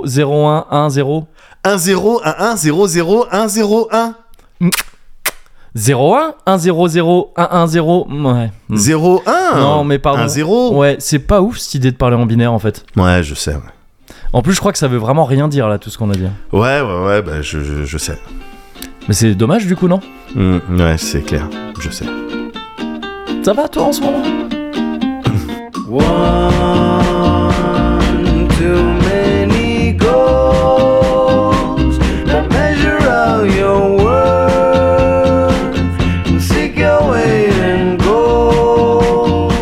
00110110. 1 0 1 1 0 0 1 0 1 01 100 110. Ouais. Mm. 0 1 Non, mais pardon. 1 0 Ouais, c'est pas ouf cette idée de parler en binaire en fait. Ouais, je sais. ouais. En plus, je crois que ça veut vraiment rien dire là, tout ce qu'on a dit. Ouais, ouais, ouais, bah, je, je, je sais. Mais c'est dommage du coup, non Mm, ouais, c'est clair, je sais. Ça va toi en ce moment One too many goals. Now measure out your worth and seek your way in gold.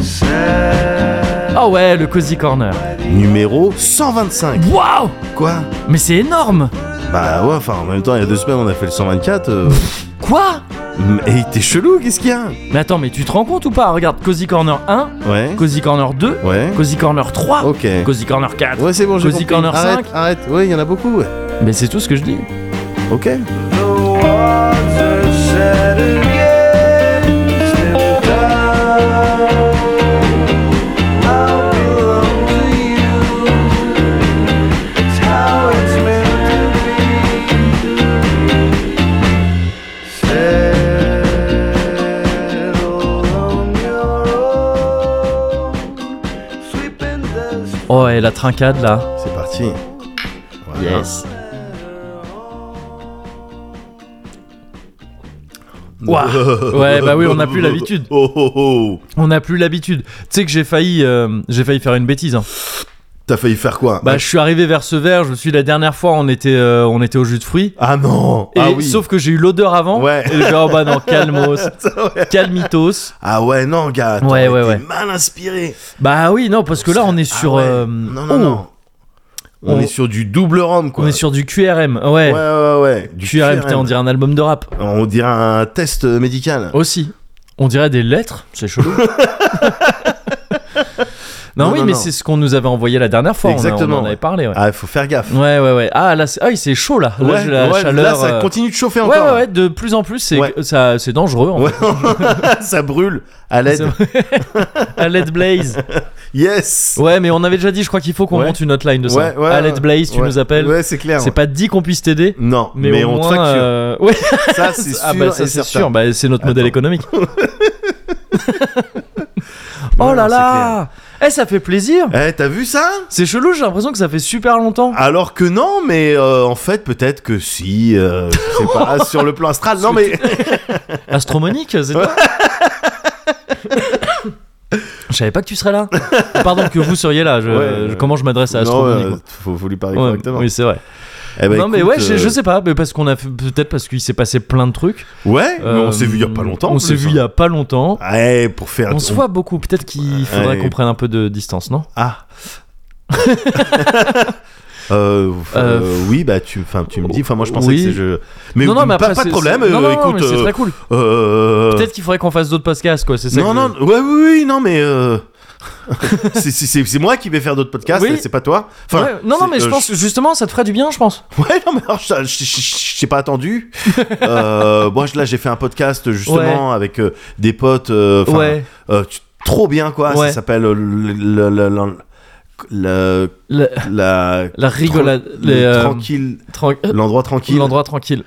Sad Ah ouais, le Cozy Corner. Numéro 125. Waouh Quoi Mais c'est énorme Bah ouais, enfin en même temps, il y a deux semaines, on a fait le 124. euh, Quoi Mais t'es chelou, qu'est-ce qu'il y a Mais attends, mais tu te rends compte ou pas Regarde, Cozy Corner 1, Ouais. Cozy Corner 2, Ouais. Cozy Corner 3, Ok. Cozy Corner 4. Ouais, c'est bon, j'ai Cozy compris. Corner arrête, 5. arrête. Ouais, il y en a beaucoup, ouais. Mais c'est tout ce que je dis. Ok. the water set again. Step down. I belong to you. It's how it's meant to be. Settle on your own, sweeping the Oh, et la trincade là. C'est parti. Voilà. Yes. Ouah. Ouais, bah oui, on n'a plus l'habitude. Oh, oh, oh. On n'a plus l'habitude. Tu sais que j'ai failli, euh, j'ai failli faire une bêtise. hein. T'as failli faire quoi Bah, je suis arrivé vers ce verre. Je me suis dit, la dernière fois, on était, euh, on était au jus de fruits. Ah non Et, Ah oui Sauf que j'ai eu l'odeur avant. Ouais. Et genre, bah non, calmos, calmitos. Ah ouais, non, gars, t'as Ouais, été ouais, ouais. mal inspiré. Bah oui, non, parce que là, on est Ah sur. ouais. euh, Non, oh, non, non. On, On- est sur du double rhum, quoi. On est sur du QRM. Ouais. Ouais, ouais, ouais. Du QRM, putain, on dirait un album de rap. On dirait un test euh, médical. Aussi. On dirait des lettres, c'est chelou. non, Non, oui, non, mais non. c'est ce qu'on nous avait envoyé la dernière fois. on a- On, Exactement, en avait ouais. parlé, ouais. Ah, faut faire gaffe. Ouais, ouais, ouais. Ah, là, c'est ah, oui, c'est chaud, là. Là, j'ai la ouais, chaleur. là, ça euh, continue de chauffer Ouais, encore. ouais, ouais, de plus en plus, c'est Ouais. ça- c'est dangereux. En Ouais. ça brûle à fait. l'aide. à LED Blaze. Yes. Ouais, mais on avait déjà dit, je crois qu'il faut qu'on Ouais. monte une hotline de ça. Ouais, ouais, à ouais. LED Blaze, tu Ouais. nous appelles. Ouais, c'est clair. C'est pas dit qu'on puisse t'aider, Non, mais, mais, au on moins, te facture. euh, ouais. Ça, c'est sûr. Ah bah ça et c'est certain. sûr, bah, c'est notre modèle Attends. économique. oh Ouais, là non, là Eh ça fait plaisir Eh, t'as vu ça C'est chelou, j'ai l'impression que ça fait super longtemps. Alors que non, mais euh, en fait, peut-être que si, euh, je sais pas, sur le plan astral. Non, mais Astromonique, c'est toi Je savais pas que tu serais là. Ah, Pardon que vous seriez là. je- Ouais, je- comment je m'adresse à non, Astromonique euh, faut, faut lui parler quoi. Ouais, correctement. oui, c'est vrai. Eh ben, non, mais écoute, ouais, je, euh, je sais pas, mais parce qu'on a fait- peut-être parce qu'il s'est passé plein de trucs. Ouais, mais Euh, on s'est vu il y a pas longtemps. en On s'est plus, vu hein. il y a pas longtemps. Ouais, pour faire. on se voit beaucoup. Peut-être qu'il faudrait Ouais. qu'on prenne un peu de distance, non Ah. Euh, euh, oui, bah tu, enfin, tu me dis, enfin moi je pensais Oui. que c'est je. Mais, non, non, mais pas, après, pas de c'est- problème. c'est- euh, non, non, non, écoute, mais c'est euh, très cool. euh, Peut-être qu'il faudrait qu'on fasse d'autres podcasts, quoi. C'est ça. Non, que non, je- ouais, oui, oui, non, mais euh, c'est- c'est c'est- c'est moi qui vais faire d'autres podcasts, Oui. c'est pas toi. Enfin, Ouais, non, non, c'est- mais je euh, pense que justement, ça te ferait du bien, je pense. Ouais, non, mais alors, je je- je- je t'ai pas attendu. Euh, moi, je- là, j'ai fait un podcast justement avec euh, des potes. euh, 'fin, ouais. euh, tu- trop bien, quoi. Ouais. Ça s'appelle. euh, le- le- le- le- le- La, la. la rigolade. tran- les, le euh, tranquille. tran- euh, L'endroit tranquille. L'endroit tranquille.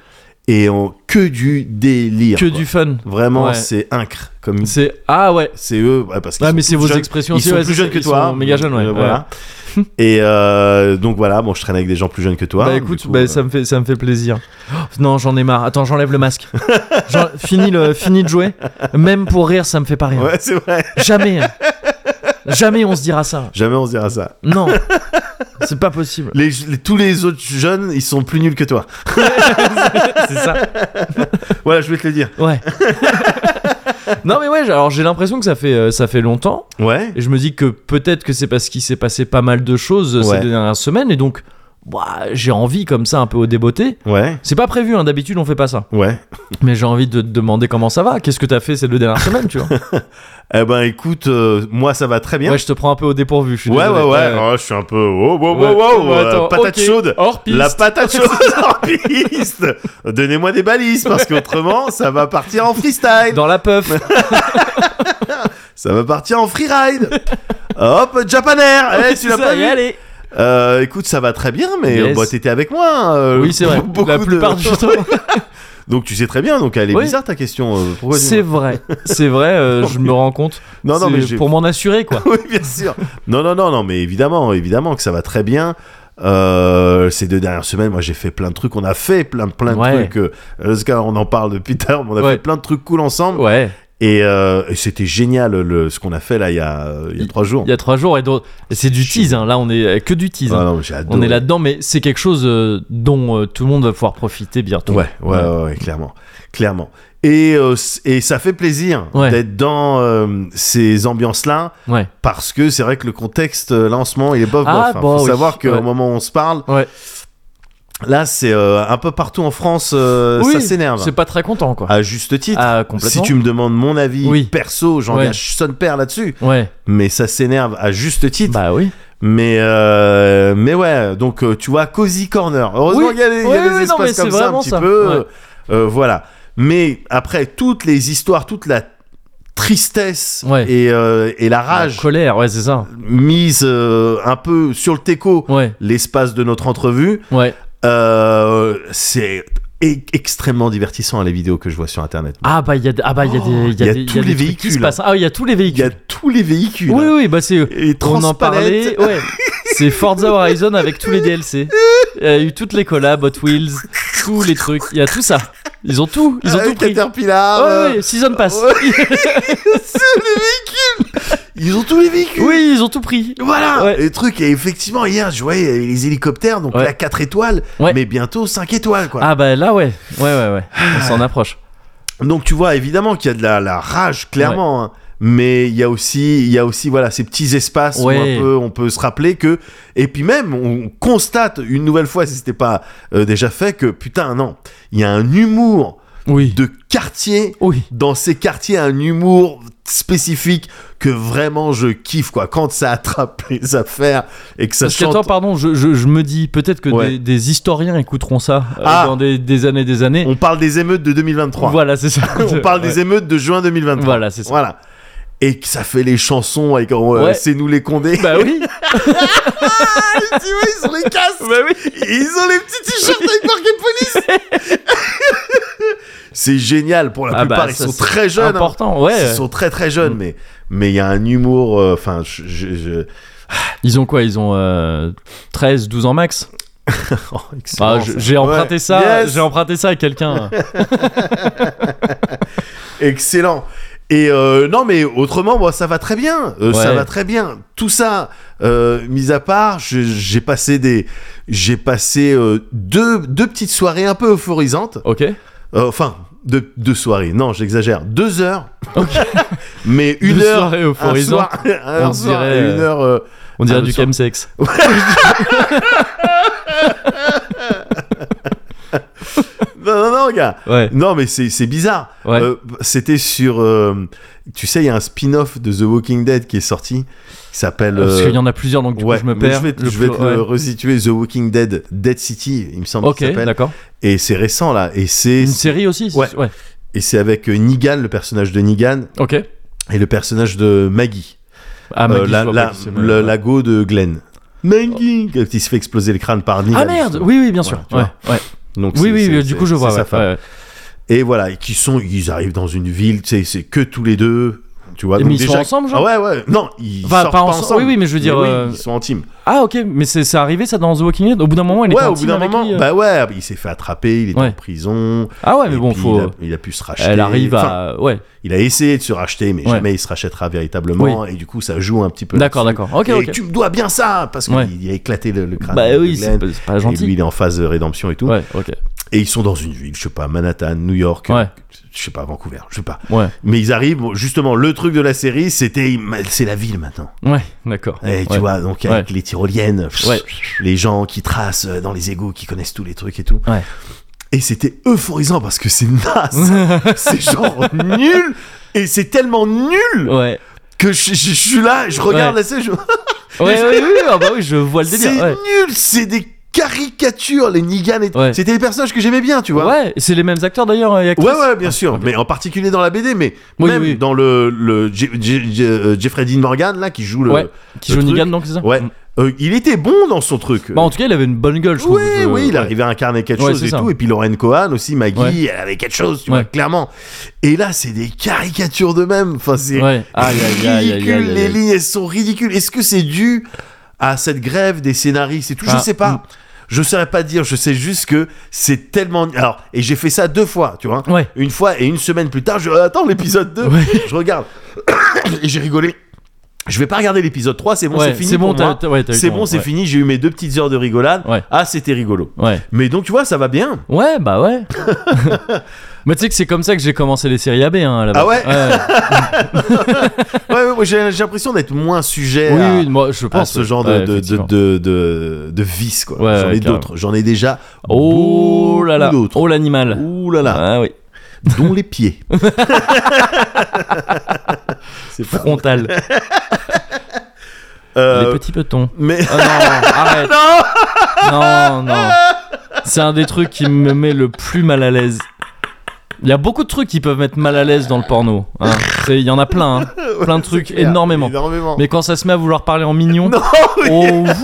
Et on, que du délire. Que quoi. du fun. Vraiment, Ouais. c'est incre. Comme C'est. Ah ouais. c'est eux ouais, parce que Ouais, mais c'est vos expressions ils aussi, sont ouais, plus c'est- jeunes que ils toi sont méga jeunes, ouais. Euh, voilà et euh, donc voilà bon je traîne avec des gens plus jeunes que toi bah du écoute, coup, bah, euh, ça, me fait, ça me fait plaisir. Oh, non, j'en ai marre. Attends, j'enlève le masque. J'en- fini, le, fini de jouer. Même pour rire, ça me fait pas rire. ouais c'est vrai Jamais. Jamais on se dira ça. jamais on se dira ça Non. C'est pas possible. les, les- tous les autres jeunes ils sont plus nuls que toi C'est ça. voilà je voulais te le dire Ouais. non mais ouais, j'- alors j'ai l'impression que ça fait euh, ça fait longtemps ouais et je me dis que peut-être que c'est parce qu'il s'est passé pas mal de choses euh, Ouais. ces dernières semaines et donc bah, j'ai envie comme ça un peu au débeauté. ouais C'est pas prévu, hein, d'habitude on fait pas ça. ouais Mais j'ai envie de te demander comment ça va, qu'est-ce que t'as fait ces deux dernières semaines, tu vois. eh ben écoute euh, moi ça va très bien Ouais, je te prends un peu au dépourvu, je suis ouais, désolé. ouais, ouais. Oh, je suis un peu oh, wow, wow, Ouais. wow, Ouais, euh, attends, patate ok. chaude Hors piste. La patate chaude en piste Donnez-moi des balises parce qu'autrement ça va partir en freestyle Dans la puff. ça va partir en freeride. Hop, Japan Air. Eh, tu l'as pas vu allez. Euh, Écoute, ça va très bien, mais Yes. bah, t'étais avec moi. euh, Oui, c'est vrai. beaucoup La de- plupart du temps. Donc tu sais très bien. Donc elle est Oui. bizarre ta question. euh, pourquoi C'est vrai. C'est vrai, euh, je me rends compte. Non, non, C'est mais j'ai- pour m'en assurer, quoi. oui, bien sûr. Non, non, non, non, mais évidemment, évidemment que ça va très bien. Euh, ces deux dernières semaines, moi j'ai fait plein de trucs, on a fait plein plein de Ouais. trucs. euh, parce que on en parle depuis tard, mais on a Ouais. fait plein de trucs cool ensemble. Ouais. Et, euh, et c'était génial le, ce qu'on a fait là il y a, euh, il y a trois jours. Il y a trois jours et d'autres. et C'est du tease, hein. là on est euh, que du tease. Ah hein. non, j'ai on est adoré. là-dedans, mais c'est quelque chose euh, dont euh, tout le monde va pouvoir profiter bientôt. Ouais, ouais, ouais, ouais, clairement, clairement. Et, euh, c- et ça fait plaisir Ouais. d'être dans euh, ces ambiances-là Ouais. parce que c'est vrai que le contexte euh, là en ce moment il est bof bof. Ah, hein. bah Faut oui, savoir qu'au ouais. moment où on se parle, Ouais. là c'est euh, un peu partout en France, euh, Oui, ça s'énerve. C'est pas très content, quoi. À juste titre. Ah, si complètement. tu me demandes mon avis Oui. perso, j'engage son père là-dessus, Ouais. mais ça s'énerve à juste titre. Bah oui. Mais euh, mais ouais, donc euh, tu vois, cozy corner. Heureusement Oui. qu'il y a des, il y a Oui, des oui, non, espaces mais c'est comme ça un vraiment petit ça. peu. Ouais. euh, euh, voilà. Mais après toutes les histoires, toute la tristesse Ouais. et, euh, et la La rage colère, ouais, c'est ça. mise euh, un peu sur le teco, Ouais. l'espace de notre entrevue, Ouais. euh, c'est e- extrêmement divertissant les vidéos que je vois sur internet. Ah bah il y a, ah bah il y a Oh, des, il y a, des- il y a tous des les trucs qui se véhicules. passent. Ah il y a tous les Il y véhicules. a tous les véhicules. Oui oui bah c'est Et on en parlait. transpalettes. Ouais. c'est Forza Horizon avec tous les DLC. Il y a eu toutes les collabs, Hot Wheels, tous les trucs. Il y a tout ça. Ils ont tout. Ils ont Euh, tout pris. Caterpillar. Ouais, euh, ouais, ouais, Season Pass. Ils ont tous les véhicules. oui, ils ont tout pris. Voilà, Ouais. les trucs. Et effectivement, hier, je voyais il y avait les hélicoptères, donc Ouais. la 4 étoiles, Ouais. mais bientôt 5 étoiles, quoi. Ah bah là ouais, ouais ouais ouais, Ah. on s'en approche. Ah. Donc tu vois, évidemment qu'il y a de la, la rage, clairement. hein. Mais il y a aussi, il y a aussi, voilà, ces petits espaces où Ouais. un peu, on peut se rappeler que, et puis même, on constate une nouvelle fois, si c'était pas euh, déjà fait, que putain, non, il y a un humour Oui. de quartier Oui. dans ces quartiers un humour spécifique que vraiment je kiffe quoi quand ça attrape les affaires et que ça Parce que chante attends, pardon, je, je, je me dis peut-être que Ouais. des, des historiens écouteront ça euh, Ah. dans des, des années des années. on parle des émeutes de 2023 Voilà, c'est ça. on parle Ouais. des émeutes de juin 2023 Voilà, c'est ça. voilà et que ça fait les chansons avec euh, Ouais. c'est nous les condés Ah, Bah oui. tu vois ils ont les casques bah oui. ils ont les petits t-shirts avec marqué police c'est génial pour la Ah bah, plupart ils ça, sont c'est très jeunes hein. Important, ouais. ils sont très très jeunes Mm. mais mais il y a un humour euh, enfin je- je- je... Ils ont quoi Ils ont euh, 13, 12 ans max. Oh, excellent, Ah, je- ça. j'ai emprunté Ouais. ça. Yes. J'ai emprunté ça à quelqu'un. Excellent. Et euh, non, mais autrement, moi, ça va très bien. Euh, Ça Ouais. va très bien. Tout ça, euh, mis à part, je- j'ai passé des, j'ai passé euh, deux, deux petites soirées un peu euphorisantes. ok. Euh, enfin, deux, deux soirées. Non, j'exagère. Deux heures. mais une Deux heure. soirées Un euphorisantes. soir, un On soir dirait, et euh, une heure. euh, On dirait Ah, du le soir. chemsex. Non, non, non, gars. Ouais. Non, mais c'est c'est bizarre. Ouais. Euh, C'était sur. euh, tu sais, il y a un spin-off de The Walking Dead qui est sorti. Qui s'appelle. Parce euh, qu'il y en a plusieurs, donc du ouais, coup je me mais perds. vais, te- Le je vais plus- te le ouais. resituer The Walking Dead, Dead City, il me semble Ok, qu'il s'appelle. d'accord. Et c'est récent là. Et c'est Une série aussi c'est- Ouais. et c'est avec euh, Negan, le personnage de Negan, Ok. et le personnage de Maggie, Ah, Euh, Maggie, la, je vois la- pas qui c'est, mais- le- la go de Glenn. Maggie, quand il se fait exploser le crâne par Negan. Ah merde Oui, oui, bien sûr. Voilà, tu Ouais, ouais. Donc, Oui, c'est- oui, c'est- du c'est- coup je vois. c'est sa ouais, femme. ouais. Et voilà, et qui sont, ils arrivent dans une ville, tu sais, c'est que tous les deux. Tu vois, Mais donc ils sont déjà- ensemble, genre Ah ouais, ouais. Non, ils Enfin, sortent pas pas ense- ensemble. oui, oui, mais je veux dire, oui, euh, ils sont en team. Ah, ok, mais c'est c'est arrivé ça dans The Walking Dead Au bout d'un moment, il Ouais, était au en bout team d'un avec moment, lui, euh. bah ouais, il s'est fait attraper, il est Ouais. en prison. Ah ouais, mais Et bon, puis, faut. il, a, il a pu se racheter. Elle arrive Enfin, à. Ouais. il a essayé de se racheter, mais Ouais. jamais il se rachètera véritablement. Et du coup, ça joue un petit peu. D'accord, là-dessus. d'accord. Ok, Et ok. tu me dois bien ça parce qu'il Ouais. a éclaté le, le crâne. Bah de oui, c'est Glenn. pas, c'est pas Et lui, gentil. il est en phase de rédemption et tout. Ouais, ok. Et ils sont dans une ville, je sais pas, Manhattan, New York, Ouais. je sais pas, Vancouver, je sais pas. Ouais, Mais ils arrivent, bon, justement, le truc de la série, c'était. C'est la ville maintenant. ouais, d'accord. Et tu Ouais. vois, donc avec les tyroliennes, pff, Ouais. les gens qui tracent euh, dans les égouts, qui connaissent tous les trucs et tout. Ouais. Et c'était euphorisant parce que c'est naze. c'est genre nul. Et c'est tellement nul Ouais. que je, je- je suis là, je regarde Ouais. la scène, je- Ouais, ouais, ouais, ouais, ah bah oui, je vois le c'est délire. ouais. nul, c'est des caricature les Negan. et- Ouais. C'était des personnages que j'aimais bien, tu vois. Ouais, et c'est les mêmes acteurs d'ailleurs et actrices. Ouais, ouais, bien sûr, mais en particulier dans la BD, mais Oui, même oui. dans le, le Je- Je- Je- euh, Jeffrey Dean Morgan, là, qui joue le. Ouais, qui le joue truc. Negan, donc c'est ça Ouais. Euh, il était bon dans son truc. Bah, en tout cas, il avait une bonne gueule, je trouve. oui, Je- oui, il ouais. arrivait à incarner quelque Ouais, chose c'est et ça. tout. Et puis Lauren Cohan aussi, Maggie, Ouais. elle avait quelque chose, tu Ouais. vois, clairement. Et là, c'est des caricatures d'eux-mêmes. Enfin, c'est Ouais. Aïe, aïe, aïe, aïe, aïe, ridicule. aïe, aïe. Les lignes, elles sont ridicules. Est-ce que c'est dû à cette grève des scénaristes et tout Ah, Je sais mm. pas. Je saurais pas dire. Je sais juste que c'est tellement. Alors, et j'ai fait ça deux fois, tu vois. Ouais. Une fois et une semaine plus tard, je euh, attends l'épisode 2. Ouais. Je regarde. et j'ai rigolé. Je vais pas regarder l'épisode 3, c'est bon, Ouais, c'est fini. C'est bon, pour t'as- moi. t'as- ouais, t'as eu C'est ton- bon, c'est ouais. fini, j'ai eu mes deux petites heures de rigolade. Ouais. Ah, c'était rigolo. Ouais. Mais donc, tu vois, ça va bien. Ouais, bah ouais. Mais tu sais que c'est comme ça que j'ai commencé les séries AB hein, là-bas. Ah ouais Ouais, ouais, ouais, j'ai j'ai l'impression d'être moins sujet Oui, à, oui, moi je à pense. ce genre de- Ah, ouais, de, de, effectivement. de, de- de vices, quoi. Ouais, J'en ouais, ai carrément. d'autres. J'en ai déjà. Oh là là. beaucoup d'autres. Oh l'animal. Ouh là là. Ah oui. Dont les pieds. C'est pas- Frontal. Euh, Les petits petons. Mais. Ah non, arrête. non, non. C'est un des trucs qui me met le plus mal à l'aise. Il y a beaucoup de trucs qui peuvent mettre mal à l'aise dans le porno. hein. C'est- Il y en a plein, hein. plein de trucs, énormément. Énormément. Mais quand ça se met à vouloir parler en mignon. Oh. Non, Oh, ouf.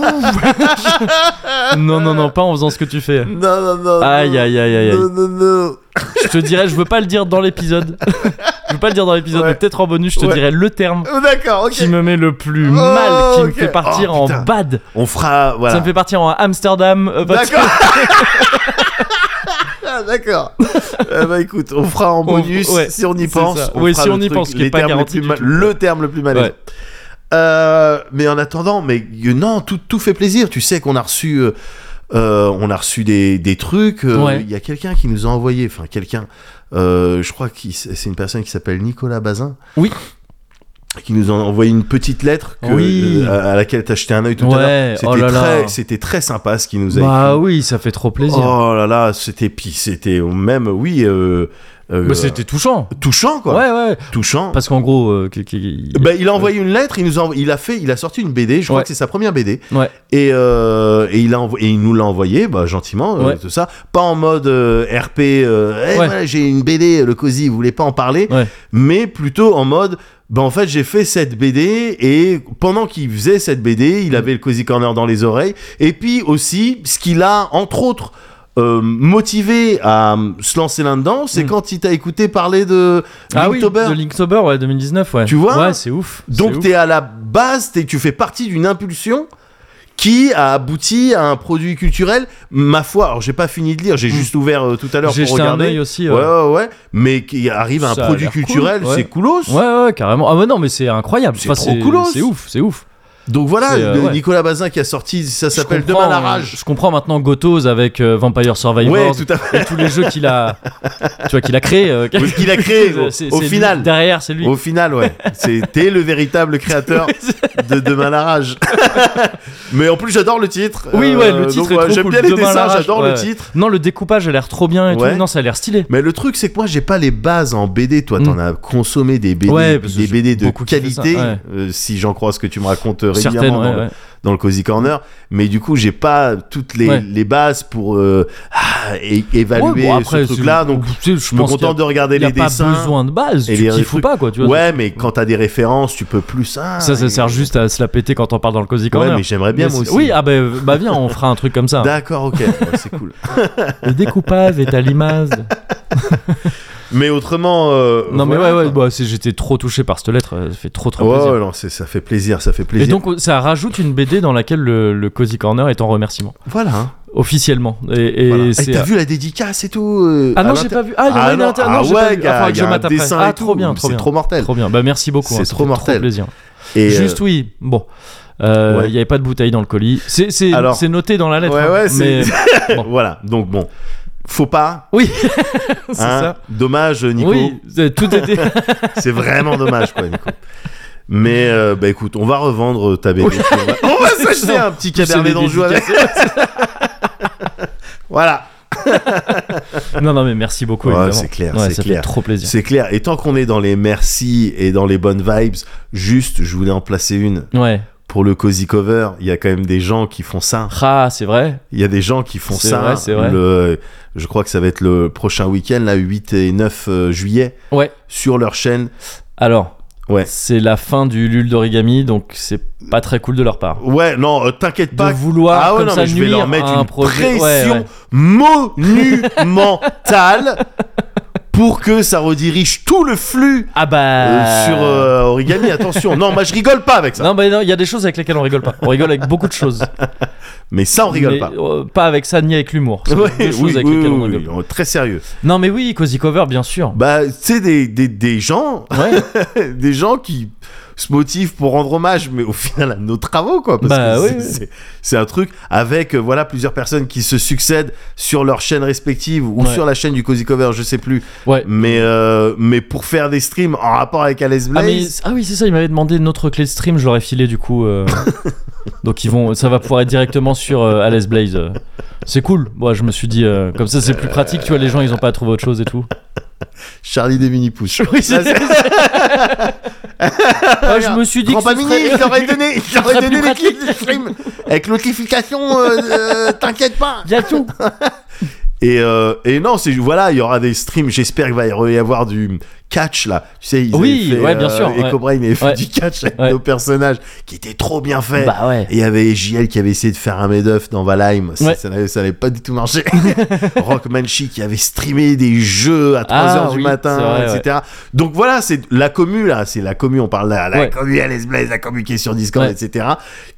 non, non, non, pas en faisant ce que tu fais. Non, non, non. Aïe, aïe, aïe, aïe, aïe. Non, non, non. Je te dirais, je veux pas le dire dans l'épisode. je veux pas le dire dans l'épisode, Ouais. mais peut-être en bonus, je te Ouais. dirais le terme Oh, D'accord, ok. Oh, qui me met le plus mal, qui me ok. fait partir Oh, en putain. bad. On fera. Voilà. Ça me fait partir en Amsterdam. euh, parce que- D'accord. Ah, D'accord. Euh, bah écoute, on fera en On- bonus ouais, si on y c'est pense. ça. on Ouais, fera si le on y truc, pense, ce qui les est pas termes les garanti plus du ma- tout. le terme le plus malaisant. Ouais. Euh, mais en attendant, mais euh, non, tout, tout fait plaisir. Tu sais qu'on a reçu, euh, euh, on a reçu des, des trucs. euh, Il Ouais. y a quelqu'un qui nous a envoyé, enfin quelqu'un, euh, je crois que c'est une personne qui s'appelle Nicolas Bazin. Oui. Qui nous a envoyé une petite lettre que- Oui. euh, à, à laquelle t'as jeté un œil tout Ouais, à l'heure. oh C'était là là. très, c'était très sympa ce qu'il nous a écrit. Bah oui, ça fait trop plaisir. Oh là là, c'était puis c'était même oui euh, euh, Mais c'était touchant. touchant quoi, Ouais, ouais. touchant. Parce qu'en gros, euh, qui- qui- Ben, il a envoyé une lettre, il nous a, env- il a fait, il a sorti une BD, je crois Ouais. que c'est sa première BD, Ouais. et, euh, et il a envo- et il nous l'a envoyé, bah, gentiment, euh, Ouais. tout ça, pas en mode euh, RP, euh, Eh, Ouais. voilà, j'ai une BD, le cosy, vous voulez pas en parler, Ouais. mais plutôt en mode, bah en fait j'ai fait cette BD et pendant qu'il faisait cette BD, Mm. il avait le cozy corner dans les oreilles, et puis aussi ce qu'il a entre autres euh, motivé à euh, se lancer là-dedans, c'est Mm. quand il t'a écouté parler de Ah oui, Linktober. de Linktober, ouais, 2019, ouais. Tu vois Ouais, c'est ouf. c'est Donc ouf. t'es à la base, t'es- tu fais partie d'une impulsion qui a abouti à un produit culturel. Ma foi, alors j'ai pas fini de lire, j'ai juste ouvert euh, tout à l'heure Hmm. j'ai pour jeté un regarder. œil aussi. ouais, euh, ouais, ouais, mais qui arrive à un Ça a produit l'air cool, culturel, ouais. c'est coolos. Ouais, ouais, carrément. Ah, mais non, mais c'est incroyable. C'est trop c'est coolos. C'est ouf, c'est ouf. Donc voilà, C'est, euh, de- ouais. Nicolas Bazin qui a sorti, ça Je s'appelle comprends, Demain la euh, rage. Je comprends maintenant Gotos avec euh, Vampire Survivor Ouais, tout à fait. et tous les jeux qu'il a, tu vois, qu'il a créé. euh, Oui, qu'il a créé, C'est- au- c'est- au c'est lui, final. derrière, c'est lui. Au final, ouais, c'était le véritable créateur de Demain la rage. mais en plus, j'adore le titre. Euh, Oui, ouais, le donc, titre est trop J'aime cool, bien les Demain la dessins, rage, j'adore ouais. le titre. Non, le découpage a l'air trop bien et Ouais. tout. Non, ça a l'air stylé. Mais le truc, c'est que moi, j'ai pas les bases en BD. Toi, t'en as consommé des BD, Mm. Ouais, parce que des j'ai BD de beaucoup kiffé ça, qualité, ouais. euh, si j'en crois ce que tu me racontes euh, Certaines, régulièrement ouais, dans, ouais. Le, dans le Cozy Corner. Mais du coup, j'ai pas toutes les, Ouais. les bases pour euh, ah, é- évaluer Ouais, bon, après, ce truc-là. c'est- Donc, tu sais, je je me pense contente qu'il de regarder y a- les il y a dessins. pas besoin de base. et Tu les kiffes ou trucs. pas, quoi. Tu vois, ouais, mais quand t'as des références, tu peux plus. Ah, Ça, ça et- sert juste à se la péter quand on parle dans le Cozy Ouais, Corner. mais j'aimerais bien Mais moi c'est- aussi. Oui, ah bah, bah viens, on fera un truc comme ça. D'accord, ok, Ouais, c'est cool. Le découpage est à l'image. Mais autrement, euh, Non mais ouais, voilà, ouais, quoi. bah, c'est- j'étais trop touché par cette lettre, euh, ça fait trop trop Ouais, plaisir. ouais, non, c'est- ça fait plaisir, ça fait Et plaisir. donc ça rajoute une BD dans laquelle le, le Cozy Corner est en remerciement, voilà. hein. officiellement. Et, et Voilà. Et c'est- t'as vu la dédicace et tout euh, Ah à non, l'inter- j'ai pas vu. Ah, il y en a une non, inter- ah non, j'ai ouais, pas vu. gars, Ah, faudra que y a je un mate après. dessin Ah, et trop tout, bien, trop c'est bien. trop mortel. Trop bien. Bah merci beaucoup. C'est hein, ça trop fait mortel. plaisir. Et Juste euh, oui, bon. Euh, Il Ouais. n'y avait pas de bouteille dans le colis. C'est c'est- Alors- c'est noté dans la lettre. euh, Ouais, hein, ouais, c'est- mais bon. voilà, donc bon, faut pas. Oui, c'est hein. ça. Dommage, Nico. Oui, c'est- tout était. C'est vraiment dommage, quoi, Nico. Mais euh, bah écoute, on va revendre ta BD. On va- On va s'acheter un petit cabernet C'est des d'Anjou avec. Voilà, Non, non, mais merci beaucoup. Ouais, évidemment. c'est clair, Ouais, c'est ça fait clair. trop plaisir. c'est clair. Et tant qu'on est dans les merci et dans les bonnes vibes, juste, je voulais en placer une Ouais. pour le cozy cover, il y a quand même des gens qui font ça. Ah, c'est vrai. Il y a des gens qui font C'est ça. vrai, c'est vrai. Le- je crois que ça va être le prochain week-end, là, 8 et 9 euh, juillet, Ouais. sur leur chaîne. Alors, Ouais. c'est la fin du lul d'origami, donc c'est pas très cool de leur part. Ouais, non, euh, t'inquiète De pas. vouloir ah ouais, comme non, ça mais je vais nuire leur mettre à un une projet. Ouais, pression ouais. monumentale pour que ça redirige tout le flux Ah euh, bah sur euh, Origami. Attention, non, moi je rigole pas avec ça. Non, bah non, il y a des choses avec lesquelles on rigole pas. On rigole avec beaucoup de choses. Mais ça, on rigole Mais, pas. euh, pas avec ça ni avec l'humour. C'est Ouais, deux choses oui, avec oui, lesquelles on oui, rigole oui, très sérieux. pas. Non, mais oui, Cozy Cover, bien sûr. Bah, tu sais, des, des, des gens, Ouais. des gens qui se motivent pour rendre hommage, mais au final à nos travaux, quoi. Parce Bah, que oui, c'est- oui. c'est- c'est un truc avec, euh, voilà, plusieurs personnes qui se succèdent sur leur chaîne respective ou Ouais. sur la chaîne du Cozy Cover, je sais plus. Ouais. Mais, euh, mais pour faire des streams en rapport avec Alice Ah, Blaze. mais, ah oui, c'est ça, il m'avait demandé notre clé de stream, je l'aurais filé du coup. euh, Donc ils vont, ça va pouvoir être directement sur euh, Alice Blaze. euh. C'est cool. Moi, je me suis dit, euh, comme ça, c'est plus pratique. Tu vois, les gens, ils ont pas à trouver autre chose et tout. Charlie des mini pouces. Oui, c'est- Ah, je me suis dit que Grand ce Pamini, serait- je leur ai donné, je leur ai serait donné plus les clés pratique. de stream avec notification. euh, euh, T'inquiète pas. Il y a tout. Et, euh, et non, c'est voilà, il y aura des streams. J'espère qu'il va y avoir du catch là. Tu sais, ils Oui, avaient fait, euh, ouais, bien sûr, ouais. Echo Brain avait fait Ouais. du catch avec Ouais. nos personnages, qui était trop bien fait. Bah ouais. Et il y avait JL qui avait essayé de faire un Madoff dans Valheim. Ça, Ouais. ça n'avait ça n'avait pas du tout marché. Rockmanchi qui avait streamé des jeux à 3h Ah, du oui, matin, c'est vrai, ouais. etc. Donc voilà, c'est la commu, là. C'est la commu, on parle là. La Ouais. commu, elle est Blaze, la commu qui est sur Discord, Ouais. etc.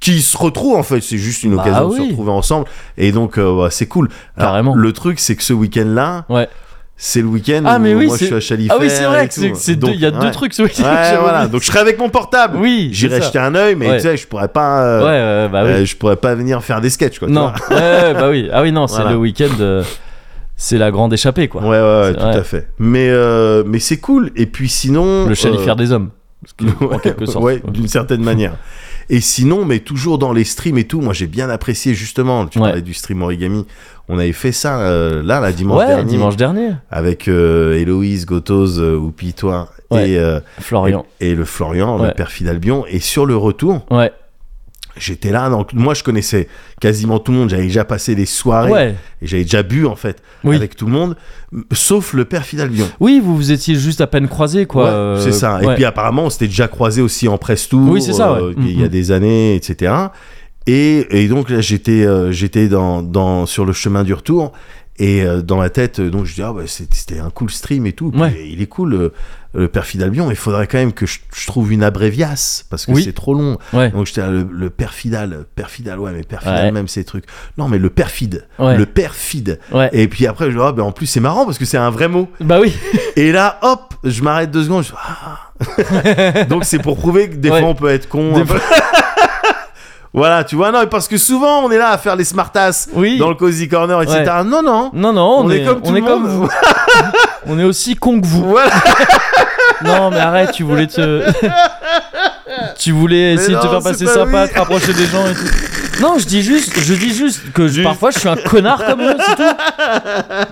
Qui se retrouve, en fait. C'est juste une Bah occasion de oui. se retrouver ensemble. Et donc, euh, ouais, c'est cool. Alors, Carrément. le truc, c'est que ce week-end-là, Ouais. c'est le week-end Ah, où mais oui, moi, je c'est- suis à Chalifère. Ah oui, c'est vrai et que c'est- tout. c'est deux- Donc, il y a ouais. deux trucs. ce week-end, Ouais, j'avoue. voilà. Donc, je serai avec mon portable. Oui. J'irai c'est ça. jeter un œil, mais Ouais. tu sais, je pourrais pas. euh, Ouais, ouais, bah oui. euh, je pourrais pas venir faire des sketchs quoi. tu non. Ouais, vois. ouais, bah oui. Ah oui, non, c'est Voilà. le week-end. euh, C'est la grande échappée, quoi. Ouais, ouais, ouais, C'est tout vrai. à fait. Mais, euh, mais c'est cool. Et puis sinon. Le chalifère des hommes. euh, en quelque sorte. Ouais, d'une certaine manière. Et sinon, mais toujours dans les streams et tout, moi j'ai bien apprécié justement. Tu Ouais. parlais du stream origami. On avait fait ça euh, là, la dimanche ouais, dernier. dimanche dernier. Avec euh, Héloïse, Gotoz, euh, Oupi, toi. Ouais. Et, euh, Florian. et, et le Florian, Ouais. le perfide Albion. Et sur le retour, Ouais. j'étais là. Donc, moi, je connaissais quasiment tout le monde. J'avais déjà passé des soirées. Ouais. Et j'avais déjà bu, en fait, Oui. avec tout le monde, m- sauf le père Fidalbion. Oui, vous vous étiez juste à peine croisés, quoi. Ouais, c'est ça. Et ouais. puis apparemment, on s'était déjà croisé aussi en presse tour. Oui, c'est ça, ouais. Il y a Mhm. des années, etc. Et, et donc là, j'étais, euh, j'étais dans, dans, sur le chemin du retour. Et euh, dans ma tête, euh, donc je dis, ah, bah, c'est- c'était un cool stream et tout. Puis, Ouais. Il est cool, euh, le père Fidalbion. Il faudrait quand même que je, je trouve une abréviasse parce que Oui. c'est trop long. Ouais. Donc j'étais là, le, le père Fidal, père Fidal, ouais, mais père Fidal Ouais. même, ces trucs. Non, mais le perfide, Ouais. le perfide. Ouais. Et puis après, je dis, ah, ben, en plus, c'est marrant parce que c'est un vrai mot. Bah oui. Et là, hop, je m'arrête deux secondes. je fais, Ah. Donc, c'est pour prouver que des Ouais. fois, on peut être con. Des un peu. voilà, tu vois, non, mais parce que souvent, on est là à faire les smartasses Oui. dans le cozy corner, etc. Ouais. Non, non. Non, non, on, est, comme tout on le est comme vous. monde. on est aussi con que vous. voilà. Non, mais arrête, tu voulais te. tu voulais essayer de te non, faire c'est passer pas sympa, oui. te rapprocher des gens et tout. Non, je dis juste, je dis juste que je- parfois je suis un connard comme eux, c'est tout.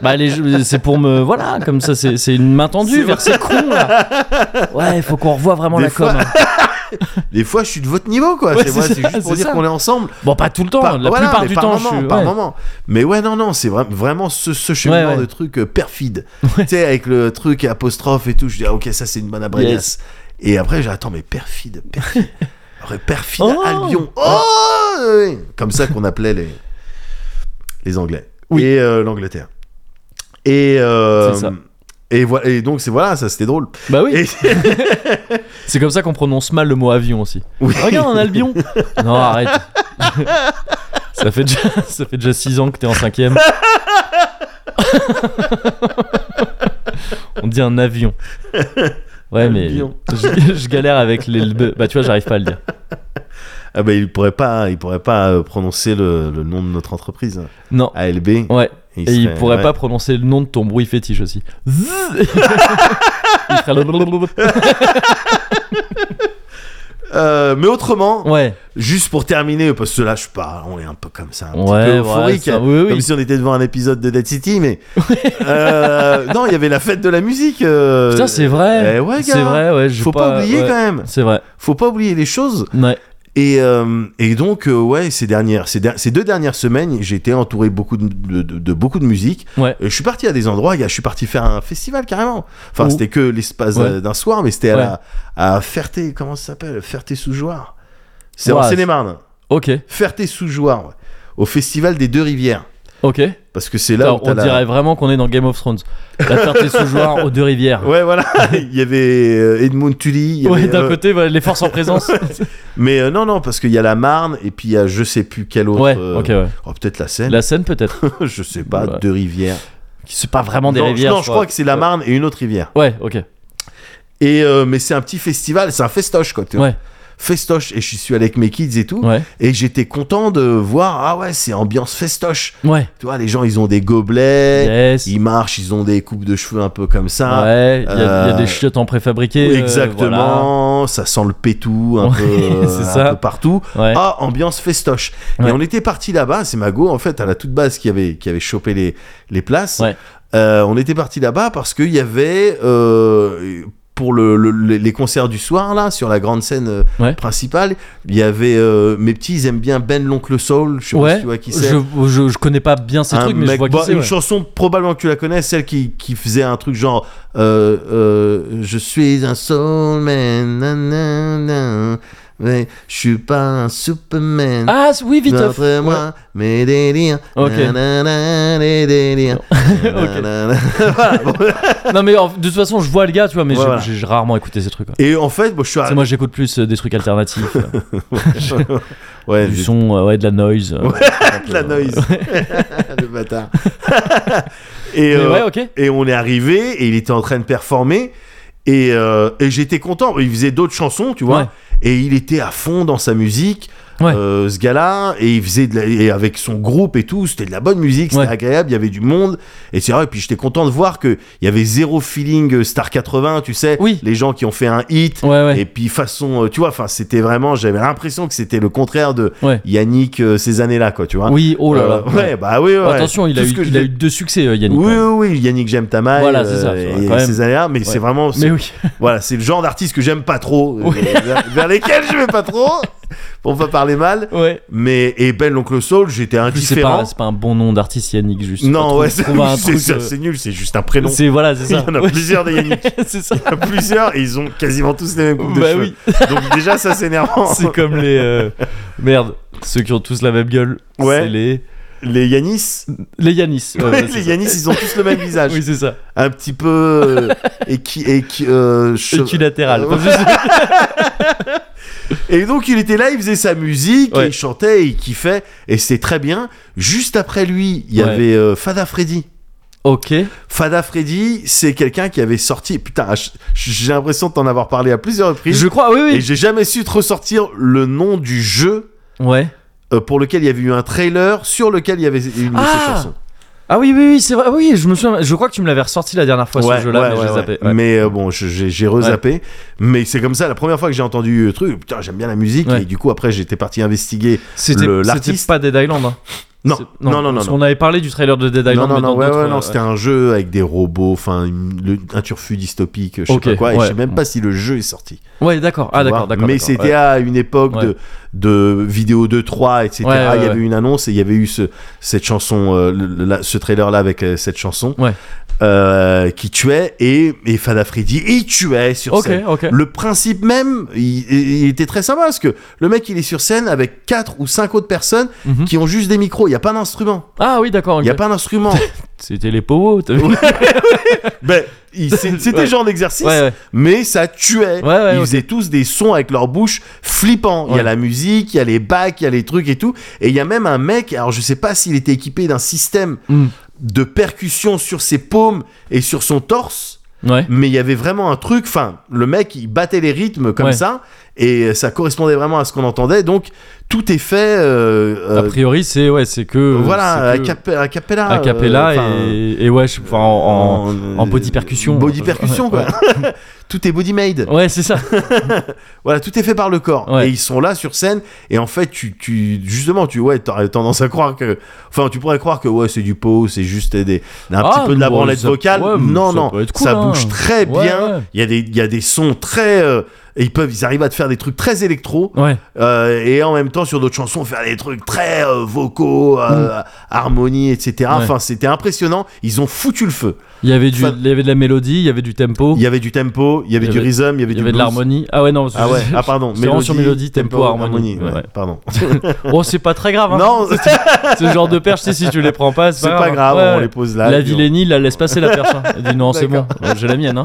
Bah, les jeux- c'est pour me. Voilà, comme ça, c'est c'est une main tendue vers ces cons là. Ouais, faut qu'on revoie vraiment Des la fois- com. hein. Des fois, je suis de votre niveau, quoi. Ouais, c'est moi, c'est c'est ça, juste pour c'est dire ça. qu'on est ensemble. Bon, pas tout le temps, Par- la voilà, plupart mais du par temps, moment, je suis. par ouais. moment. Mais ouais, non, non, c'est vra- vraiment ce, ce cheminement ouais. de truc euh, perfide. tu sais, avec le truc apostrophe et tout, je dis, ah, ok, ça, c'est une bonne abréviation. Et après, j'ai, attends, mais perfide, perfide. Après, perfide Oh. Albion. Oh Oui. Comme ça qu'on appelait les, les Anglais. Oui. Et euh, l'Angleterre. Et, euh, C'est ça. et, voilà, et donc, c'est voilà, ça, c'était drôle. Bah oui. Et- C'est comme ça qu'on prononce mal le mot avion aussi. Oui. Regarde un albion. Non, arrête. ça fait déjà ça fait déjà 6 ans que t'es en cinquième. On dit un avion. Ouais, mais Albion. je, je galère avec les lbe. Bah, tu vois, j'arrive pas à le dire. Ah bah, il pourrait pas, il pourrait pas euh, prononcer le, le nom de notre entreprise, hein. Non. ALB. Ouais. Et il serait- pourrait ouais. pas prononcer le nom de ton bruit fétiche aussi. Zzz. il ferait le- Euh, mais autrement, Ouais. juste pour terminer, parce que là, je parle, on est un peu comme ça, Ouais, un petit peu ouais, euphorique, ça, oui, oui. comme si on était devant un épisode de Dead City, mais Euh, non, il y avait la fête de la musique. euh, Putain, c'est vrai. eh ouais, gars. c'est vrai, ouais. je Faut pas, oublier ouais. quand même. C'est vrai. Faut pas oublier les choses. Ouais. Et, euh, et donc, euh, ouais, ces, dernières, ces, der- ces deux dernières semaines, j'ai été entouré beaucoup de, de- de- de beaucoup de musique. Ouais. Euh, Je suis parti à des endroits, gars, je suis parti faire un festival carrément. Enfin, Où c'était que l'espace Ouais. euh, d'un soir, mais c'était à, Ouais. la- à Ferté, comment ça s'appelle Ferté-sous-Jouarre. C'est en Ouah, Seine-et-Marne. Ok, Ferté-sous-Jouarre, ouais. au festival des Deux-Rivières. ok. Parce que c'est là Alors, où t'as on la- dirait vraiment qu'on est dans Game of Thrones. La ferté sous joueur aux deux rivières. Ouais, voilà, il y avait euh, Edmund Tully. il y Ouais, avait, d'un euh, côté, voilà, les forces en présence. Mais euh, non, non, parce qu'il y a la Marne et puis il y a je sais plus quel autre. ouais, euh, ok, ouais. oh, peut-être la Seine, La scène, peut-être. je sais pas, Ouais. deux rivières. C'est pas vraiment des non, rivières. non, je crois que c'est la Marne et une autre rivière. Ouais, ok. Et euh, mais c'est un petit festival, c'est un festoche quoi. tu vois. Ouais, Festoche et je suis allé avec mes kids et tout ouais, et j'étais content de voir ah ouais, c'est ambiance festoche. ouais. Tu vois les gens, ils ont des gobelets, Yes. ils marchent, ils ont des coupes de cheveux un peu comme ça. Ouais, il y, a- il y a euh, des chiottes en préfabriqué. euh, Exactement, ça sent le pétou un, Ouais, peu, euh, c'est un ça. peu partout. voilà. Ouais. Ah, ambiance festoche. Ouais. Et on était parti là-bas, c'est Mago en fait à la toute base qui avait, qui avait chopé les, les places. Ouais. Euh, on était parti là-bas parce qu'il y avait euh, pour le, le- le- les concerts du soir là sur la grande scène euh, Ouais. principale, il y avait euh, mes petits ils aiment bien Ben l'oncle Soul, je sais pas ouais. si tu vois qui c'est. je, je, je connais pas bien ces Un trucs, mais je mec- vois qui bah, c'est. une ouais. chanson probablement que tu la connais, celle qui, qui faisait un truc genre euh, euh, je suis un soul man, nanana, mais je suis pas un superman. Ah, oui, Vitoff. Montre-moi mes délires. Ok. Nanana, les délires. Nanana. Voilà, bon. Non, mais en- de toute façon, je vois le gars, tu vois, mais Ouais, j'ai- voilà. j'ai j'ai rarement écouté ces trucs. ouais. Et en fait, bon, je Tu suis sais, arrivé. moi, j'écoute plus euh, des trucs alternatifs, euh, Ouais, du j'ai- son, euh, ouais, de la noise. euh, de la noise. Le bâtard. Et Mais euh, ouais, ok. Et on est arrivé et il était en train de performer. Et, euh, et j'étais content. Il faisait d'autres chansons, tu vois. Ouais. Et il était à fond dans sa musique, Ouais. euh, ce gars-là. Et il faisait de la- et avec son groupe et tout. C'était de la bonne musique, c'était Ouais. agréable. Il y avait du monde. Et c'est vrai. Et puis j'étais content de voir qu'il y avait zéro feeling euh, Star 80, tu sais. Oui. Les gens qui ont fait un hit. Ouais, ouais. Et puis façon, euh, tu vois, enfin, c'était vraiment, j'avais l'impression que c'était le contraire de Ouais. Yannick euh, ces années-là, quoi, tu vois. Oui, oh là là. Euh, ouais, bah oui, ouais. Attention, il a, Tout ce eu, que je il a l'ai- eu deux succès, euh, Yannick. oui, quand même. oui, oui, Yannick, j'aime ta maille. Voilà, c'est ça, euh, c'est et vrai, quand même. ces années-là, mais c'est vraiment. c'est- Mais oui. Voilà, c'est le genre d'artiste que j'aime pas trop, euh, Oui. vers, vers lesquels je vais pas trop, pour pas parler mal. Ouais. Mais, et Ben l'Oncle Soul, j'étais En plus, C'est indifférent. pas, c'est pas un bon nom d'artiste, Yannick, juste. non, Trouve- ouais, c'est trouve un c'est truc, ça, euh, c'est nul, c'est juste un prénom. C'est voilà, c'est Il y ça. en a Ouais. plusieurs des Yannick. c'est ça. Il y en a plusieurs et ils ont quasiment tous les mêmes coupes de Bah cheveux. oui, Donc déjà, ça c'est énervant. c'est comme les euh, merde, ceux qui ont tous la même gueule. Ouais. C'est les Les Yanis, les Yanis. Ouais, ouais, c'est les ça. Yanis, ils ont tous le même visage. Oui, c'est ça. Un petit peu. euh, et qui. Et qui Équilatéral. Ouais. Et donc il était là, il faisait sa musique, Ouais. et il chantait, et il kiffait, et c'était très bien. Juste après lui, il y Ouais. avait euh, Fada Freddy. ok. Fada Freddy, c'est quelqu'un qui avait sorti. Putain, ah, j- j'ai l'impression de t'en avoir parlé à plusieurs reprises. Je crois. Oui, Et oui. j'ai jamais su te ressortir le nom du jeu Ouais. euh, pour lequel il y avait eu un trailer sur lequel il y avait une de ses Ah chansons. Ah oui, oui, oui, c'est vrai. Oui, je me souviens. Je crois que tu me l'avais ressorti la dernière fois Ouais, ce jeu-là, ouais, mais ouais, je l'ai ouais. zappé. Ouais. Mais, euh, bon, je- j'ai j'ai rezappé. Mais c'est comme ça, la première fois que j'ai entendu le truc, putain, j'aime bien la musique. Ouais. Et du coup, après, j'étais parti investiguer. C'était le- c'était l'artiste. pas Dead Island. hein. Non, C'est- non, non, non. parce non. qu'on avait parlé du trailer de Dead Island. non, mais non, dans non, ouais, d'autres, ouais, euh, non, c'était un jeu avec des robots, enfin, une- le- un turfu dystopique, je sais Ok, pas quoi, et je sais ouais. même pas si le jeu est sorti. Ouais, d'accord. Ah, tu d'accord, vois. d'accord. Mais d'accord, c'était ouais. à une époque Ouais. de, de vidéo 2-3, etc. Ouais, ouais, il y ouais. avait une annonce et il y avait eu ce, cette chanson, euh, le- le- la- ce trailer-là avec euh, cette chanson, Ouais. euh, qui tuait, et, et Fada Freddy, il tuait sur Ok, scène. ok. Le principe même, il, il était très sympa parce que le mec il est sur scène avec quatre ou cinq autres personnes Mhm. qui ont juste des micros, il n'y a pas d'instrument. Ah oui, d'accord. Il ok. n'y a pas d'instrument. C'était les Powo. t'as vu Ouais, Ben, il- c'est- c'était Ouais. genre d'exercice, ouais. mais ça Ouais, tuait. ouais, ils ok. faisaient tous des sons avec leur bouche flippants. Il y a Ouais. la musique, il y a les bacs, il y a les trucs et tout. Et il y a même un mec, alors je sais pas s'il était équipé d'un système Mm. de percussion sur ses paumes et sur son torse, Ouais. mais il y avait vraiment un truc. Enfin, le mec, il battait les rythmes comme Ouais. ça, et ça correspondait vraiment à ce qu'on entendait. Donc, tout est fait. euh, A euh, priori, c'est ouais, c'est que voilà, euh, c'est a que cape- a cappella. a cappella euh, enfin, et, et ouais, je- enfin, en, en- en body percussion. euh, Body percussion, quoi. Ouais. tout est body made. Ouais, c'est ça. Voilà, tout est fait par le corps. Ouais. Et ils sont là sur scène. Et en fait, tu, tu justement, tu ouais, t'aurais tendance à croire que. Enfin, tu pourrais croire que ouais, c'est du pot, c'est juste des, un Ah, petit peu de la bon, branlette ça- vocale. ouais, non, ça non, peut être cool, ça hein. bouge très Ouais, bien. ouais. Il y a des, il y a des sons très euh, Et ils peuvent, ils arrivent à te faire des trucs très électro Ouais. euh, et en même temps sur d'autres chansons faire des trucs très euh, vocaux, euh, harmonie, etc. Mm. Ouais. Enfin, c'était impressionnant. Ils ont foutu le feu. Il y avait du, Enfin- il y avait de la mélodie, il y avait du tempo, Il y avait du tempo, il y Oh. avait Il y du avait- rhythm, il y avait il y du avait de blues. l'harmonie. Ah ouais non. Ah ouais, ah pardon, C'est vraiment sur mélodie, tempo, harmonie. ouais, Ouais. Pardon. Oh c'est pas très grave. hein. non, Ce genre de perche, tu sais, si tu les prends pas, c'est c'est pas grave, Ouais, on ouais. les pose là. La puis on- vilainie, la laisse passer la perche. hein. Elle dit non, c'est bon, euh, j'ai la mienne. Hein.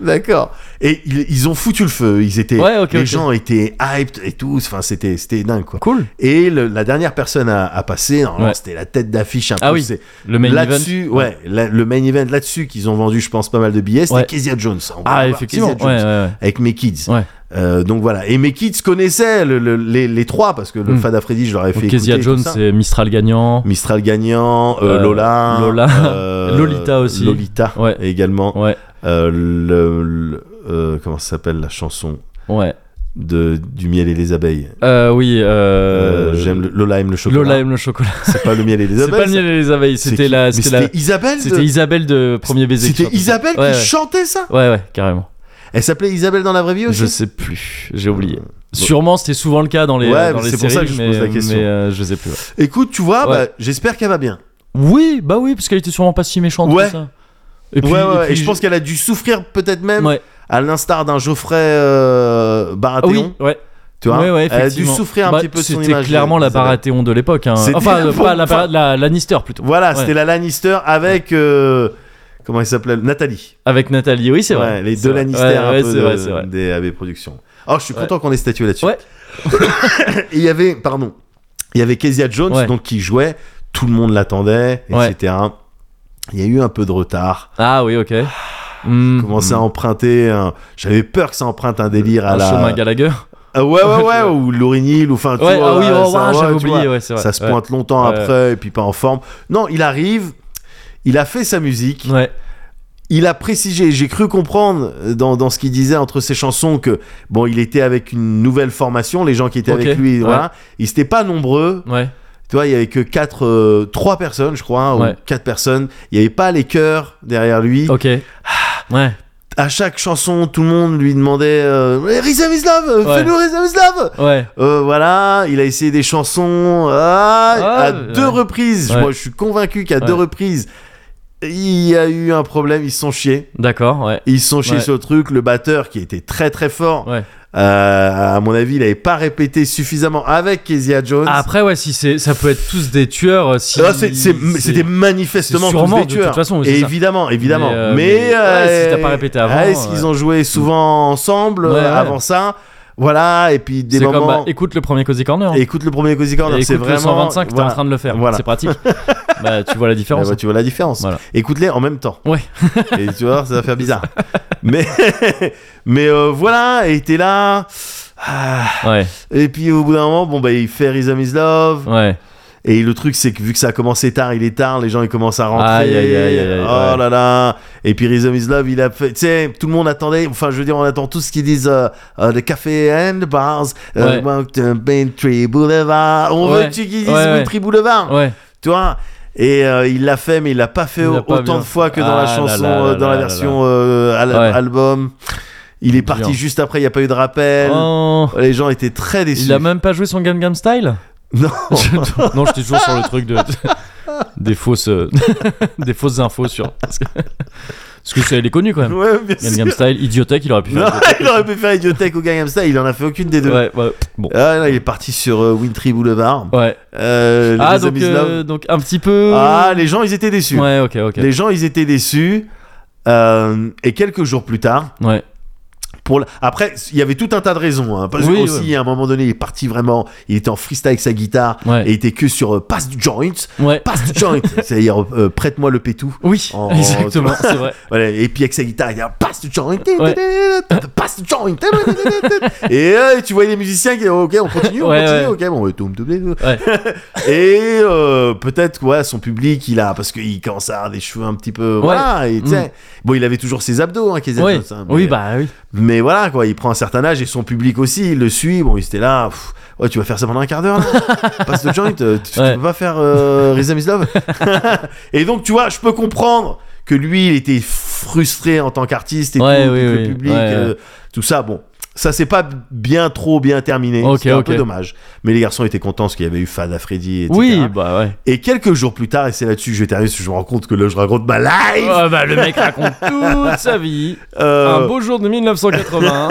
D'accord. Et ils, ils ont foutu le feu. Ils étaient, Ouais, ok, les ok. gens étaient hyped et tout. Enfin, c'était, c'était dingue quoi. Cool. Et le- la dernière personne à, à passer, normalement, Ouais. c'était la tête d'affiche un Ah peu. oui. c'est- Le main event. là-dessus, ouais, la- le main event là-dessus qu'ils ont vendu, je pense, pas mal de billets, c'était Ouais. Kezia Jones. On va Ah, avoir effectivement. Kezia Ouais, Jones ouais, ouais. Avec mes kids. Ouais. Euh, donc voilà. Et mes kids connaissaient le- le- les, les trois parce que le Mm. Fada Freddy, je leur ai fait. Donc, Kezia écouter, tout Jones, ça. c'est Mistral gagnant. Mistral gagnant, euh, Euh, Lola. Lola. euh, Lolita aussi. Lolita Ouais. également. Ouais, Euh, le, le- euh, comment ça s'appelle la chanson ouais. de, du miel et les abeilles Euh, oui. Euh... Euh, J'aime le- Lola aime le chocolat. Lola aime le chocolat. C'est pas le miel et les C'est abeilles. pas le ça. miel et les abeilles. C'est C'était qui la, Mais c'était la, c'était Isabelle. de- c'était Isabelle de Premier Baiser. qui C'était chantait ça. Isabelle qui Ouais, ouais. chantait ça. Ouais, ouais, carrément. Elle s'appelait Isabelle dans la vraie vie aussi Euh, Je sais plus, j'ai oublié. Sûrement, c'était souvent le cas dans les, Ouais, dans mais les c'est pour séries, ça que je mais, pose la question. mais, euh, je sais plus. ouais. Écoute, tu vois, Ouais. bah, j'espère qu'elle va bien. Oui, bah oui, parce qu'elle était sûrement pas si méchante Ouais. que ça. Et ouais, ouais, et ouais. puis- et je pense qu'elle a dû souffrir peut-être même, Ouais. à l'instar d'un Geoffrey euh, Ah oui, Baratheon. ouais. Tu vois, Ouais, ouais, elle a dû effectivement. souffrir un Bah, petit peu de son image. C'était clairment la Isabelle. Baratheon de l'époque. hein. C'était Enfin, la euh, pas la, enfin- Bara- la Lannister plutôt. Voilà, Ouais. c'était la Lannister avec. euh, comment elle s'appelait Nathalie. Avec Nathalie, oui, c'est vrai. Ouais, les C'est deux vrai. Lannister Ouais, un ouais, peu c'est de- vrai, c'est vrai. des AB Productions. Oh, je suis Ouais. content qu'on ait statué là-dessus. Ouais. Et Il y avait, pardon, il y avait Kezia Jones Ouais. donc qui jouait, tout le monde l'attendait, Ouais. etc. Il y a eu un peu de retard. Ah oui, ok. Hmm. commençait à emprunter un- j'avais peur que ça emprunte un délire à Un chemin la Gallagher. Ah ouais ouais ouais ou Lorinil ou enfin tu Ouais, vois, ah oui, là, oh, ça, ouais, ouais, j'avais tu oublié, vois, ouais, c'est vrai. ça se ouais. pointe longtemps Ouais. après et puis pas en forme non il arrive il a fait sa musique Ouais, il a précisé j'ai cru comprendre euh, dans, dans ce qu'il disait entre ses chansons que bon il était avec une nouvelle formation les gens qui étaient Ok, avec lui ouais. voilà ils n'étaient pas nombreux ouais. tu vois il y avait que quatre euh, trois personnes je crois hein, Ouais. ou quatre personnes il n'y avait pas les chœurs derrière lui Ok. Ouais. à chaque chanson, tout le monde lui demandait euh, Eh, Rhythm is love, euh, Ouais. fais-nous Rhythm is love. Ouais. Euh, voilà, il a essayé des chansons ah, Ah, à ouais. deux reprises. Ouais. Moi, je suis convaincu qu'à Ouais. deux reprises, il y a eu un problème. Ils se sont chiés. D'accord. Ouais. Ils se sont chiés Ouais. sur le truc. Le batteur, qui était très très fort, Ouais. euh, à mon avis, il n'avait pas répété suffisamment avec Kezia Jones. Après, ouais, si c'est, ça peut être tous des tueurs. euh, Si Ah, c'est- c'est- C'était manifestement c'est sûrement, tous des de tueurs. toute façon, oui, c'est Et ça. évidemment, évidemment. Mais, euh, Mais, mais, ouais, euh, si t'as pas répété avant, ouais, est-ce ouais. Mm. qu'ils ont joué souvent ensemble Ouais, euh, ouais. avant ça Voilà. Et puis des C'est comme bah, moments. écoute le premier Cozy Corner. hein. écoute, le premier Cozy Corner, Et c'est écoute vraiment. le 125, t'es voilà. en train de le faire. Voilà. C'est pratique. bah, tu vois la différence. Bah, bah, tu vois la différence. Voilà. Écoute-les en même temps. Ouais. et tu vois, ça va faire bizarre. mais mais euh, voilà, et t'es là. Ah, Ouais, Et puis au bout d'un moment, bon bah il fait Rhythm is Love. ouais. Et le truc, c'est que vu que ça a commencé tard, il est tard, les gens ils commencent à rentrer. Aïe, aïe, aïe, aïe, aïe, oh ouais. là là. Et puis Rhythm is Love, il a fait. Tu sais, tout le monde attendait. Enfin, je veux dire, on attend tous ce qu'ils disent euh, euh, The Café and the Bars, euh, Ouais. Walk to Main Tree Boulevard. On Ouais. veut qu'ils disent Ouais, ouais. Main Tree Boulevard. Ouais. Tu vois et euh, il l'a fait, mais il l'a pas fait Il l'a pas autant bien de fait. fois que dans Ah la là chanson, là euh, là dans la là version euh, al- Ouais. album. Il est Dur. parti juste après, il n'y a pas eu de rappel. Oh, Les gens étaient très déçus. il a même pas joué son Gangnam Style Non. Je- Non, j'étais toujours sur le truc de. des fausses. euh, des fausses infos sur. Parce que, parce que ça, il est connu quand même. Ouais, bien sûr. Gangnam Style, Idiotech, il aurait pu Non, faire. il aurait pu faire Idiotech ou Gangnam Style, il en a fait aucune des deux. Ouais, ouais. Bon. Ah, là, il est parti sur euh, Wintry Boulevard. Ouais. Euh, Ah, les donc, Amis euh, Love. donc un petit peu. Ah, les gens, ils étaient déçus. Ouais, ok, ok. Les gens, ils étaient déçus. Euh, et quelques jours plus tard, Ouais. pour la- après, il y avait tout un tas de raisons. hein, parce Oui, que aussi, ouais. à un moment donné, il est parti vraiment. Il était en freestyle avec sa guitare Ouais. et il était que sur euh, Pass du joint, Ouais. Pass du joint, c'est-à-dire euh, prête-moi le pétou. Oui, En- exactement, c'est vrai. Voilà, et puis avec sa guitare, il dit passe du joint, Ouais. passe du joint. Et euh, tu vois les musiciens qui ok, on continue, on Ouais, continue, ouais. ok, bon, euh, toum, toum, toum. Ouais. Et euh, peut-être ouais, son public, il a parce qu'il commence à avoir des cheveux un petit peu, voilà. Et, tu sais, Bon, il avait toujours ses abdos, hein, Kezia Mm. Oui, Jones, hein, mais, oui, bah oui. mais voilà quoi, il prend un certain âge et son public aussi, il le suit. Bon, il était là. pff, Ouais, tu vas faire ça pendant un quart d'heure. là Passe de joint, euh, tu, tu Ouais. peux pas faire euh, Rhythm is Love. et donc, tu vois, je peux comprendre que lui, il était frustré en tant qu'artiste et Ouais, tout, oui, avec oui, le public, ouais, euh, tout ça. Bon, ça c'est pas bien trop bien terminé, Ok, c'était un ok. peu dommage. Mais les garçons étaient contents parce qu'il y avait eu Fada Freddy, etc. Oui, bah ouais. Et quelques jours plus tard, et c'est là-dessus que je vais terminer, parce que je me rends compte que là, je raconte ma life. Ah bah, le mec raconte toute sa vie. Euh, Un beau jour de 1980.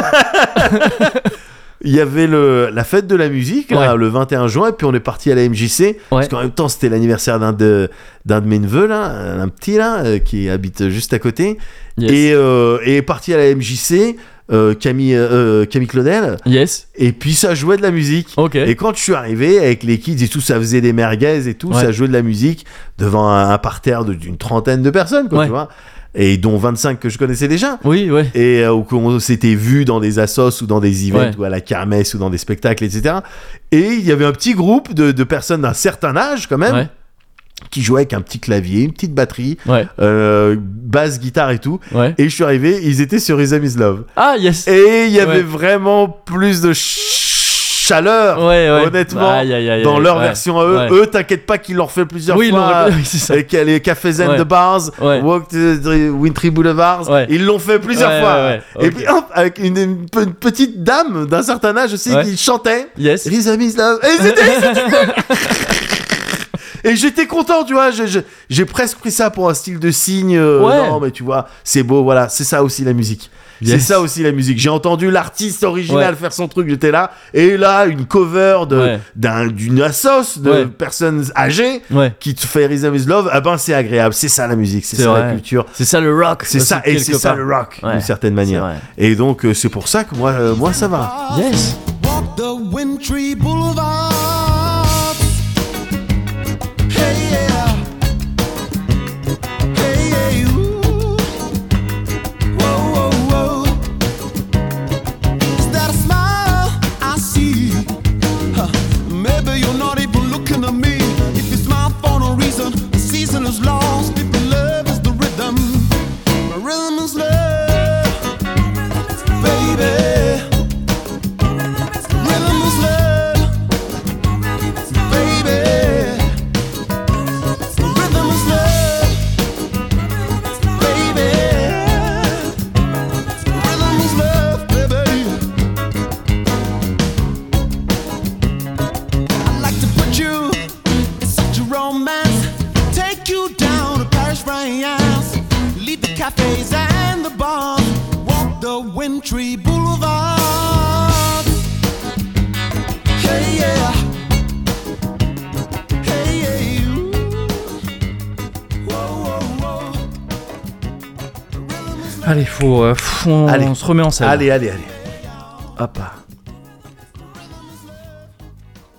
Il y avait le, la fête de la musique là, Ouais. le 21 juin, et puis on est parti à la MJC. Parce qu'en même temps, c'était l'anniversaire d'un de, d'un de mes neveux, là, un petit là, euh, qui habite juste à côté. Yes. Et, euh, et est parti à la MJC, euh, Camille, euh, Camille Claudel, Yes. et puis ça jouait de la musique. Ok. Et quand je suis arrivé avec les kids et tout, ça faisait des merguez et tout, Ouais. ça jouait de la musique devant un, un parterre de- d'une trentaine de personnes, quoi, Ouais. tu vois. Et dont 25 que je connaissais déjà. Oui, ouais. Et euh, où on s'était vu dans des assos ou dans des events Ouais. ou à la kermesse ou dans des spectacles, etc. Et il y avait un petit groupe de, de personnes d'un certain âge quand même Ouais. qui jouaient avec un petit clavier, une petite batterie, Ouais. euh, basse, guitare et tout. Ouais. Et je suis arrivé, ils étaient sur Is Am Is Love. Ah, yes. Et il y avait Ouais. vraiment plus de ch- chaleur Ouais, ouais. honnêtement, Aïe, aïe, aïe, dans aïe. leur Ouais. version à eux. Ouais. Eux, t'inquiète pas qu'ils l'ont refait plusieurs Oui, ils l'ont fois. répété, oui, c'est ça. Avec les Cafés Zen Ouais. de Bars, Ouais. Walk to the Wintry Boulevard, Ouais. ils l'ont fait plusieurs Ouais, fois. ouais, ouais. Et Ok. puis hop, avec une, une pe- une petite dame d'un certain âge aussi Ouais. qui chantait. Yes. Les amis, là. Et c'était- c'était- Et j'étais content, tu vois. je- je- J'ai presque pris ça pour un style de signe. euh, Ouais. Non, mais tu vois, c'est beau, voilà. C'est ça aussi la musique. C'est Yes. ça aussi la musique. J'ai entendu l'artiste original Ouais. faire son truc, j'étais là. Et là, une cover de- Ouais. d'un- d'une assoce de Ouais. personnes âgées Ouais. qui te fait Rhythm is Love. Ah ben, c'est agréable. C'est ça la musique, c'est C'est ça la vrai. culture. C'est ça le rock. C'est aussi, ça, et quelque c'est ça part. le rock, Ouais. d'une certaine manière. vrai. Et donc, euh, c'est pour ça que moi, euh, moi ça va. Yes. Walk the wintry boulevard. Hey, yeah. Hey, hey, ooh. Whoa, whoa, whoa. Is that a smile I see? Huh. Maybe you're not even looking at me. If you smile for no reason, the season is lost. If your love is the rhythm, the rhythm is love, baby. Rhythm is love, baby. Rhythm is love, baby. Rhythm is love, baby. I'd like to put you in such a romance, take you down to Paris, France, leave the cafes and the bars, walk the wintry boulevard. Hey yeah. Hey yeah. you. Whoa, whoa, whoa. Allez, faut, euh, pff, on, Allez. on se remet en scène. Allez, allez, allez. Hop.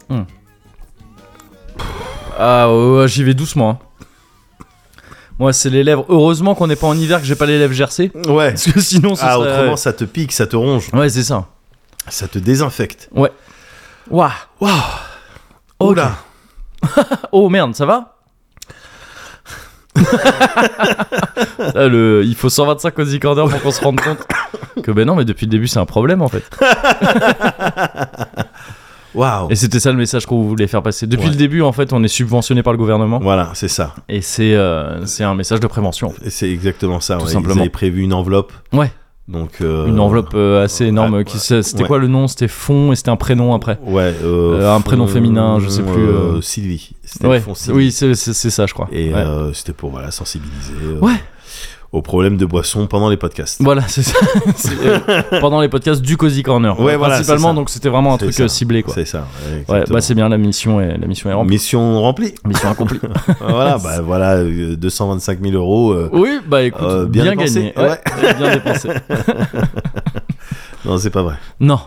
Hmm. Ah ouais, ouais, j'y vais doucement. hein. Moi, c'est les lèvres. Heureusement qu'on n'est pas en hiver, que j'ai pas les lèvres gercées. Ouais. Parce que sinon, ça Ah, serait... autrement, ça te pique, ça te ronge, Ouais, c'est ça. ça te désinfecte. Ouais. Waouh. Waouh Ok. Oula Oh merde, ça va Là, le, il faut 125 Cozy Corner pour qu'on se rende compte que ben non, mais depuis le début c'est un problème en fait. Waouh Et c'était ça le message qu'on voulait faire passer. Depuis Ouais. le début en fait, on est subventionné par le gouvernement Voilà, c'est ça. et c'est euh, c'est un message de prévention. Et C'est exactement ça. Tout ouais. Ils simplement. avaient prévu une enveloppe. Ouais. Donc. euh, Une enveloppe euh, assez énorme. ouais, qui c'est- C'était ouais. quoi le nom C'était Fond et c'était un prénom après. Ouais. euh, Euh, un prénom fond, féminin, je sais plus, euh, euh, Sylvie. C'était Ouais. le fond Sylvie. Oui, c'est c'est- c'est ça, je crois. Et Ouais. euh, c'était pour voilà, sensibiliser euh, Ouais. aux problèmes de boissons pendant les podcasts. Voilà, c'est ça. C'est, euh, pendant les podcasts du Cozy Corner. Ouais, voilà, c'est Principalement, ça. donc c'était vraiment un C'est truc ça. euh, ciblé quoi. C'est ça. ouais, Ouais, exactement. bah c'est bien, la mission est, la mission est remplie. Mission remplie. Mission accomplie. voilà, bah voilà, euh, 225 000 euros. euh, oui, bah écoute, Euh, bien bien, dépensé, gagné. ouais. Ouais, bien dépensé. Non, c'est pas vrai. Non.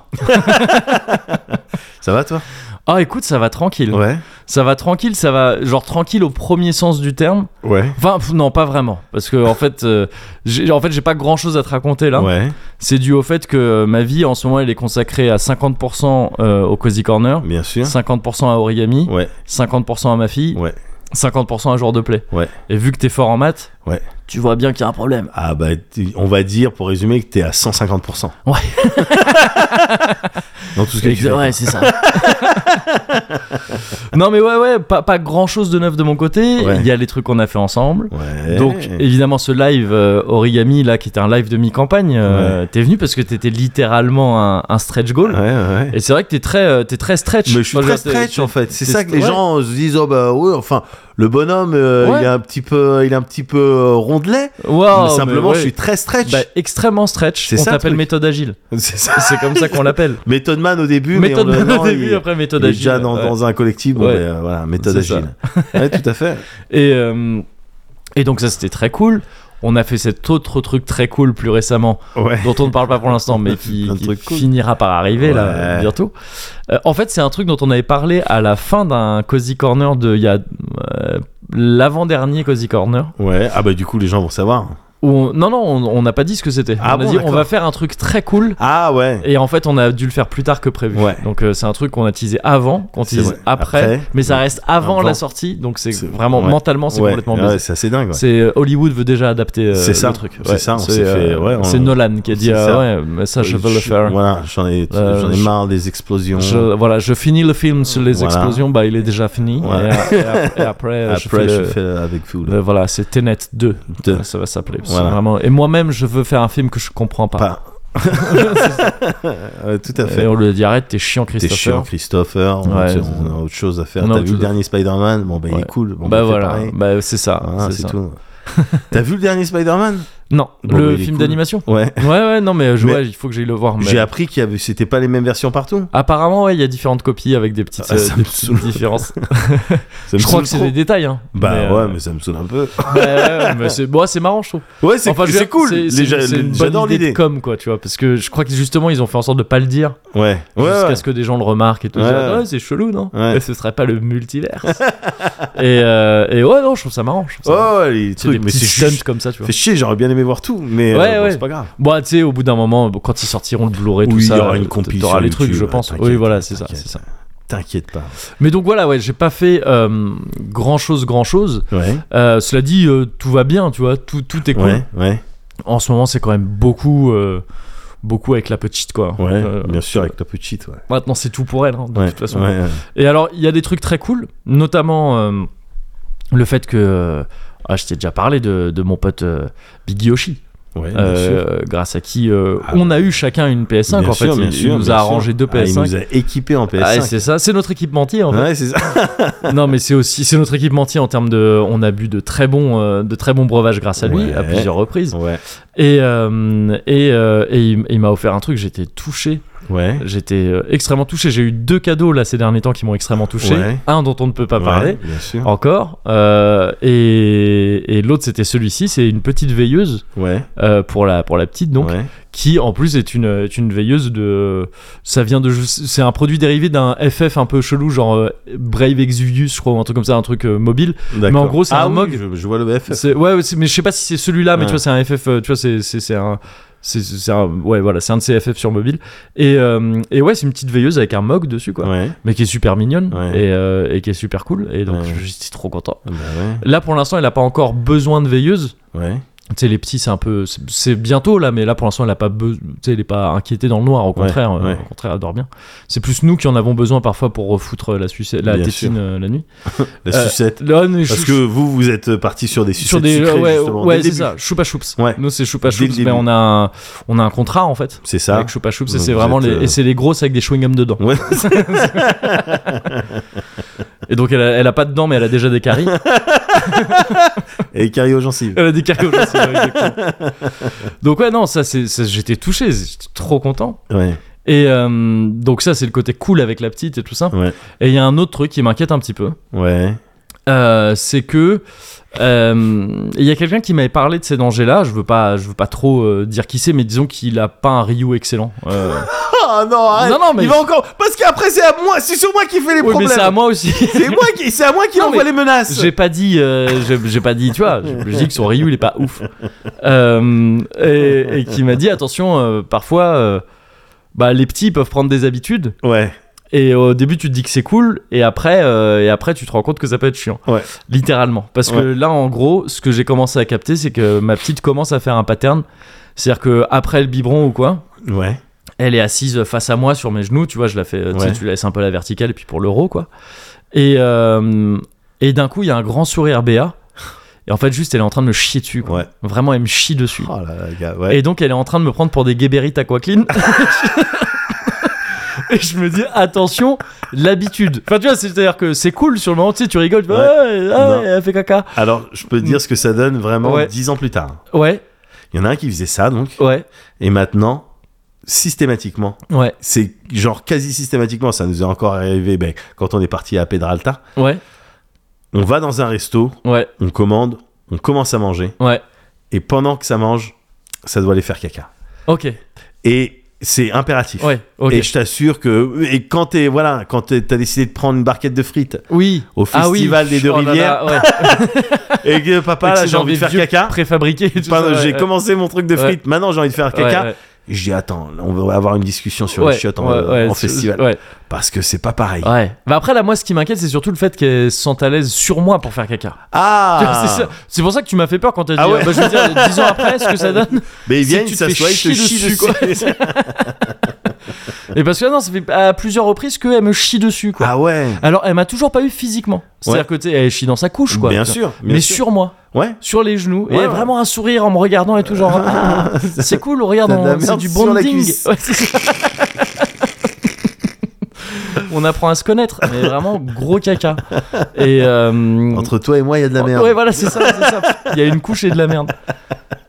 Ça va toi Ah écoute, ça va tranquille. Ouais. Ça va tranquille, ça va genre tranquille au premier sens du terme. Ouais. Enfin, pff, non, pas vraiment. Parce que en fait, euh, j'ai en fait, j'ai pas grand chose à te raconter là. Ouais. C'est dû au fait que euh, ma vie en ce moment elle est consacrée à 50% euh, au Cozy Corner. Bien sûr. 50% à origami, Ouais. 50% à ma fille, Ouais. 50% à joueur de play. Ouais. Et vu que t'es fort en maths, Ouais. tu vois bien qu'il y a un problème. Ah bah t- on va dire pour résumer que t'es à 150%. Ouais. Dans tout ce que tu fais. ouais, c'est ça. non mais ouais ouais, pas, pas grand chose de neuf de mon côté. Il Ouais. y a les trucs qu'on a fait ensemble. Ouais. Donc évidemment ce live euh, origami là qui était un live de mi-campagne, euh, t'es venu parce que t'étais littéralement un, un stretch goal. Ouais, ouais. Et c'est vrai que t'es très, euh, t'es très stretch. Mais je suis Moi, très vois, t'es- stretch t'es- en fait. C'est t'es- ça que les ouais. gens se disent oh bah ouais enfin le bonhomme euh, Ouais. il est un petit peu il est un petit peu euh, rondelet. Waouh, Mais simplement mais ouais. je suis très stretch. Bah, extrêmement stretch. C'est on ça, le t'appelle truc. méthode agile. C'est ça. C'est comme ça qu'on l'appelle. Méthode Man au début méthode mais on, au non, début, il- après méthode il est agile. déjà dans, ouais. dans un collectif bon, Ouais. ben, euh, voilà méthode C'est agile. ouais, tout à fait. Et, euh, et donc ça c'était très cool. On a fait cet autre truc très cool plus récemment, Ouais. dont on ne parle pas pour l'instant, mais qui, Un qui truc cool. finira par arriver là Ouais. bientôt. Euh, en fait, c'est un truc dont on avait parlé à la fin d'un Cozy Corner de il y a euh, l'avant-dernier Cozy Corner. Ouais, ah bah du coup les gens vont savoir. Où on- non, non, on- on n'a pas dit ce que c'était. Ah on a bon, dit on d'accord. va faire un truc très cool. Ah ouais. Et en fait, on a dû le faire plus tard que prévu. Ouais. Donc euh, c'est un truc qu'on a teasé avant, qu'on C'est tease vrai. après, Après. mais ça reste avant, Avant. la sortie. Donc c'est C'est- vraiment ouais. mentalement, c'est ouais. complètement ouais, bizarre. c'est assez dingue. ouais. C'est euh, Hollywood veut déjà adapter euh, C'est ça, le truc. c'est ça, on s'est c'est euh, fait- ouais, on- c'est Nolan qui a dit c'est euh, ça. ouais, mais ça je veux le faire. Voilà, j'en ai, Euh, j'en ai je- marre des explosions. Je, voilà, je finis le film sur les Voilà. explosions, bah il est déjà fini. Ouais. Et, a- et ap- et après, euh, je fais Après, je le- fais avec vous. le- Le... voilà, c'est Tenet 2. Deux. Ça va s'appeler. parce que Voilà. Vraiment... Et moi-même, je veux faire un film que je comprends pas. Pas. Ouais, tout à fait. et on lui a dit arrête, t'es chiant, T'es Christopher. chiant, Christopher. on- Ouais. on, a autre chose à faire. On a T'as autre vu le chose à dernier Spider-Man Bon, ben il Ouais. est cool. Bon, bah ben, fais voilà, pareil. bah c'est ça. Voilà, c'est c'est ça. tout. T'as vu le dernier Spider-Man Non, Bon, bah, le il est film cool. d'animation. Ouais. Ouais, ouais, non, mais, je Mais- vois, il faut que j'aille le voir. Oh, mais- J'ai appris qu'il y avait, c'était pas les mêmes versions partout. Apparemment, ouais, il y a différentes copies avec des petites, Ah, euh, ça des me petites saoule. différences. Ça me je crois saoule que c'est trop. des détails. Hein. Bah ouais, euh, mais ça me saoule un peu. ouais, ouais, mais c'est bon, c'est marrant, je trouve. Ouais, c'est, Enfin, je veux c'est dire, cool. c'est- Les c'est- gens- c'est une les- bonne J'adore idée de l'idée. com, quoi, tu vois, parce que je crois que justement, ils ont fait en sorte de pas le dire Ouais. Ouais. jusqu'à ouais. ce que des gens le remarquent et tout. Ouais, Ils disent, ouais. Ouais, c'est chelou, non Ouais. Et Ce serait pas le multiverse. et, euh, et ouais, non, je trouve ça marrant. Je trouve ça marrant. Oh, les C'est des trucs, mais petits c'est stunts juste. comme ça, tu vois. Fait chier, j'aurais bien aimé voir tout, mais Ouais, euh, bon, ouais. c'est pas grave. Bon, Bah, tu sais, au bout d'un moment, bon, quand ils sortiront le Blu-ray, tout Oui, il y ça, aura une euh, compil t'auras sur les trucs, je YouTube, hein, pense. t'inquiète, Oui, voilà, c'est ça, t'inquiète. c'est ça. T'inquiète pas. Mais donc voilà, ouais, j'ai pas fait euh, grand chose, grand chose. Ouais. Euh, cela dit, euh, tout va bien, tu vois, tout, tout est cool. Ouais, ouais, En ce moment, c'est quand même beaucoup, euh, beaucoup avec la petite, quoi. ouais, Euh, bien sûr, avec ta petite, ouais. Maintenant, c'est tout pour elle, hein, de Ouais, toute façon. ouais, ouais. Et alors, il y a des trucs très cool, notamment euh, le fait que. euh, ah, je t'ai déjà parlé de, de mon pote euh, Big Yoshi, Ouais, bien sûr. euh, grâce à qui euh, Ah, on a eu chacun une PS5 Bien en fait. sûr, il, bien il sûr, nous bien a sûr. arrangé deux Ah, il PS5. nous a équipés en PS5. Ah, c'est ça, c'est notre équipementier Ah, en fait. Ouais, c'est ça. non mais c'est aussi c'est notre équipementier en termes de on a bu de très bons euh, de très bons breuvages grâce à lui Ouais. à plusieurs reprises Ouais, et euh, et, euh, et il, il m'a offert un truc j'étais touché ouais. j'étais euh, extrêmement touché j'ai eu deux cadeaux là ces derniers temps qui m'ont extrêmement touché Ouais. un dont on ne peut pas ouais, parler Bien sûr. encore euh, et, et l'autre c'était celui-ci c'est une petite veilleuse Ouais, euh, pour la pour la petite donc ouais. qui en plus est une, est une veilleuse de. Ça vient de. C'est un produit dérivé d'un FF un peu chelou, genre euh, Brave Exvius, je crois, ou un truc comme ça, un truc euh, mobile. D'accord. en gros, c'est Ah un oui, mog. Je, je vois le BF. C'est- Ouais, ouais, c'est- mais je sais pas si c'est celui-là, mais Ouais. tu vois, c'est un FF, euh, tu vois, c'est- c'est c'est un. C'est c'est un, ouais, voilà, c'est un de ces FF sur mobile. Et, euh, et ouais, c'est une petite veilleuse avec un mog dessus, quoi. Ouais, Mais qui est super mignonne Ouais. et, euh, et qui est super cool. Et donc, Ouais. j'étais trop content. bah ouais, Là, pour l'instant, elle a pas encore besoin de veilleuse. ouais. Tu sais, les petits, c'est un peu. c'est- C'est bientôt là, mais là pour l'instant, elle a pas be- tu sais, elle est pas inquiétée dans le noir. Au contraire, euh, ouais. au contraire, elle dort bien. C'est plus nous qui en avons besoin parfois pour refoutre la, suce- la Bien tétine euh, la nuit. La Euh, sucette. Là, on est Parce chou- que vous, vous êtes parti sur des sucettes sur des. sucrées, ouais, justement, ouais dès c'est le ça, début. Choupa Choups. Ouais. Nous, c'est Choupa Dès le Choups, mais début. on a, un, on a un contrat en fait. C'est ça. Avec Choupa Choups, et Vous- c'est vous vraiment êtes, les, euh, et c'est les grosses avec des chewing-gums dedans. Ouais. Et donc elle a, elle a pas de dents, mais elle a déjà des caries. Et carré aux gencives. Elle a des caries aujourd'hui, ouais, exactement. Donc ouais, non, ça, c'est, ça, j'étais touché, j'étais trop content. Ouais, Et euh, donc ça, c'est le côté cool avec la petite et tout ça. ouais, Et il y a un autre truc qui m'inquiète un petit peu. ouais. Euh, c'est que euh, il y a quelqu'un qui m'avait parlé de ces dangers-là. Je veux pas, je veux pas trop euh, dire qui c'est, mais disons qu'il a pas un Ryu excellent. Euh, Oh non, arrête. Non, non, mais- Il va encore. Parce qu'après, c'est à moi. C'est sur moi qui fait les oui, mais problèmes. c'est à moi aussi. C'est moi qui, c'est à moi qui Non, envoie mais les menaces. j'ai pas dit, euh, j'ai, j'ai pas dit, tu vois. Je, je dis que son Ryu il est pas ouf. Euh, et, et qui m'a dit attention, euh, parfois, euh, bah les petits peuvent prendre des habitudes. Ouais, Et au début, tu te dis que c'est cool, et après, euh, et après, tu te rends compte que ça peut être chiant. Ouais. Littéralement. Parce que là, en gros, ce que j'ai commencé à capter, c'est que ma petite commence à faire un pattern. C'est-à-dire que après le biberon ou quoi, ouais. elle est assise face à moi sur mes genoux, tu vois, je la fais, tu sais, Ouais. tu laisses un peu la verticale et puis pour l'euro, quoi. Et, euh, et d'un coup, il y a un grand sourire BA. Et en fait, juste, elle est en train de me chier dessus, quoi. Ouais. Vraiment, elle me chie dessus. Oh là là, les gars, ouais. Et donc, elle est en train de me prendre pour des guébérites aquaclean. Et je me dis, attention, l'habitude. Enfin, tu vois, c'est-à-dire que c'est cool sur le moment, tu sais, tu rigoles, tu fais, Ouais. ah ouais, ah Non. ouais, elle fait caca. Alors, je peux te dire ce que ça donne vraiment Ouais. Oh. dix ans plus tard. Ouais, Il y en a un qui faisait ça, donc. ouais, Et maintenant, systématiquement, ouais, c'est genre quasi systématiquement, ça nous est encore arrivé ben, quand on est parti à Pedralta. ouais, On va dans un resto, ouais, on commande, on commence à manger, ouais. et pendant que ça mange, ça doit aller faire caca. Ok, Et c'est impératif. ouais, ok. Et je t'assure que et quand t'es voilà quand t'es- t'as décidé de prendre une barquette de frites Oui. au Ah oui. festival des deux Oh là là, rivières ouais. et que papa là Excellent, j'ai envie de des faire vieux caca préfabriqué. et tout Pardon, ça, j'ai ouais. commencé mon truc de Ouais. frites maintenant j'ai envie de faire Ouais, caca ouais. Et je dis attends on va avoir une discussion sur Ouais, les chiottes en, ouais, ouais, en c'est- festival Ouais. parce que c'est pas pareil ouais. Bah après, là, moi, ce qui m'inquiète, c'est surtout le fait qu'elle se sente à l'aise sur moi pour faire caca. Tu vois, ah c'est ça. C'est pour ça que tu m'as fait peur quand t'as dit. Ah ouais. euh, bah, je veux dire, 10 ans après, ce que ça donne. mais ils Si viennent tu ils te fais s'assoient ils te chier chient dessus, dessus Et parce que non, ça fait à plusieurs reprises qu'elle me chie dessus, quoi. ah ouais Alors, elle m'a toujours pas eu physiquement. C'est-à-dire que, tu sais, elle chie dans sa couche, quoi. bien sûr bien mais sûr. sur moi, ouais sur les genoux, Ouais, et ouais. vraiment un sourire en me regardant et tout, genre. ah, c'est cool, regarde, T'as de la on- c'est merde du sur la bonding. cuisse. Ouais, c'est ça. on apprend à se connaître, mais vraiment gros caca. Et. euh, entre toi et moi il y a de la merde Ouais, voilà, c'est ça, c'est ça. Il y a une couche et de la merde.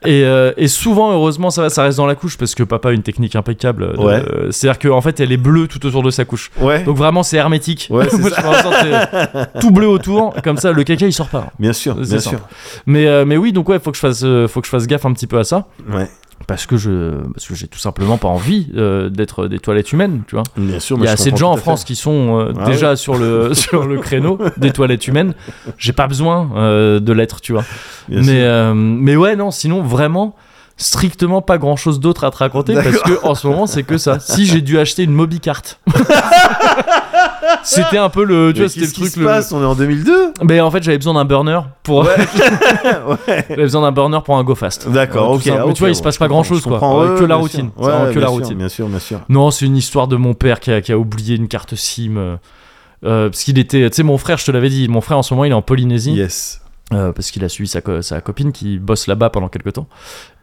Et, euh, et souvent, heureusement, ça, va, ça reste dans la couche parce que papa a une technique impeccable. de- Ouais. euh, C'est-à-dire qu'en fait, elle est bleue tout autour de sa couche. ouais Donc vraiment, c'est hermétique. Ouais, c'est Moi, je fais en sorte que c'est tout bleu autour. Comme ça, le caca, il sort pas. bien sûr C'est bien ça. sûr Mais, euh, mais oui, donc ouais, faut que, je fasse, euh, faut que je fasse gaffe un petit peu à ça. ouais Parce que je parce que j'ai tout simplement pas envie euh, d'être des toilettes humaines, tu vois. bien sûr Il y moi, a je assez de comprends gens en tout à fait. France qui sont euh, Ah déjà sur, le, sur le créneau des toilettes humaines. J'ai pas besoin euh, de l'être, tu vois. Bien mais, sûr. euh, mais ouais, non, sinon, vraiment, strictement pas grand chose d'autre à te raconter parce que en ce moment, c'est que ça. Si j'ai dû acheter une mobicarte, c'était un peu le. Tu Mais vois, c'était le qu'est-ce qui truc. se le- passe on est en 2002 Mais en fait, j'avais besoin d'un burner pour. ouais j'avais besoin d'un burner pour un go fast. D'accord, Euh, ok. tout simple. ah, Mais ok, tu vois, il se bon, passe je pas comprends, grand chose, je quoi. comprends, Euh, ouais, que la bien routine. sûr. C'est vraiment Ouais, que la bien sûr, routine. Bien sûr, bien sûr. Non, c'est une histoire de mon père qui a, qui a oublié une carte SIM. euh, euh, parce qu'il était, tu sais, mon frère, je te l'avais dit, mon frère en ce moment il est en Polynésie. Yes. Euh, parce qu'il a suivi sa, co- sa copine qui bosse là-bas pendant quelques temps.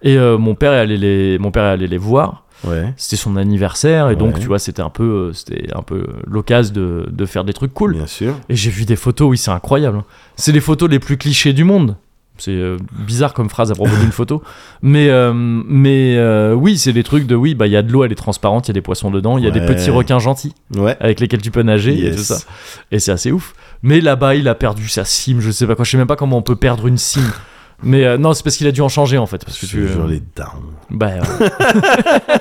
Et euh, mon, père est allé les, mon père est allé les voir. Ouais. C'était son anniversaire et donc Ouais. tu vois c'était un peu euh, c'était un peu l'occasion de, de faire des trucs cool. Bien sûr. Et j'ai vu des photos, oui c'est incroyable. hein. C'est les photos les plus clichés du monde. C'est euh, bizarre comme phrase à propos d'une photo, mais euh, mais euh, oui c'est des trucs de oui bah il y a de l'eau elle est transparente, il y a des poissons dedans, il y a des Ouais. petits requins gentils Ouais. avec lesquels tu peux nager et Yes. tout ça. Et c'est assez ouf. Mais là-bas, il a perdu sa sim, je sais pas quoi. Je sais même pas comment on peut perdre une sim. Mais euh, non, c'est parce qu'il a dû en changer en fait. Parce que Je tu. te jure, euh, les darons. Bah. euh.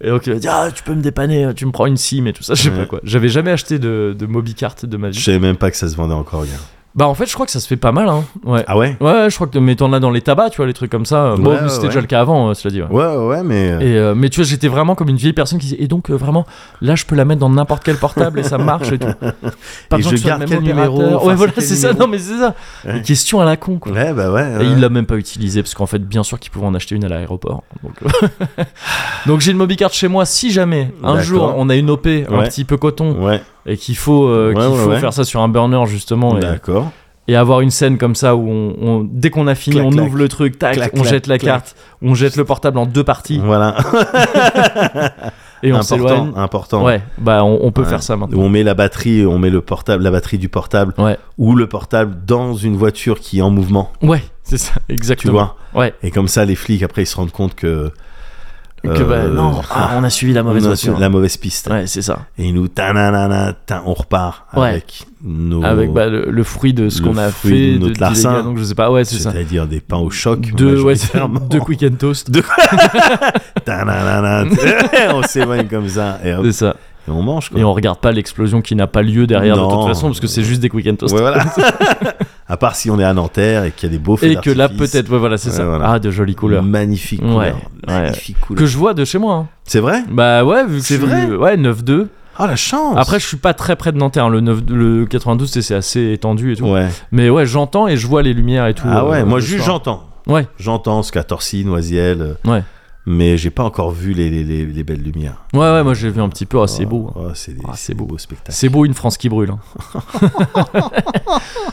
et donc il va dire Ah, tu peux me dépanner, tu me prends une sim et tout ça, je sais Ouais. pas quoi. J'avais jamais acheté de, de Mobicart de ma Je vie. savais même pas que ça se vendait encore, gars. Bah, en fait, je crois que ça se fait pas mal, hein. Ouais. Ah ouais Ouais, ouais, je crois que. Mais t'en as dans les tabacs, tu vois, les trucs comme ça. Ouais, bon, ouais, c'était ouais. déjà le cas avant, euh, cela dit. ouais. Ouais, ouais, ouais, mais. euh, Et, euh, mais tu vois, j'étais vraiment comme une vieille personne qui disait, et donc euh, vraiment, là je peux la mettre dans n'importe quel portable et ça marche et tout. Pas Et besoin je que ce soit garde le même quel numéro, opérateur. enfin, Ouais, c'est voilà, quel c'est ça, numéro. non mais c'est ça. Ouais. Une question à la con quoi. Ouais, bah ouais. Et ouais. il l'a même pas utilisé parce qu'en fait, bien sûr qu'il pouvait en acheter une à l'aéroport. Donc, euh, donc j'ai une mobicard chez moi. Si jamais un D'accord. jour on a une OP un Ouais. petit peu coton Ouais, et qu'il faut, euh, Ouais, qu'il ouais, faut ouais. faire ça sur un burner justement et, d'accord. et avoir une scène comme ça où on, on- dès qu'on a fini, Clac, on clac. ouvre le truc, tac, Clac, on clac, jette la clac. carte, on jette le portable en deux parties Voilà. et on s'éloigne. important, important. Ouais, bah on, on peut Ouais. faire ça maintenant. Où on met la batterie, on met le portable, la batterie du portable, Ouais. ou le portable dans une voiture qui est en mouvement, Ouais, c'est ça, tu exactement. vois. Ouais. Et comme ça, les flics après ils se rendent compte que Que, bah, euh, non, ah, on a suivi la mauvaise on a voiture. la mauvaise piste. Ouais, c'est ça. Et il nous tananana, tin, on repart Ouais. avec nos Avec bah, le, le fruit de ce Le qu'on a fruit fait, de notre des larcin. dégâts, donc je sais pas, ouais, c'est ça. c'est-à-dire des pains au choc Deux, ouais, c'est- majoritairement. deux quick and toast. Tananana, on s'éloigne comme ça et, hop, C'est ça. et on mange quoi. Et on regarde pas l'explosion qui n'a pas lieu derrière de Non. toute façon, parce que c'est juste des quick and toast. Ouais, voilà. à part si on est à Nanterre et qu'il y a des beaux feux Et que là, d'artifice. peut-être, ouais, voilà, c'est Ouais, ça. voilà. Ah, de jolies couleurs. magnifique Ouais, couleur, ouais. magnifique couleur. Que je vois de chez moi. hein. C'est vrai Bah ouais, vu que C'est je suis- vrai Ouais, 9-2. Ah la chance. Après, je suis pas très près de Nanterre. hein. Le, 9, le 92, c'est- c'est assez étendu et tout. ouais. Mais ouais, j'entends et je vois les lumières et tout. Ah euh, ouais, moi le juste soir. j'entends. Ouais. J'entends ce qu'a Torcy, Noisiel, euh, Ouais. mais j'ai pas encore vu les, les, les- les belles lumières. Ouais, ouais, moi j'ai vu un petit peu. Ah, c'est beau. hein. Oh, c'est des, Ah, c'est c'est des beau. beaux spectacles. C'est beau une France qui brûle. hein.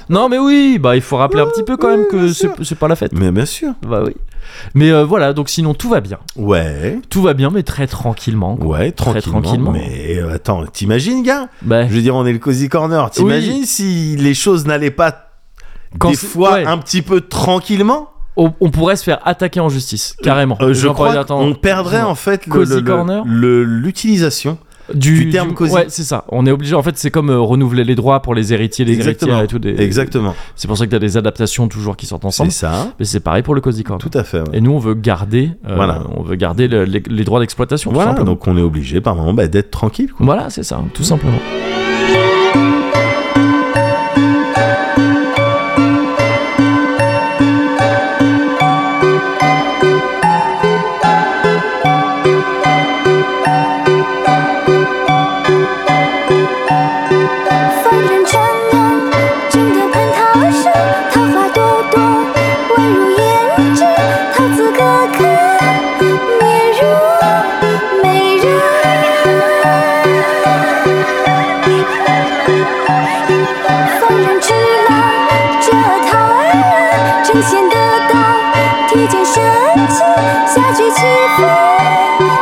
non, mais oui, bah il faut rappeler un petit peu quand même que c'est c'est pas la fête. Mais bien sûr. Bah oui. Mais euh, voilà, donc sinon tout va bien. Ouais, Tout va bien, mais très tranquillement. quoi. ouais, Très tranquillement. tranquillement. Mais euh, attends, t'imagines, gars Bah, Je veux dire, on est le Cozy Corner. T'imagines si les choses n'allaient pas Quand des c'est- fois ouais. un petit peu tranquillement on, on pourrait se faire attaquer en justice, carrément. Euh, Les Je gens pourraient crois dire, qu'on attends, perdrait en fait le- Cozy le- le- Corner le- l'utilisation. du, du terme cosy. Ouais, c'est ça. On est obligé. En fait, c'est comme euh, renouveler les droits pour les héritiers, les Exactement. héritières et tout. des- Exactement. C'est pour ça que t'as des adaptations toujours qui sortent C'est ensemble. ça. Mais c'est pareil pour le cosy corner. Tout à fait. ouais. Et nous, on veut garder, euh, Voilà. on veut garder le- les, les droits d'exploitation. tout Voilà, simplement. donc on est obligé par moment bah, d'être tranquille. Quoi. Voilà, c'est ça, tout simplement. 风人缠绵，静殿蟠桃市，桃花朵朵宛如胭脂，桃子哥哥面如美人。风人之浪，折桃儿啊，正弦得道，提剑神气，下举起飞，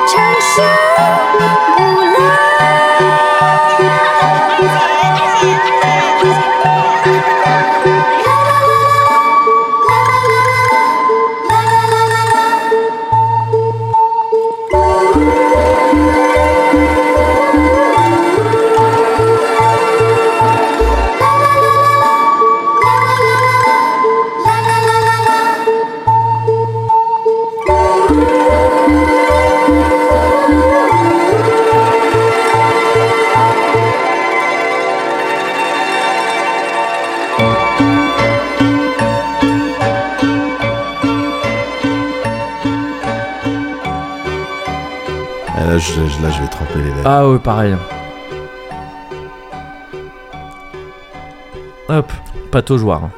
长生不老。 Ah, Là je, je- là, je vais tremper les lèvres. Ah ouais, pareil. Hop, pataugeoire. hein.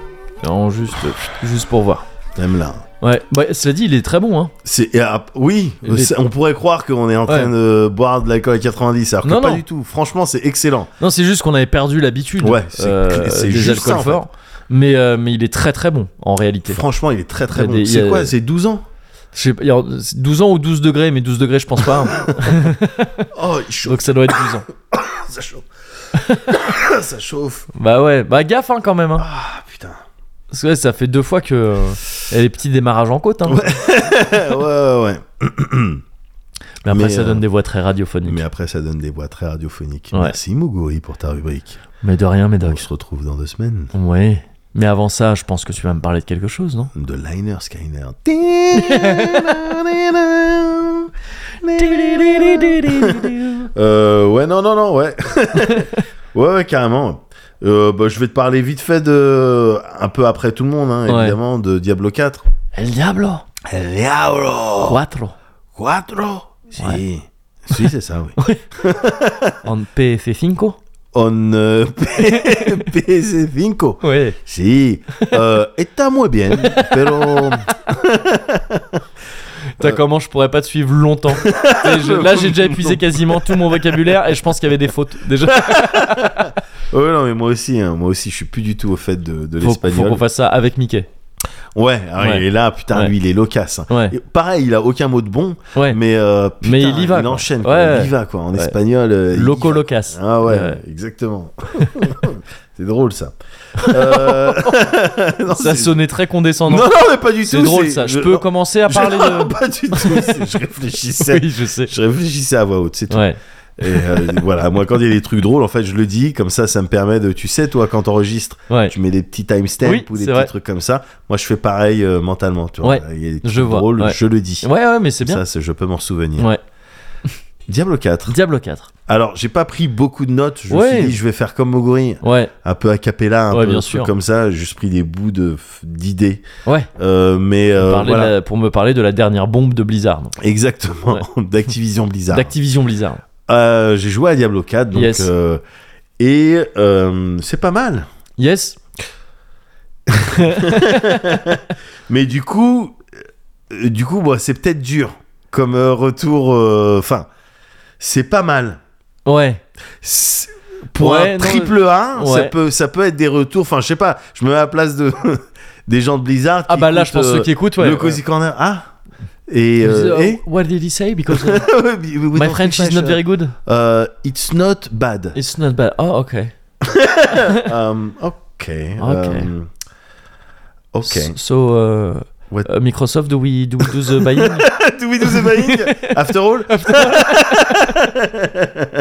Non, juste, euh, juste pour voir. Même là. Ouais, bah, cela dit, il est très bon. Hein. C'est, et, ah, oui, Les- c'est- on pourrait croire qu'on est en train Ouais. de boire de l'alcool à 90, alors que Non, pas non. du tout. Franchement, c'est excellent. Non, c'est juste qu'on avait perdu l'habitude Ouais, c'est- euh, c'est des juste alcools ça, en fait. forts. Mais, euh, mais il est très très bon en réalité. Franchement, il est très très Il y a bon. des- il y c'est a- quoi C'est 12 ans Je sais pas, il y a 12 ans ou 12 degrés, mais 12 degrés, je pense pas. hein. Oh, il chauffe, Donc ça doit être 12 ans. ça chauffe. ça chauffe. Bah ouais, bah gaffe hein, quand même. Hein. Ah putain. Parce que ouais, ça fait deux fois que. euh, Il y a des petits démarrages en côte. Hein. ouais, ouais, ouais. Mais après, Mais, ça euh, donne des voix très radiophoniques. Mais après, ça donne des voix très radiophoniques. Ouais. Merci Muguri pour ta rubrique. Mais de rien, On Médoc. se retrouve dans deux semaines. Ouais. Mais avant ça, je pense que tu vas me parler de quelque chose, non De Liner Skyner. Euh, ouais, non, non, non, ouais. ouais, ouais, carrément. Euh, bah, je vais te parler vite fait de. Un peu après tout le monde, hein, Ouais. évidemment, de Diablo 4. El Diablo El Diablo Cuatro 4 Si. Ouais. Si, c'est ça, oui. En PS5 On euh, PS5. Ouais. Si. Euh, está muy bien, pero. Euh. T'as comment je pourrais pas te suivre longtemps Et je- Là, j'ai déjà épuisé quasiment tout mon vocabulaire et je pense qu'il y avait des fautes déjà. Ouais, non, mais moi aussi, hein, moi aussi, je suis plus du tout au fait de, de Faut, faut l'espagnol. qu'on fasse ça avec Mickey. Ouais, ah, Ouais. il est là, putain, Ouais. lui, il est loquace. hein. Ouais. Et pareil, il a aucun mot de bon, Ouais. mais, euh, putain, Mais il y va, Il quoi. enchaîne, Ouais, quoi, il ouais. y va, quoi. En Ouais. espagnol. euh, il y Loco va. locas. Ah ouais, Ouais. exactement. c'est drôle, ça. Euh, non, Ça c'est- sonnait très condescendant. Non, non, mais pas du tout. c'est drôle ça. Je peux commencer à Je- parler Non, de. Pas du tout. c'est- Je réfléchissais. Oui, je sais. Je réfléchissais à voix haute, c'est tout. Ouais. Et euh, voilà, moi quand il y a des trucs drôles, en fait, je le dis, comme ça, ça me permet de. Tu sais, toi, quand t'enregistres, Ouais. tu mets des petits timestamps Oui, ou c'est des petits vrai. trucs comme ça. Moi, je fais pareil euh, mentalement, tu vois. Ouais, Il y a des je trucs vois, drôles, ouais. je le dis. Ouais, ouais, mais c'est bien. Ça, c'est- je peux m'en souvenir. Ouais. Diablo 4. Diablo 4. Alors, j'ai pas pris beaucoup de notes. Je me Ouais. suis dit, je vais faire comme Moguri, Ouais. un peu a cappella, un Ouais, peu bien un truc sûr. comme ça. J'ai juste pris des bouts de f- d'idées. Ouais. Euh, mais euh, Parler de voilà, la- pour me parler de la dernière bombe de Blizzard. donc. exactement, d'Activision Blizzard. D'Activision Blizzard. Euh, j'ai joué à Diablo 4, donc. Yes. euh, et euh, c'est pas mal. Yes. Mais du coup, euh, du coup, bon, c'est peut-être dur. comme euh, retour. euh, Enfin, c'est pas mal. Ouais. C'est- Pour Ouais, un non, triple A, ça ouais. peut, ça peut être des retours. Enfin, je sais pas. Je me mets à la place de des gens de Blizzard. Ah qui bah là, je écoutent, pense euh, ceux qui écoutent, ouais. le Cozy Corner. Ah. Et, euh, Euh, et What did he say? Because uh, We- we my don't French speak is not French. very good. Euh, it's not bad. It's not bad. Oh, ok. Um, okay. Ok. um, okay. S- So, uh, What- uh, Microsoft, do we do, we do the buying? Do we do the buying after all?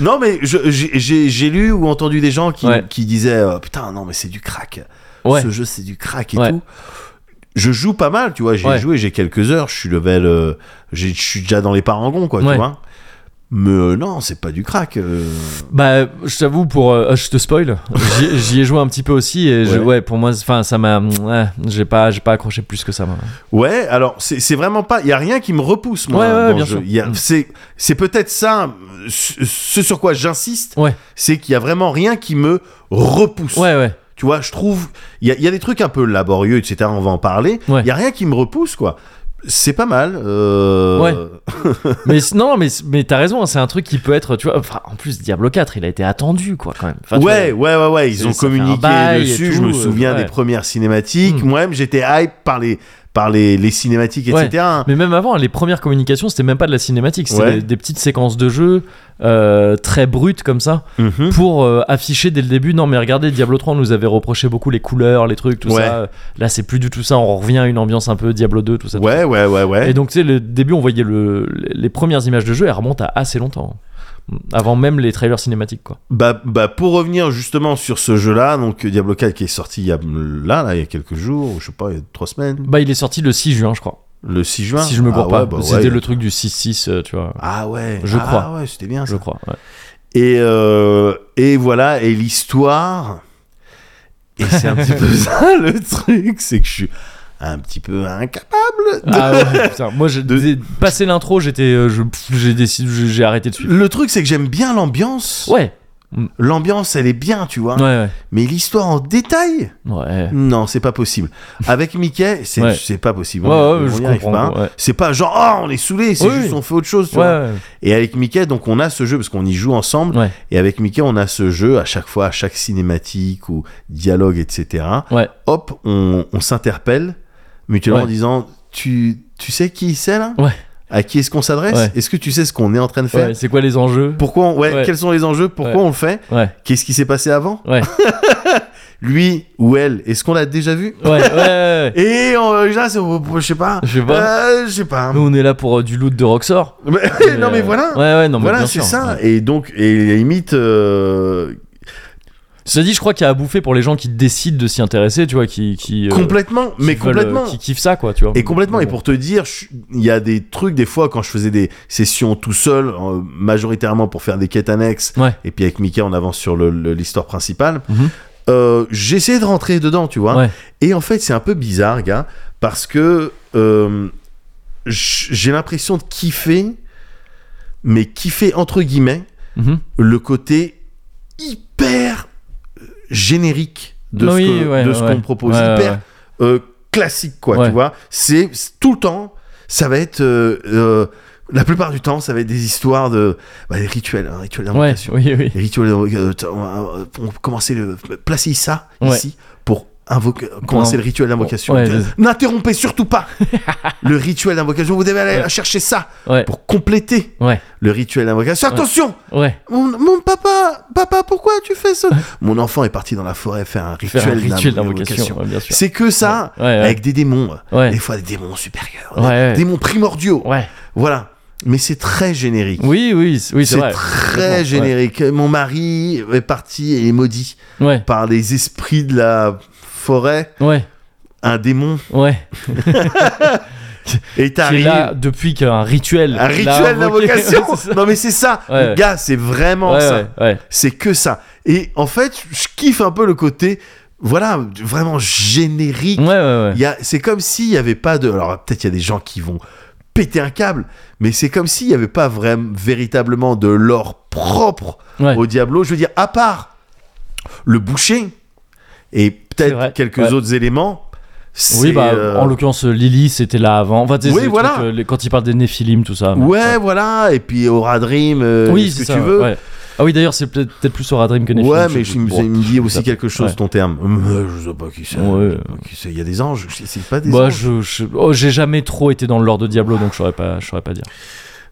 non, mais je- j'ai- j'ai j'ai lu ou entendu des gens qui, Ouais. qui disaient euh, Putain, non, mais c'est du crack. ouais. Ce jeu, c'est du crack et Ouais. tout. Je joue pas mal, tu vois. J'ai Ouais. joué, j'ai quelques heures. Je suis level. euh, j'ai- je suis déjà dans les parangons, quoi, Ouais. tu vois. Mais euh, non, c'est pas du crack. euh. Bah, je t'avoue, pour. euh, je te spoil. J'y- J'y ai joué un petit peu aussi. Et je- Ouais. ouais, pour moi, enfin, ça m'a. ouais, j'ai pas, j'ai pas accroché plus que ça. moi. Ouais, alors c'est c'est vraiment pas. Il y a rien qui me repousse, moi. Ouais, ouais, dans le bien jeu. sûr. Y a- Mm. C'est c'est peut-être ça. Ce ce sur quoi j'insiste, Ouais. c'est qu'il y a vraiment rien qui me repousse. Ouais, ouais. Tu vois, je trouve. Il y a, il y a des trucs un peu laborieux, etc. On va en parler. Il Ouais. y a rien qui me repousse, quoi. C'est pas mal. euh, Ouais. mais c- non, mais, c- mais t'as raison, hein, c'est un truc qui peut être. Tu vois, enfin, en plus, Diablo 4, il a été attendu, quoi, quand même. Enfin, tu ouais, vois, ouais, ouais, ouais, ils c'est- ont ça fait un communiqué bail et dessus. tout, je me euh, souviens ouais. des premières cinématiques. Mm. Moi-même, j'étais hype par les, par les, les cinématiques, Ouais. etc. Mais même avant, les premières communications, c'était même pas de la cinématique, c'était Ouais. des, des petites séquences de jeu euh, très brutes comme ça, Mhm. pour euh, afficher dès le début. Non, mais regardez, Diablo 3, on nous avait reproché beaucoup les couleurs, les trucs, tout Ouais. ça. Là, c'est plus du tout ça, on revient à une ambiance un peu Diablo 2, tout ça. tout Ouais, ouais, ouais, ouais. Et donc, tu sais, le début, on voyait le, les premières images de jeu, elles remontent à assez longtemps. hein. Avant même les trailers cinématiques, quoi. Bah, bah, pour revenir justement sur ce jeu-là, donc Diablo 4 qui est sorti il y a, là, là, il y a quelques jours, je sais pas, il y a trois semaines, Bah, il est sorti le 6 juin, je crois. le 6 juin. si je me ah, gourre ouais, pas. bah, C'était ouais. le truc du 6-6, euh, tu vois. Ah ouais, Je ah crois. ouais, c'était bien. ça. Je crois. ouais. Et, euh, et voilà, et l'histoire. Et c'est un petit peu ça le truc, c'est que je suis un petit peu incapable. de- Ah ouais, putain. Moi, j'ai De- dès- passé l'intro, j'étais. euh, je- pff, J'ai décidé, j'ai j'ai arrêté de suivre. Le truc, c'est que j'aime bien l'ambiance. Ouais, L'ambiance, elle est bien, tu vois. ouais, ouais. Mais l'histoire en détail, Ouais, non, c'est pas possible. Avec Mickey, c'est Ouais. c'est pas possible. Ouais, On- ouais, on je y arrive comprends, pas. ouais. C'est pas genre, oh, on est saoulé, c'est Oui, juste oui. on fait autre chose. tu ouais, Mm. vois. ouais. Et avec Mickey, donc on a ce jeu, parce qu'on y joue ensemble. Ouais. Et avec Mickey, on a ce jeu à chaque fois, à chaque cinématique ou dialogue, etc. Ouais. Hop, on, on s'interpelle mutuellement Ouais. en disant, tu, tu sais qui c'est là Ouais. À qui est-ce qu'on s'adresse Ouais. Est-ce que tu sais ce qu'on est en train de faire Ouais, C'est quoi les enjeux Pourquoi on- ouais, Ouais. Quels sont les enjeux Pourquoi Ouais. on le fait Ouais, Qu'est-ce qui s'est passé avant ouais, Lui ou elle, est-ce qu'on l'a déjà vu ouais, ouais, ouais. Et on- là, c'est- je sais pas. Je sais pas. Euh, je sais pas. Nous, on est là pour euh, du loot de Roxor. Mais- non, euh, mais voilà. Ouais, ouais, non, mais voilà, bien c'est sûr, ça. ouais. Et donc, et la limite. euh, Cela dit, je crois qu'il y a à bouffer pour les gens qui décident de s'y intéresser, tu vois, qui. qui euh, complètement, qui mais veulent, euh, complètement. qui kiffent ça, quoi, tu vois. Et complètement, Mais et bon. pour te dire, je suis- il y a des trucs, des fois, quand je faisais des sessions tout seul, euh, majoritairement pour faire des quêtes annexes, Ouais. et puis avec Mickey, on avance sur le- le- l'histoire principale, Mhm. euh, j'essayais de rentrer dedans, tu vois. Ouais. Et en fait, c'est un peu bizarre, gars, parce que euh, j- j'ai l'impression de kiffer, mais kiffer entre guillemets, Mhm. le côté hyper euh, générique de Oui, ce que- ouais, de ce qu'on ouais. me propose. Ouais, ouais, hyper ouais. euh, classique, quoi, Ouais. tu vois. C'est c'est tout le temps, ça va être. euh, euh, la plupart du temps, ça va être des histoires de. bah, des rituels, hein, rituels Ouais, d'invocation. oui, oui. Les rituels. euh, t- on va- on va commencer le. Placer ça, Ouais. ici, pour. invoquer commencer Non. le rituel d'invocation. Ouais, Euh, vas-y. N'interrompez surtout pas le rituel d'invocation. Vous devez aller Ouais. chercher ça Ouais, pour compléter ouais, le rituel d'invocation. Attention, ouais. mon, mon papa, papa, pourquoi tu fais ça Mon enfant est parti dans la forêt faire un rituel, Faire un rituel d'invo- d'invocation, ouais, bien sûr. C'est que ça, Ouais, ouais. avec des démons. Ouais. Des fois des démons supérieurs, Ouais, ouais. des démons primordiaux. Ouais. Voilà. Mais c'est très générique. Oui, oui, c- oui, c'est c'est vrai. très générique. Mon mari est parti et est maudit Ouais, par les esprits de la forêt, ouais, un démon. ouais. Et Qui est là t'arrives. depuis qu'un rituel. Un l'a rituel invoqué. d'invocation. C'est ça. non mais c'est ça, Ouais, ouais. gars, c'est vraiment ouais, ça. ouais, ouais. C'est que ça. Et en fait, je kiffe un peu le côté, voilà, vraiment générique. Ouais, ouais, Il ouais. y a- C'est comme s'il n'y avait pas de. Alors peut-être il y a des gens qui vont péter un câble, mais c'est comme s'il n'y avait pas vraiment, véritablement de l'or propre Ouais. au Diablo. Je veux dire, à part le boucher et C'est vrai, peut-être quelques ouais. autres éléments, C'est, Oui, bah, euh, en l'occurrence, euh, Lily, c'était là avant. Enfin, tu sais, Oui, c'est le voilà. truc, euh, les- quand il parle des Néphilim, tout ça. mais- Ouais, voilà, et puis Aura Dream, euh, oui, ce c'est que ça, tu veux. ouais. Ah oui, d'ailleurs, c'est peut-être peut-être plus Aura Dream que Néphilim. Ouais, je mais sais je- plus. il me- Bon. il me dit aussi ça- quelque chose, ouais. ton terme. Euh, Je sais pas qui c'est. Ouais. je sais pas qui c'est. Il y a des anges, c'est- c'est pas des Bah, anges. je, je- oh, j'ai jamais trop été dans le lore de Diablo, donc je saurais pas, je saurais pas dire.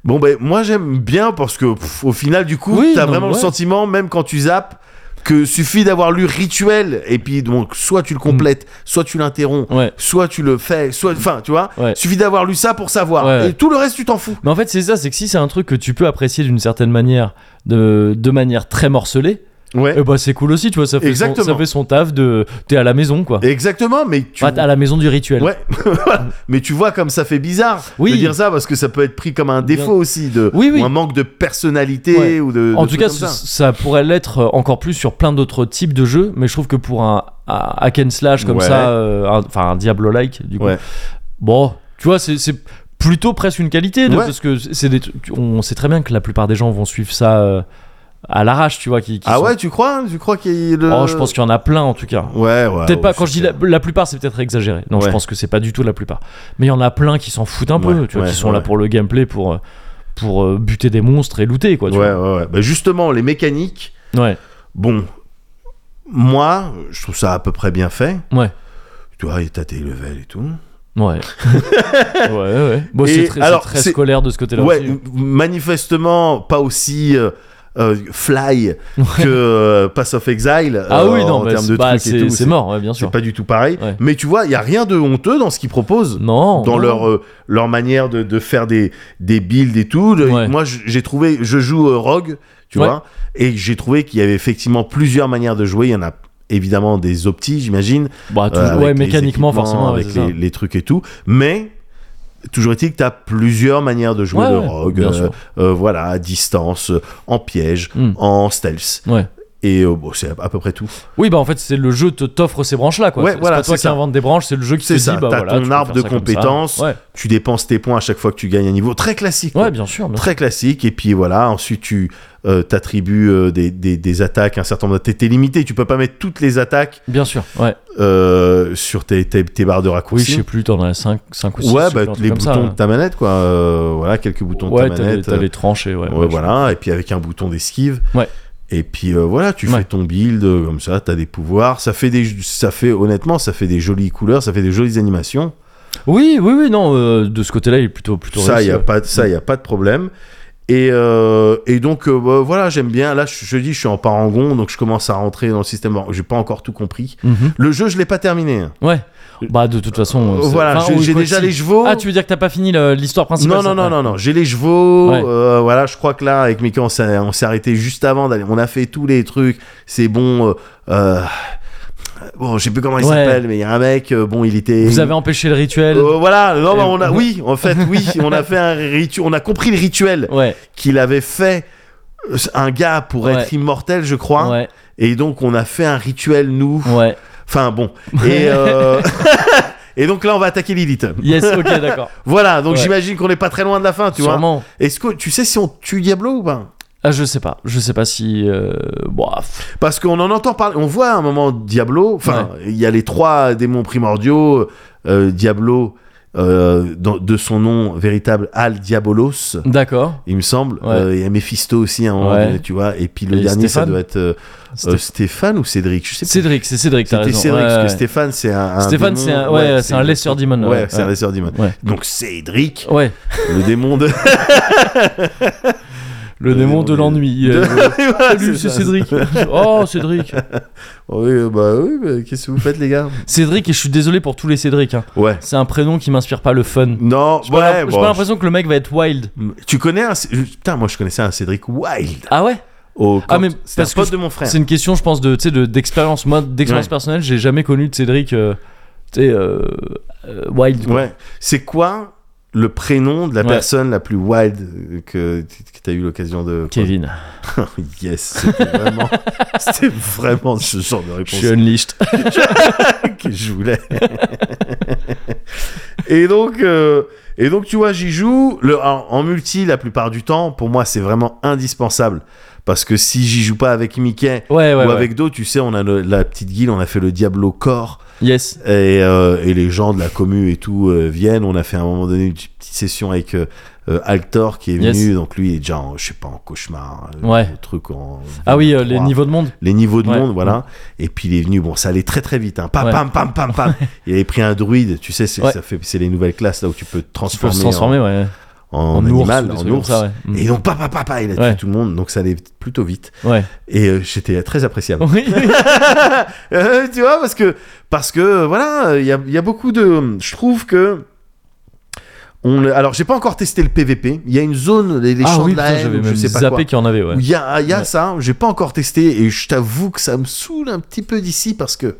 Bon, ben moi j'aime bien parce que pff, au final, du coup, Oui, t'as non, vraiment le ouais. sentiment, même quand tu zappes, que suffit d'avoir lu rituel, et puis donc soit Mm. tu le complètes, soit tu l'interromps, Ouais. soit tu le fais, soit. Enfin, tu vois, Ouais. suffit d'avoir lu ça pour savoir. Ouais, ouais. Et tout le reste, tu t'en fous. Mais en fait, c'est ça, c'est que si c'est un truc que tu peux apprécier d'une certaine manière, de, de manière très morcelée, Ouais. eh bah, c'est cool aussi, tu vois, ça fait, son, Exactement. ça fait son taf de. T'es à la maison, quoi. Exactement, mais tu. Enfin, à la maison du rituel. Ouais, Voilà. mais tu vois comme ça fait bizarre Oui. de dire ça parce que ça peut être pris comme un défaut aussi de Oui, oui. ou un manque de personnalité Ouais. ou de. En de tout trucs cas, comme ça. ça. ça pourrait l'être euh, encore plus sur plein d'autres types de jeux, mais je trouve que pour un un hack and slash comme Ouais. ça, euh, un- enfin un, Diablo-like, du coup, Ouais. bon, tu vois, c'est c'est plutôt presque une qualité, de- Ouais. parce que c'est des trucs- on sait très bien que la plupart des gens vont suivre ça euh, à l'arrache, tu vois, qui, qui Ah sont- ouais, euh, tu crois Tu crois qu'il y a le. Oh, je pense qu'il y en a plein en tout cas. Ouais, ouais. Peut-être ouais, pas, quand je c'est dis clair. la, la plupart, c'est peut-être exagéré. Non, je Ouais. pense que c'est pas du tout la plupart. Mais il y en a plein qui s'en foutent un peu, Ouais, tu vois, ouais, qui sont ouais, là ouais. pour le gameplay, pour, euh, pour euh, buter des monstres et looter, quoi. tu Ouais, ouais, ouais. Bah, justement, les mécaniques, vois. ouais. bon, moi, je trouve ça à peu près bien fait. Ouais. Tu vois, t'as tes levels et tout. Ouais. ouais, ouais. Bon, Et c'est très, alors, c'est très c'est- scolaire de ce côté-là. ouais, aussi. hein. m- manifestement, pas aussi euh, euh, fly que euh, Pass of Exile. Ah euh, oui, non, en bah, termes de c'est- bah, trucs et c'est tout. c'est mort, ouais, bien sûr. C'est pas du tout pareil. Ouais. Mais tu vois, il y a rien de honteux dans ce qu'ils proposent. Non. dans non. leur euh, leur manière de, de faire des des builds et tout. Le- Ouais. Moi, j- j'ai trouvé, je joue euh, Rogue, tu Ouais. vois, et j'ai trouvé qu'il y avait effectivement plusieurs manières de jouer. Il y en a évidemment des optis, j'imagine. Bah, tout- euh, avec ouais, les mécaniquement, équipements, forcément. ouais, avec c'est les, les trucs et tout, mais Toujours est-il que tu as plusieurs manières de jouer Ouais, le ouais, rogue. bien euh, sûr. euh, voilà, à distance, euh, en piège, Hmm. en stealth. ça. Ouais. Et euh, bon, c'est à, à peu près tout. Oui, bah en fait, c'est le jeu te t'offre ces branches-là, quoi. Ouais, c'est voilà, pas toi c'est qui ça. invente des branches, c'est le jeu qui te C'est dit, ça, bah t'as voilà. ton tu peux arbre faire de ça comme ça. compétences. Ouais, Tu dépenses tes points à chaque fois que tu gagnes un niveau. Très classique. quoi. ouais, bien sûr. bien sûr. Très classique. Et puis voilà, ensuite tu euh, t'attribues euh, des, des- des attaques, un certain nombre. T'es t'es limité, tu peux pas mettre toutes les attaques Bien sûr, ouais. euh, sur tes, tes- tes barres de Oui, raccourci. je sais plus, t'en as 5, 5 ou 6. ouais, bah, les boutons de ta manette, quoi. Euh, voilà, quelques boutons hein. Ouais, de t'as ta les- manette. euh. t'as les tranches et ouais. Ouais, ouais, je- voilà, et puis avec un bouton d'esquive. Ouais. Et puis euh, voilà, tu Ouais. fais ton build euh, comme ça, t'as des pouvoirs, ça fait des, ça fait honnêtement, ça fait des jolies couleurs, ça fait des jolies animations. Oui, oui, oui, non, euh, de ce côté-là, il est plutôt, plutôt Ça, réussi, il y a ouais. pas, de- ça, il y a pas de problème. Et, euh, et donc euh, bah, voilà, j'aime bien. Là, je, je dis, je suis en parangon, donc je commence à rentrer dans le système. J'ai pas encore tout compris. Mhm. Le jeu, je l'ai pas terminé. Ouais. Bah, de toute façon. Euh, c'est- voilà, enfin, j'ai- oui, j'ai quoi, déjà si. les chevaux. Ah, tu veux dire que t'as pas fini le- l'histoire principale Non, ça, non, non, ouais. non, non. J'ai les chevaux. Ouais. euh, voilà, je crois que là, avec Mickey, on s'est on s'est arrêté juste avant d'aller. On a fait tous les trucs. C'est bon. euh, euh, bon, je sais plus comment il Ouais. s'appelle, mais il y a un mec. euh, bon, il était. Vous avez empêché le rituel. Euh, voilà. Non, Et- bah, on a. Oui, en fait, oui, on a fait un rituel. On a compris le rituel Ouais, qu'il avait fait. euh, Un gars pour Ouais. être immortel, je crois. ouais, Et donc, on a fait un rituel, nous. ouais. Enfin, bon. Et, euh, et donc là, on va attaquer Lilith. Yes, ok, d'accord. Voilà, donc Ouais. j'imagine qu'on n'est pas très loin de la fin, tu vois. Sûrement. Est-ce que tu sais si on tue Diablo ou pas Ah, je sais pas. Je sais pas si. Euh... bon, ah, pff, Parce qu'on en entend parler. On voit à un moment Diablo. Enfin, il y a les trois démons primordiaux. euh, Diablo, euh, dans- de son nom véritable, Al Diabolos, D'accord. il me semble. Ouais. Euh, Il y a Mephisto aussi à un moment Ouais. donné, tu vois. Et puis le Et dernier, ça Stéphane doit être euh, euh, C'était- Stéphane ou Cédric. Je sais plus. Cédric, c'est Cédric, t'as C'était raison. Cédric, ouais, parce que ouais. Stéphane, c'est un. un Stéphane, démon. c'est un, ouais, c'est un lesser demon. Ouais, c'est un ouais. lesser demon. Ouais. Donc Cédric, Ouais. le démon de. Le, Le démon démon de des- l'ennui. de- Euh, Salut, Salut, c'est Cédric. oh, Cédric. Oui, euh, bah oui, mais qu'est-ce que vous faites, les gars Cédric, et je suis désolé pour tous les Cédric. hein. Ouais. C'est un prénom qui m'inspire pas le fun. Non, J'ai pas ouais, l'imp- j'ai bon, pas l'impression que le mec va être wild. Tu connais un. Putain, moi je connaissais un Cédric Wild. Ah ouais Au Ah, mais c'est un parce que pote je- de mon frère. C'est une question, je pense, de, tu sais, de- d'expérience. Moi, d'expérience Ouais. personnelle, j'ai jamais connu de Cédric euh, tu sais, euh, euh, wild. quoi. Ouais. C'est quoi le prénom de la Ouais. personne la plus wild que, que t'as eu l'occasion de. Kevin, yes, c'était vraiment. c'était vraiment ce genre de je réponse suis unleashed. que je voulais. Et donc. euh, Et donc, tu vois, j'y joue. Le, en, en multi, la plupart du temps, pour moi, c'est vraiment indispensable. Parce que si j'y joue pas avec Mickey Ouais, ouais, ou ouais. avec d'autres, tu sais, on a le- la petite guilde, on a fait le Diablo Corps. Yes. Et, euh, et les gens de la commu et tout euh, viennent. On a fait à un moment donné une petite session avec euh, euh, Altor qui est venu. Yes. Donc lui il est déjà, en, je sais pas, en cauchemar. euh, Ouais. le truc en. Ah oui, euh, les 23, niveaux de monde. Les niveaux de Ouais. monde, voilà. Et puis il est venu. Bon, ça allait très très vite. Hein. Pam, Ouais. pam, pam, pam, pam. Il avait pris un druide. Tu sais, c'est Ouais. ça fait, c'est les nouvelles classes là où tu peux te Tu peux transformer, se transformer, ouais. en, en ours, animal, ou des en trucs comme ours. ça, ouais. Mm. Et donc, papa, papa, il a Ouais. tué tout le monde. Donc ça allait plutôt vite. Ouais. Ah Et euh, j'étais très appréciable. Oui. Euh, tu vois, parce que, parce que euh, voilà, il y a, il y a beaucoup de. Je trouve que. On le- Alors, j'ai pas encore testé le PVP. Il y a une zone, les, les ah champs oui, de la putain, haine, j'avais ou je même sais pas quoi. zappé qu'il y en avait, ouais. Où Il y a, il y a Ouais. ça, hein. j'ai pas encore testé, et je t'avoue que ça me saoule un petit peu d'ici parce que.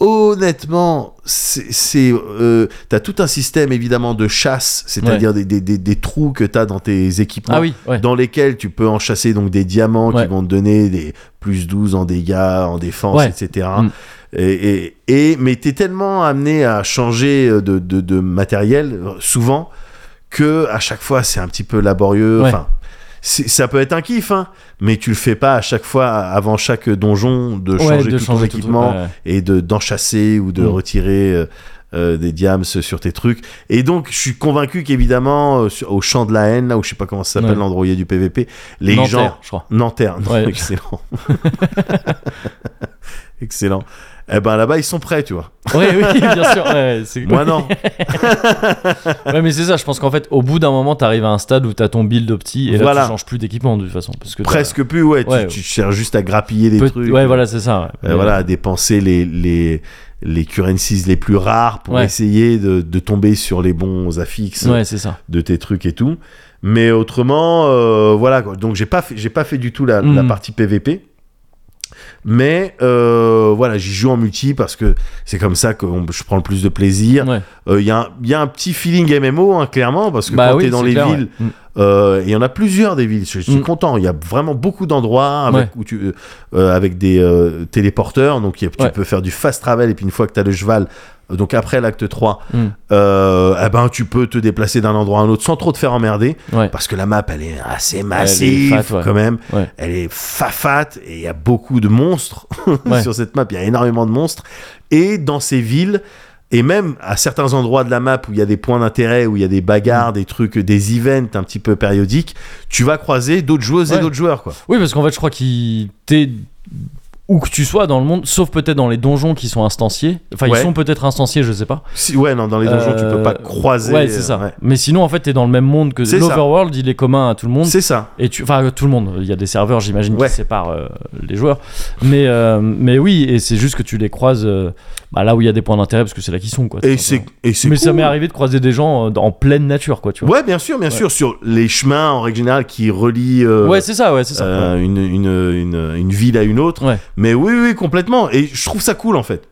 Honnêtement, c'est- c'est euh, t'as tout un système évidemment de chasse, c'est-à-dire des, des- des- des trous que t'as dans tes équipements Ah oui, ouais. dans lesquels tu peux en chasser donc des diamants Ouais. qui vont te donner des plus 12 en dégâts, en défense, Ouais. etc. Mm. Et, et, et- mais t'es tellement amené à changer euh, de, de, de matériel euh, souvent que à chaque fois c'est un petit peu laborieux. Ouais. Enfin, c'est- ça peut être un kiff, hein, mais tu le fais pas à chaque fois avant chaque donjon de Ouais, changer de changer tout ton tout le truc, équipement ouais, ouais. et de d'en chasser ou de Mm. retirer euh, euh, des diams sur tes trucs. Et donc, je suis convaincu qu'évidemment, euh, sur- au champ de la haine, là où je sais pas comment ça s'appelle, Ouais. l'endroit où il y a du PVP, les Nanterre, gens. je crois. Nanterre, non, Ouais. excellent. excellent. Eh ben là-bas, ils sont prêts, tu vois. Oui, oui, bien sûr. Ouais, c'est- Moi, non. Ouais, mais c'est ça, je pense qu'en fait, au bout d'un moment, t'arrives à un stade où t'as ton build opti et là, Voilà. tu changes plus d'équipement de toute façon. Parce que t'as- Presque plus, ouais. tu- Ouais. Tu, cherches juste à grappiller les Peut- trucs. Ouais, voilà, c'est ça. ouais. Euh, Mais- voilà, à dépenser les, les, les currencies les plus rares pour Ouais. essayer de, de tomber sur les bons affixes. Ouais, c'est ça. de tes trucs et tout. Mais autrement, euh, voilà. quoi. Donc j'ai pas fait, j'ai pas fait du tout la, Mhm. la partie PVP. Mais euh, voilà, j'y joue en multi parce que c'est comme ça que on- je prends le plus de plaisir. Euh, Ouais. Il y, a un- y a un petit feeling MMO, hein, clairement, parce que Bah quand oui, t'es dans c'est les clair, ouais. villes, Mm. euh, et il y en a plusieurs des villes, je, je suis Mm. content. Il y a vraiment beaucoup d'endroits avec, Ouais. où tu, euh, euh, avec des euh, téléporteurs, donc y a- tu Ouais. peux faire du fast travel, et puis une fois que t'as le cheval, euh, donc après l'acte 3, Mm. euh, eh ben, tu peux te déplacer d'un endroit à un autre sans trop te faire emmerder, Ouais. parce que la map, elle est assez massive fat, ouais. quand même, Ouais. elle est fafate, et il y a beaucoup de monstres Ouais. sur cette map, il y a énormément de monstres, et dans ces villes, et même à certains endroits de la map où il y a des points d'intérêt, où il y a des bagarres, des trucs, des events un petit peu périodiques, tu vas croiser d'autres joueuses et Ouais. d'autres joueurs, quoi. Oui, parce qu'en fait, je crois qu'il t'es où que tu sois dans le monde, sauf peut-être dans les donjons qui sont instanciés. Enfin, Ouais. ils sont peut-être instanciés, je sais pas. Si, ouais, non, dans les donjons, tu peux Euh, pas croiser. euh, Ouais, c'est ça. ouais. Mais sinon, en fait, t'es dans le même monde que C'est ça. l'Overworld. Il est commun à tout le monde. C'est ça. Et tu, enfin, tout le monde. Il y a des serveurs, j'imagine, Ouais. qui séparent euh, les joueurs. Mais, euh, mais oui, et c'est juste que tu les croises euh, bah, là où il y a des points d'intérêt, parce que c'est là qu'ils sont, quoi. Et tout c'est simplement. et c'est Mais ça cool. m'est arrivé de croiser des gens euh, dans- en pleine nature, quoi. Tu vois. Ouais, bien sûr, bien Ouais. sûr, sur les chemins en règle générale qui relient euh, Ouais, c'est ça. Ouais, c'est ça. euh, une, une, une, une ville à une autre. Ouais. Mais oui, oui, complètement. Et je trouve ça cool en fait.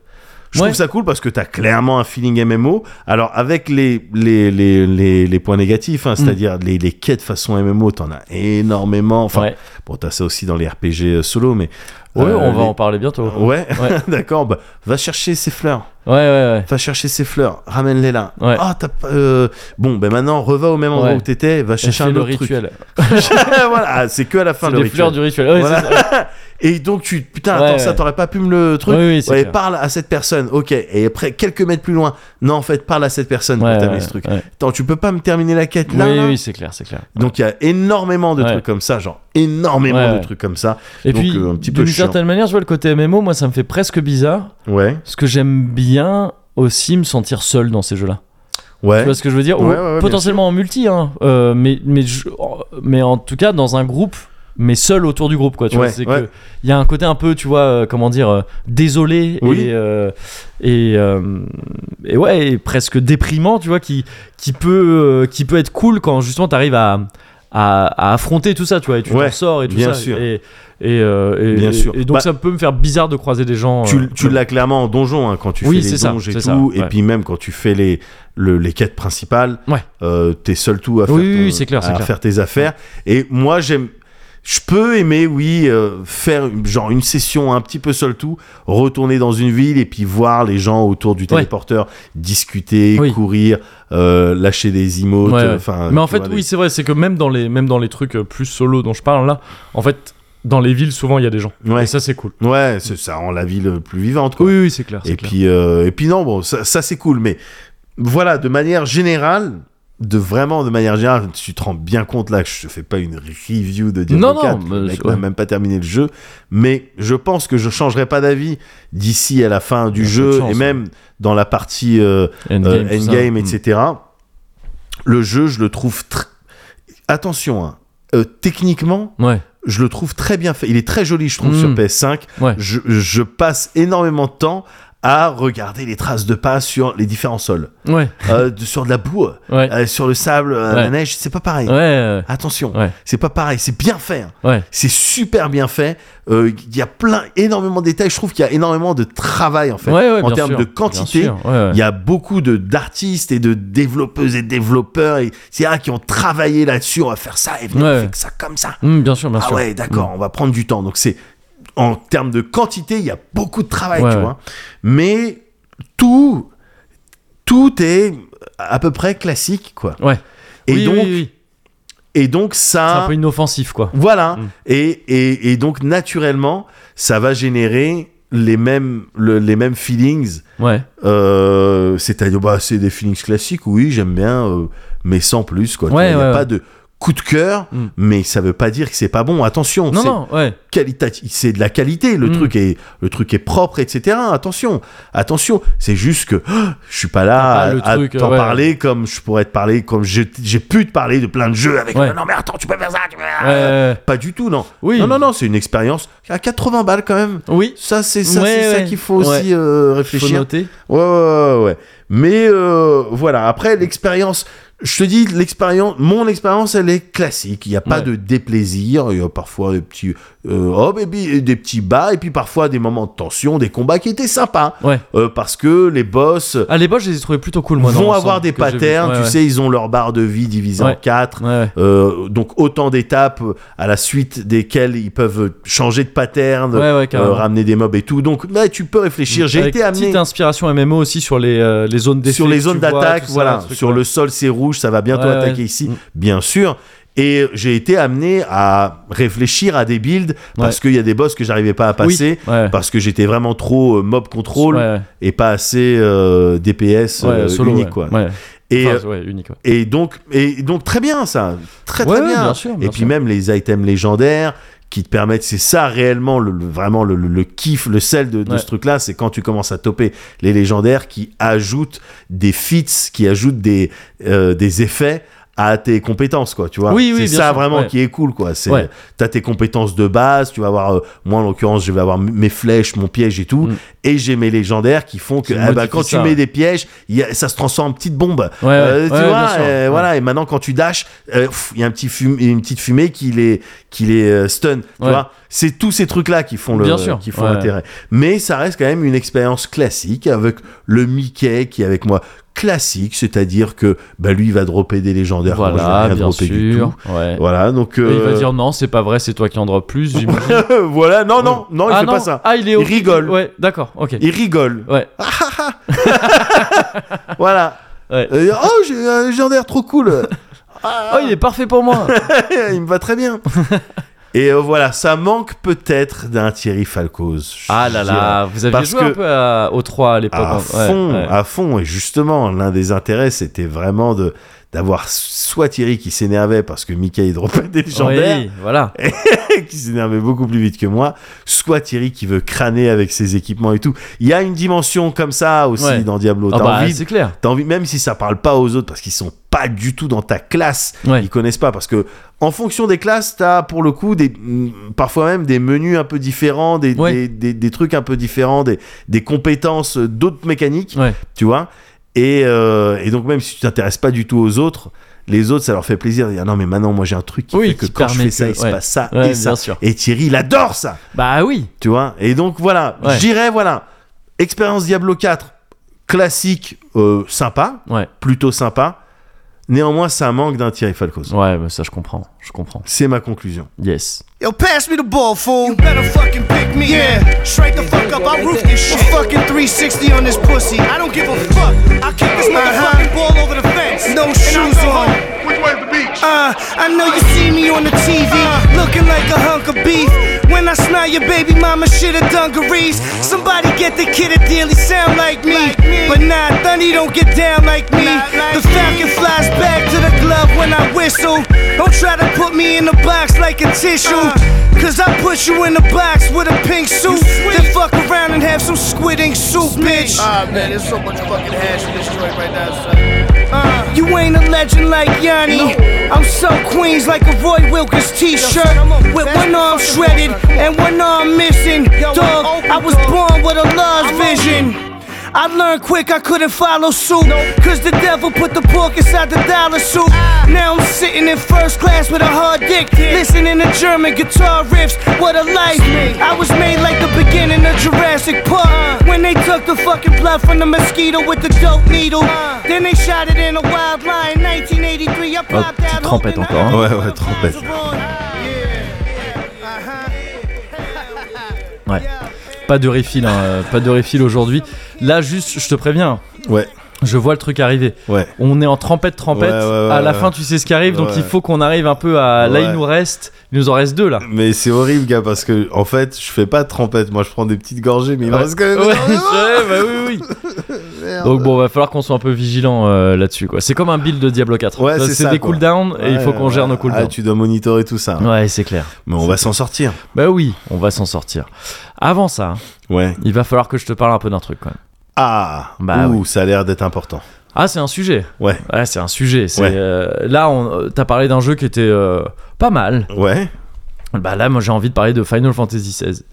Je Ouais. trouve ça cool parce que t'as clairement un feeling MMO. Alors avec les, les, les, les, les points négatifs, Mm. hein, c'est-à-dire les, les quêtes façon MMO, t'en as énormément. Enfin, Ouais. bon, t'as ça aussi dans les RPG euh, solo, mais... Ouais, euh, on va les- en parler bientôt. Ouais. Ouais, d'accord. Bah, va chercher ces fleurs. Ouais, ouais, Va chercher ces fleurs. Ramène-les là. Ouais. Ah, t'as pas- euh, Bon, ben maintenant, reva au même endroit Ouais. où t'étais. Va ouais. chercher un le autre truc. rituel. voilà, ah, c'est que à la fin C'est le des rituel. fleurs du rituel. Ouais, Voilà. c'est ça. Et donc tu putain Ouais, attends ça ouais. t'aurais pas pu me le truc. Oui, oui, c'est Ouais, clair. parle à cette personne. OK, et après quelques mètres plus loin. Non, en fait, parle à cette personne Ouais, pour terminer ouais, ce truc. ouais. Attends, tu peux pas me terminer la quête là. oui, là oui, c'est clair, c'est clair. Donc il y a énormément de Ouais. trucs comme ça, genre énormément Ouais, de ouais. trucs comme ça. Et donc, puis, euh, un petit peu d'une chiant. certaine manière, je vois le côté MMO, moi, ça me fait presque bizarre. Ouais. Ce que j'aime bien aussi, me sentir seul dans ces jeux-là. Ouais. Tu vois ce que je veux dire Ouais, Ou ouais, ouais, bien Potentiellement en multi, hein, euh, mais, mais, je- mais en tout cas dans un groupe, mais seul autour du groupe, quoi. Tu Ouais, vois, c'est ouais. que il y a un côté un peu, tu vois, euh, comment dire, euh, désolé Oui. et euh, et, euh, et ouais, et presque déprimant, tu vois, qui qui peut euh, qui peut être cool quand justement t'arrives à à, à affronter tout ça, tu vois, et tu Ouais, t'en sors et tout ça. bien sûr. Et, et, euh, et- Bien et- sûr. et donc Bah, ça peut me faire bizarre de croiser des gens. tu, euh, tu l'as clairement en donjon hein, quand tu Oui, fais les c'est ça, donjons et tout c'est ça, et ouais. puis même quand tu fais les le- les quêtes principales Ouais. euh, t'es seul tout à faire Oui, oui, ton- oui, c'est clair, c'est à clair. faire tes affaires et moi j'aime je peux aimer, oui, euh, faire genre une session un petit peu seul tout, retourner dans une ville et puis voir les gens autour du téléporteur discuter, Oui. courir, euh, lâcher des emotes. Ouais, ouais. enfin, Mais en tu fait, vois, oui, c'est vrai, c'est que même dans les même dans les trucs euh, plus solo dont je parle là, en fait, dans les villes souvent il y a des gens. Ouais. Et ça c'est cool. des- Ouais, c'est- ça rend la ville plus vivante. Quoi. Oui, oui, c'est clair. c'est Et clair. puis, euh, et puis non, bon, ça, ça, c'est cool, mais voilà, de manière générale, de vraiment de manière générale, tu te rends bien compte là que je fais pas une review de Diablo Non, non, 4, mais le mec c'est- ouais. n'a même pas terminé le jeu, mais je pense que je changerai pas d'avis d'ici à la fin Il du y a peu de jeu chance, hein. et même dans la partie euh, euh, Endgame, tout ça. endgame, Mm. etc. Le jeu, je le trouve très... Attention, hein, euh, techniquement, Mm. Ouais. je le trouve très bien fait. Il est très joli, je trouve, Mm. sur PS5. Ouais. Je, je passe énormément de temps à regarder les traces de pas sur les différents sols, Ouais. Euh, de- sur de la boue, Ouais. euh, sur le sable, euh, Ouais. la neige. C'est pas pareil. Ouais. ouais. Attention, Ouais. c'est pas pareil. C'est bien fait. hein. Ouais. C'est super bien fait. Euh, Il y a plein, énormément de détails. Je trouve qu'il y a énormément de travail en fait, Ouais, ouais, en bien termes sûr, de bien quantité. sûr, ouais, ouais. Il y a beaucoup de d'artistes et de développeuses et de développeurs et c'est là qui ont travaillé là-dessus. On va faire ça et venez, Ouais. on fait que ça comme ça. Mm, bien sûr, Mm. bien Ah sûr. ouais, d'accord, on va prendre du temps. Donc c'est en termes de quantité, il y a beaucoup de travail, Ouais, tu ouais. vois. Mais tout, tout est à peu près classique, quoi. Mm. Ouais. Et Oui, donc, oui, oui. et donc c'est ça, un peu inoffensif quoi. voilà. Mm. Et, et, et donc naturellement, ça va générer les mêmes, le- les mêmes feelings. Ouais. Euh, C'est-à-dire, bah, c'est des feelings classiques, oui, j'aime bien, euh, mais sans plus, quoi. Tu Ouais, vois, il n'y ouais, a ouais. pas de coup de cœur, Mm. mais ça veut pas dire que c'est pas bon. Attention, Non c'est- non, ouais. qualitatif, c'est de la qualité, le Mm. truc est le truc est propre, etc. Attention, attention, c'est juste que oh, je suis pas T'as là pas le à, à truc, t'en ouais. parler comme je pourrais te parler, comme j'ai j'ai pu te parler de plein de jeux avec Ouais. non mais attends tu peux faire ça, tu peux... Ouais, ouais, pas du tout non, Oui. Ah. non non non c'est une expérience à 80 balles quand même. ouais. Oui. Ça c'est ça Ouais, c'est ça ouais. qu'il faut aussi euh, Faut réfléchir. noter. Ouais, ouais, ouais, ouais. Mais euh, voilà, après l'expérience, je te dis, l'expérience, mon expérience, elle est classique. Il n'y a pas Ouais. de déplaisir. Il y a parfois des petits euh, hop, et puis des petits bas, et puis parfois des moments de tension, des combats qui étaient sympas. Ouais. Euh, parce que les boss À l'époque, je les ai trouvés plutôt cool moi. dans vont l'ensemble avoir des que j'ai vu. patterns. Ouais, tu ouais. sais, ils ont leur barre de vie divisée en Ouais. quatre. Ouais, ouais. Euh, donc autant d'étapes à la suite desquelles ils peuvent changer de pattern, Ouais, ouais, euh, carrément. ramener des mobs et tout. Donc là, tu peux réfléchir. J'ai Avec été amené Petite inspiration MMO aussi sur les, euh, les zones d'effet. sur les que zones tu vois, d'attaque, tout ça, voilà. truc, Sur ouais. le sol, c'est rouge, ça va bientôt Ouais, attaquer ouais. ici, Mm. bien sûr. Et j'ai été amené à réfléchir à des builds parce Ouais. qu'il y a des boss que j'arrivais pas à Oui, passer. ouais. Parce que j'étais vraiment trop euh, mob control Ouais, ouais. et pas assez euh, DPS Ouais, euh, solo, unique ouais. quoi. Ouais. Et, euh, Enfin, ouais, unique. ouais. et donc et donc très bien ça, très très Ouais, ouais, bien. bien sûr, bien et puis sûr. même les items légendaires qui te permettent, c'est ça réellement le, le- vraiment le, le- le kiff, le sel de, de Ouais. ce truc-là, c'est quand tu commences à toper les légendaires qui ajoutent des feats, qui ajoutent des euh, des effets à tes compétences quoi tu vois Oui, oui, c'est bien ça sûr, vraiment ouais. qui est cool quoi c'est Ouais. t'as tes compétences de base tu vas avoir euh, moi en l'occurrence je vais avoir m- mes flèches mon piège et tout Mm. et j'ai mes légendaires qui font Qui que ah bah, modifient quand tu ça, mets ouais. des pièges il y a- ça se transforme en petite bombe Ouais, ouais. euh, tu Ouais, vois, bien sûr. euh, Ouais. voilà. Et maintenant, quand tu dashes, euh, pff, il y a un petit fume- une petite fumée qui les, qui les euh, stun. Tu Ouais. vois, c'est tous ces trucs-là qui font le, Bien sûr. qui font Ouais. l'intérêt. Mais ça reste quand même une expérience classique avec le Mickey qui est avec moi classique, c'est-à-dire que bah lui il va dropper des légendaires. moi, je vais Voilà, rien bien dropper ah, du sûr. tout. Ouais. Voilà, donc Et Il va euh, dire non, c'est pas vrai, c'est toi qui en drop plus. j'imagine. voilà, non, non, non, il ah fait non, pas ça. Ah, il est Il au- rigole. Ouais, d'accord, ok. Il rigole. Ouais, Voilà. ouais. Euh, oh, j'ai un légendaire trop cool. Ah, Oh, il est parfait pour moi. il me va très bien. Et euh, voilà, ça manque peut-être d'un Thierry Falcoz. je Ah là dirais. là, vous aviez Parce joué que- un peu à- au 3 à l'époque. À hein. Ouais, fond, ouais. à fond. Et justement, l'un des intérêts, c'était vraiment de d'avoir soit Thierry qui s'énervait parce que Mickey dropait des légendaires, Oui, voilà. qui s'énervait beaucoup plus vite que moi, soit Thierry qui veut crâner avec ses équipements et tout. Il y a une dimension comme ça aussi Ouais. dans Diablo. Ah T'as bah, envie c'est clair. T'as envie, même si ça parle pas aux autres parce qu'ils sont pas du tout dans ta classe, Ouais. ils connaissent pas parce que en fonction des classes, t'as pour le coup des mm, parfois même des menus un peu différents, des, Ouais. des, des- des trucs un peu différents, des, des compétences, euh, d'autres mécaniques, Ouais. tu vois. Et, euh, et donc même si tu t'intéresses pas du tout aux autres, les autres ça leur fait plaisir de dire non mais maintenant moi j'ai un truc qui Oui, fait que qui quand je permet fais ça que- il se ouais. passe ça Ouais, et ça. bien sûr. Et Thierry il adore ça. Bah oui. Tu vois Et donc voilà, Ouais. j'irais, voilà. Expérience Diablo 4, classique, euh, sympa, Ouais. plutôt sympa. Néanmoins, ça manque d'un Thierry Falcoz. Ouais, mais ça je comprends, je comprends. C'est ma conclusion. Yes. Yo, pass me the ball, fool. You better fucking pick me Yeah. up. Straight the fuck up, I'll roof this shit. A fucking 360 on this pussy. Uh-huh. I don't give a fuck. I kick this motherfucking ball over the fence. No And I shoes go on. home. Which way is the beach? Uh, I know you see me on the TV, Uh-huh. looking like a hunk of beef. When I smell your baby mama shit of dungarees, somebody get the kid a deal, he sound like me. But nah, Thunny don't get down like me. the falcon flies back to the glove when I whistle. Don't try to put me in the box like a tissue. Cause I put you in the box with a pink suit. Then fuck around and have some squid ink soup, bitch. Uh. Ah, man, there's so much fucking hash in this joint right now, son. Uh, You ain't a legend like Yanni. I'm so Queens like a Roy Wilkins t-shirt With one arm shredded and one arm missing Dog, I was born with a lost vision I learned quick I couldn't follow suit Cause the devil put the pork inside the dollar soup Now I'm sitting in first class with a hard dick Listening to German guitar riffs, what a life I was made like the beginning of Jurassic Park When they took the fucking blood from the mosquito with the dope needle Then they shot it in a wild line, 1983 I Oh, petite trompette encore, hein. Ouais, ouais, trompette. Ouais. Pas de refill, hein, euh, pas de refill aujourd'hui. Là, juste, je te préviens, Ouais, je vois le truc arriver. ouais. On est en trempette, trempette. Ouais, ouais, ouais, à la ouais. fin, tu sais ce qui arrive, donc Ouais. il faut qu'on arrive un peu à. Là, Ouais. il nous reste, il nous en reste deux là. Mais c'est horrible, gars, parce que en fait, je fais pas de trompette. Moi, je prends des petites gorgées, mais il me Ouais. reste quand même. Ouais, énormément. ouais, bah oui, oui. Donc bon, va falloir qu'on soit un peu vigilant euh, là-dessus quoi. C'est comme un build de Diablo 4. Ouais, c'est ça, des quoi. cooldowns et il Ouais, faut qu'on ouais. gère nos Ah, cooldowns. tu dois monitorer tout ça. hein. Ouais, c'est clair. Mais on va s'en sortir. Bah oui, on va s'en sortir. Avant ça, hein, Ouais. il va falloir que je te parle un peu d'un truc quand même. Ah. Bah Ouh, ça a l'air d'être important. Ah, c'est un sujet. Ouais. Ouais, c'est un sujet. C'est Ouais. euh, là, on- euh, t'as parlé d'un jeu qui était euh, pas mal. Ouais. Bah là, moi, j'ai envie de parler de Final Fantasy XVI,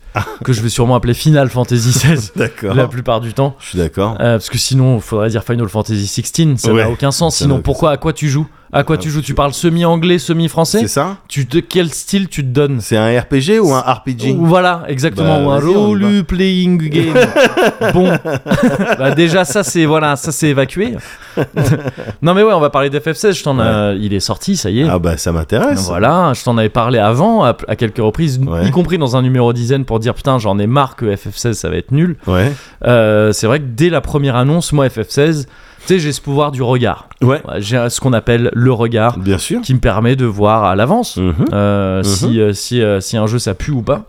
que je vais sûrement appeler Final Fantasy XVI Ah. D'accord. la plupart du temps. Je suis d'accord. Euh, parce que sinon, faudrait dire Final Fantasy XVI, ça Ouais. n'a aucun sens. Ça n'a Sinon, aucun pourquoi, à quoi tu joues À quoi Ah, tu joues tu- Tu parles semi-anglais, semi-français C'est ça Tu de quel style tu te donnes C'est un RPG ou un RPG Ou Voilà, exactement. Bah, ou un vas-y, on y va. role-playing game. bon, bah déjà ça c'est voilà, ça c'est évacué. non mais ouais, on va parler d'FF16. Je t'en a- il est sorti, ça y est. Ah bah ça m'intéresse. Voilà, je t'en avais parlé avant à, à quelques reprises, Ouais. y compris dans un numéro dizaine pour dire putain j'en ai marre que FF16 ça va être nul. Ouais. Euh, c'est vrai que dès la première annonce, moi FF16, tu sais, j'ai ce pouvoir du regard. Ouais. J'ai ce qu'on appelle le regard Bien sûr. qui me permet de voir à l'avance Mhm. euh, si, euh, si, euh, si un jeu ça pue ou pas.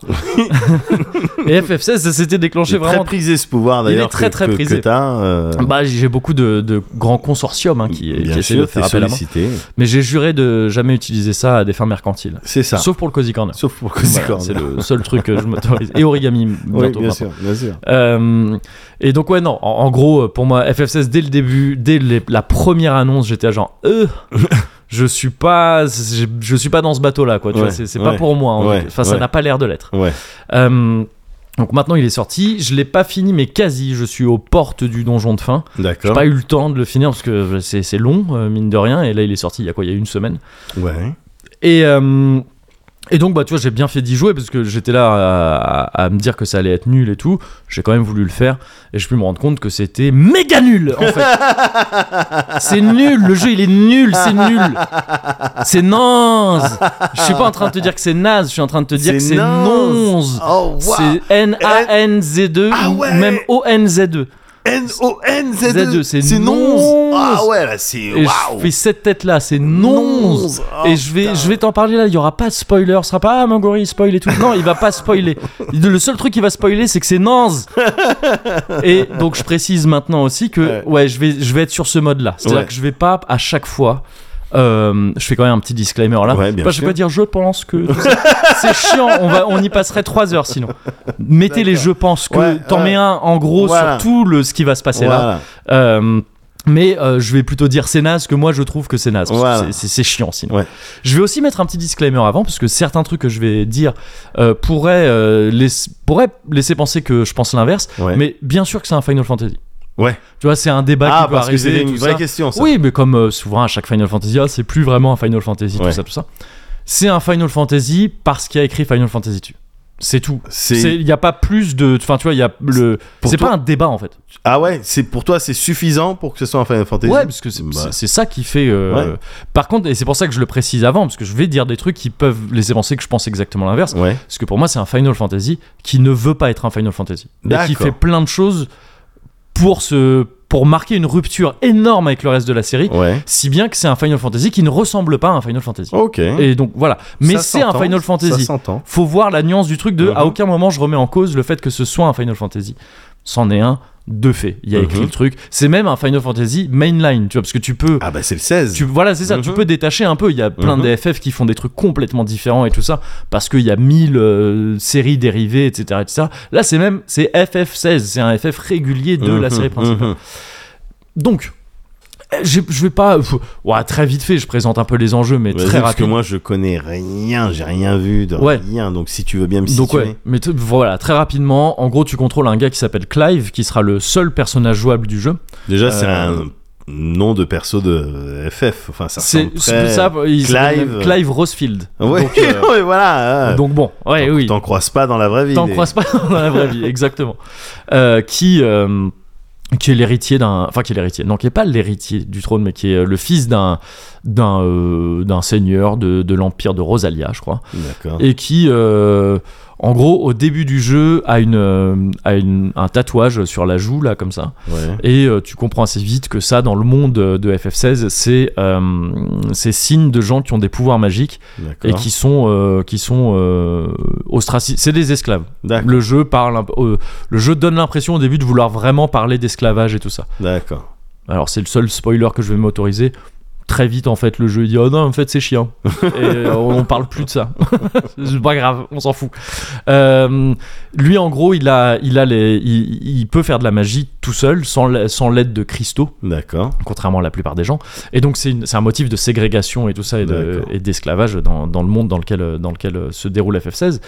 Et FF16, ça s'était Il déclenché est très vraiment. prisé ce pouvoir Il est d'ailleurs. très, que- très que- prisé. que t'as, euh, Bah, j'ai beaucoup de, de grands consortiums hein, qui, qui Bien essaient de sûr, faire t'es appel à moi. sollicité. Mais j'ai juré de jamais utiliser ça à des fins mercantiles. C'est ça. Sauf pour le Cozy Corner. Sauf pour que Voilà, c'est le seul truc que je m'autorise. Et origami, bientôt. Oui, bien maintenant. sûr, bien sûr. Euh, et donc ouais non, en, en gros euh, pour moi FF16 dès le début, dès les- la première annonce, j'étais à genre euh, je suis pas je, je suis pas dans ce bateau là quoi, tu Ouais, vois, c'est c'est ouais, pas pour moi. en ouais, fait. enfin ça ouais. n'a pas l'air de l'être. Ouais. Euh, donc maintenant il est sorti, je l'ai pas fini mais quasi, je suis aux portes du donjon de fin. J'ai D'accord. pas eu le temps de le finir parce que c'est c'est long euh, mine de rien et là il est sorti il y a quoi il y a une semaine. Ouais. Et, euh, et donc, bah, tu vois, j'ai bien fait d'y jouer parce que j'étais là à, à- à me dire que ça allait être nul et tout. J'ai quand même voulu le faire et je peux me rendre compte que c'était méga nul en fait. c'est nul, le jeu il est nul, c'est nul. C'est naze. Je suis pas en train de te dire que c'est naze, je suis en train de te dire que c'est nonze. Oh, waouh. C'est N-A-N-Z-2, Ah ouais. même O-N-Z-2. N-O-N-Z-2. Z2, E. c'est E. nonze. nonze. Ah ouais, là, c'est. Et Waouh. je fais cette tête là, c'est nonze. Oh, et je vais, je vais t'en parler là, il y aura pas de spoiler, ce sera pas ah, Mangori il spoil et tout. Non, il va pas spoiler. Il- Le seul truc qui va spoiler, c'est que c'est Nanz. et donc je précise maintenant aussi que Ouais. ouais, je vais, je vais être sur ce mode là. C'est-à-dire Ouais. que je vais pas à chaque fois. euh, je fais quand même un petit disclaimer là. Ouais, bien Pas- je sûr. vais pas dire je pense que. tout ça. c'est chiant, on, va, on y passerait 3 heures sinon. Mettez les je pense que. Ouais, T'en ouais. mets un en gros Voilà. sur tout le, ce qui va se passer là. Voilà. Euh, mais euh, je vais plutôt dire c'est naze que moi je trouve que c'est naze. parce que Voilà. c'est- C'est c'est chiant sinon. Ouais. Je vais aussi mettre un petit disclaimer avant parce que certains trucs que je vais dire euh, pourraient, euh, laiss- pourraient laisser penser que je pense l'inverse. Ouais. Mais bien sûr que c'est un Final Fantasy. Ouais. Tu vois, c'est un débat Ah, qui peut parce que arriver. c'est une tout vraie ça. question, ça. Oui, mais comme euh, souvent à chaque Final Fantasy, ah, c'est plus vraiment un Final Fantasy, Ouais. tout ça, tout ça. C'est un Final Fantasy parce qu'il y a écrit Final Fantasy dessus. C'est tout. C'est- Il n'y a pas plus de. Enfin, tu vois, il y a le. Pour C'est toi- pas un débat en fait. Ah ouais, c'est pour toi c'est suffisant pour que ce soit un Final Fantasy. Ouais, parce que c'est Bah, c'est- c'est ça qui fait. euh, Ouais. Par contre, et c'est pour ça que je le précise avant, parce que je vais dire des trucs qui peuvent laisser penser que je pense exactement l'inverse. ouais. Parce que pour moi, c'est un Final Fantasy qui ne veut pas être un Final Fantasy. Et qui D'accord. fait plein de choses pour, se... pour marquer une rupture énorme avec le reste de la série. Ouais. Si bien que c'est un Final Fantasy qui ne ressemble pas à un Final Fantasy. Ok. Et donc voilà. Mais Ça c'est un s'entend, Final Ça Fantasy. s'entend. Faut voir la nuance du truc de Mhm. à aucun moment je remets en cause le fait que ce soit un Final Fantasy. C'en est un de fait. Il y a écrit Mhm. le truc. C'est même un Final Fantasy mainline, tu vois, parce que tu peux. Ah bah c'est le 16. Tu, voilà, c'est ça, Mhm. tu peux détacher un peu. Il y a plein Mhm. de FF qui font des trucs complètement différents et tout ça, parce qu'il y a mille euh, séries dérivées, etc. etc. Là, c'est même c'est FF16, c'est un FF régulier de la Mhm, série principale. mhm. Donc, euh, j'ai- je vais pas. pff, ouah, très vite fait, je présente un peu les enjeux, mais Vas-y, très parce que rapidement. moi je connais rien, j'ai rien vu de Ouais. rien. Donc si tu veux bien me situer. Donc, ouais, mais t- voilà, très rapidement, en gros, tu contrôles un gars qui s'appelle Clive, qui sera le seul personnage jouable du jeu. Déjà c'est Euh, un nom de perso de FF. Enfin ça C'est ressemble très... c'est ça, il s'appelle Clive. même Clive Rosefield. Ouais. Donc, euh, ouais, voilà. euh, Donc, bon, ouais, t'en- oui. T'en croises pas dans la vraie vie. T'en des- croises pas dans la vraie vie, exactement. Euh, qui, euh, qui est l'héritier d'un. Enfin, qui est l'héritier. Non, qui est pas l'héritier du trône, mais qui est euh, le fils d'un d'un euh, d'un seigneur de, de l'empire de Rosalia, je crois. D'accord. Et qui, euh, en gros, au début du jeu, a, une, euh, a une, un tatouage sur la joue, là, comme ça. Ouais. Et euh, tu comprends assez vite que ça, dans le monde euh, de FF16, c'est euh, c'est signe de gens qui ont des pouvoirs magiques et D'accord. qui sont, euh, qui sont euh, ostracisés. C'est des esclaves. D'accord. Le jeu parle, un peu- euh, le jeu donne l'impression au début de vouloir vraiment parler d'esclavage et tout ça. D'accord. Alors c'est le seul spoiler que je vais m'autoriser. Très vite en fait le jeu il dit oh non en fait c'est chiant et euh, on parle plus de ça c'est pas grave on s'en fout Euh, lui en gros il a il a les il, il peut faire de la magie tout seul sans l- sans l'aide de cristaux D'accord. contrairement à la plupart des gens et donc c'est une- c'est un motif de ségrégation et tout ça et de- D'accord. et d'esclavage dans, dans le monde dans lequel euh, dans lequel euh, se déroule FF16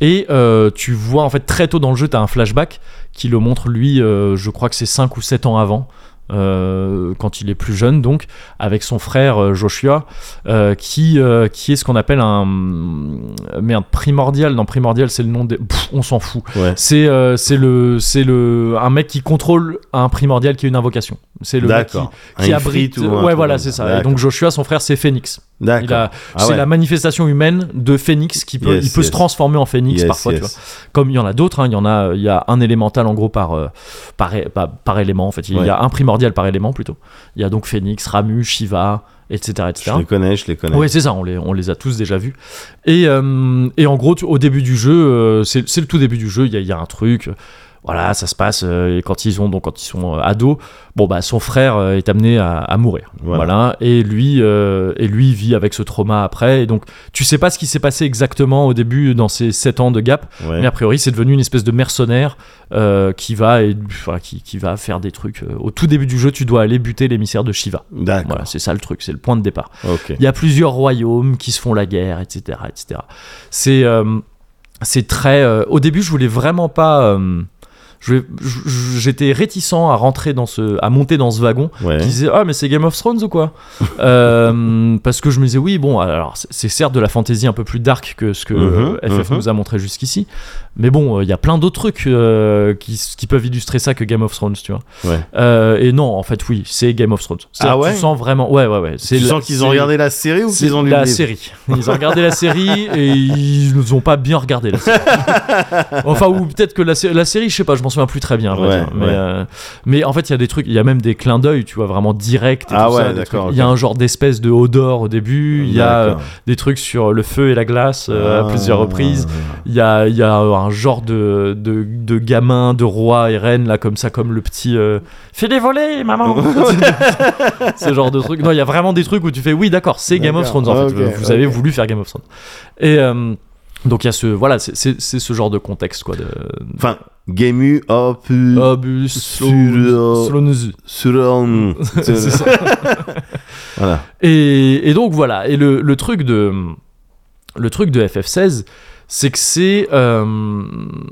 et euh, tu vois en fait très tôt dans le jeu tu as un flashback qui le montre lui euh, je crois que c'est 5 ou 7 ans avant euh, quand il est plus jeune donc avec son frère euh, Joshua euh, qui euh, qui est ce qu'on appelle un euh, merde primordial non primordial c'est le nom des Pff, on s'en fout Ouais. c'est euh, c'est le c'est le un mec qui contrôle un primordial qui est une invocation c'est le mec qui D'accord. qui Un abrite. ifrit ou un ouais, truc voilà, comme c'est ça. Et D'accord. donc Joshua, son frère, c'est Phoenix. Il D'accord. a- Ah c'est ouais. la manifestation humaine de Phoenix qui peut, Yes, il peut yes. se transformer en Phoenix Yes, parfois, yes. tu vois. Comme il y en a d'autres, hein, il y en a, il y a un élémental en gros par euh, par, é- bah, par élément en fait. Il Ouais. y a un primordial par élément plutôt. Il y a donc Phoenix, Ramu, Shiva, etc., etc. Je les connais, je les connais. Ouais, c'est ça, on les, on les a tous déjà vus. Et, euh, et en gros, tu- au début du jeu, euh, c'est c'est le tout début du jeu, il y a, il y a un truc. euh, Voilà, ça se passe euh, et quand ils ont donc quand ils sont euh, ados, bon bah son frère euh, est amené à, à mourir, voilà. Voilà. Et lui euh, et lui vit avec ce trauma après. Et donc tu sais pas ce qui s'est passé exactement au début dans ces 7 ans de gap, Ouais. mais a priori c'est devenu une espèce de mercenaire euh, qui va et, enfin, qui, qui va faire des trucs. euh, Au tout début du jeu, tu dois aller buter l'émissaire de Shiva. D'accord. Voilà, c'est ça le truc, c'est le point de départ. Ok. Il y a plusieurs royaumes qui se font la guerre, etc. etc. C'est euh, c'est très. euh, au début, je voulais vraiment pas. euh, je voulais- je- j'étais réticent à rentrer dans ce, à monter dans ce wagon. Ouais. Je disais ah mais c'est Game of Thrones ou quoi Euh, Parce que je me disais oui bon alors c'est- c'est certes de la fantasy un peu plus dark que ce que Mhm, euh, FF mhm. nous a montré jusqu'ici, mais bon euh, il y a plein d'autres trucs euh, qui, s- qui peuvent illustrer ça que Game of Thrones tu vois. Ouais. Euh, et non en fait oui c'est Game of Thrones. C'est-à-dire Ah que ouais Tu sens vraiment ouais ouais ouais. C'est Tu la- sens qu'ils ont c'est- regardé la série ou c'est qu'ils ont lu la le livre série. Ils ont regardé la série et ils nous ont pas bien regardé la série. enfin, ou peut-être que la, sé- la série, je sais pas, je m'en souviens plus très bien. à vrai Ouais, dire. mais, ouais. euh, mais en fait, il y a des trucs, il y a même des clins d'œil, tu vois, vraiment directs. et Ah tout ouais, ça, des d'accord, trucs. Il y a ok. un genre d'espèce de odeur au début. Il y a euh, D'accord. des trucs sur le feu et la glace euh, à Ah. plusieurs reprises. Il y a, il y a euh, un genre de, de, de gamin, de roi et reine, là, comme ça, comme le petit euh, Fais les volets, maman Ce genre de truc. Non, il y a vraiment des trucs où tu fais Oui, d'accord, c'est Game of D'accord. Thrones, en fait. Ok, Vous avez ok. voulu faire Game of Thrones. Et euh, donc, il y a ce. Voilà, c'est- c'est c'est ce genre de contexte, quoi. De... Enfin, Game Up Up Obus, sur- Slon- Slonuzu. sur C'est ça. Euh, Voilà. Et, et donc voilà, et le, le truc de le truc de FF16, c'est que c'est euh,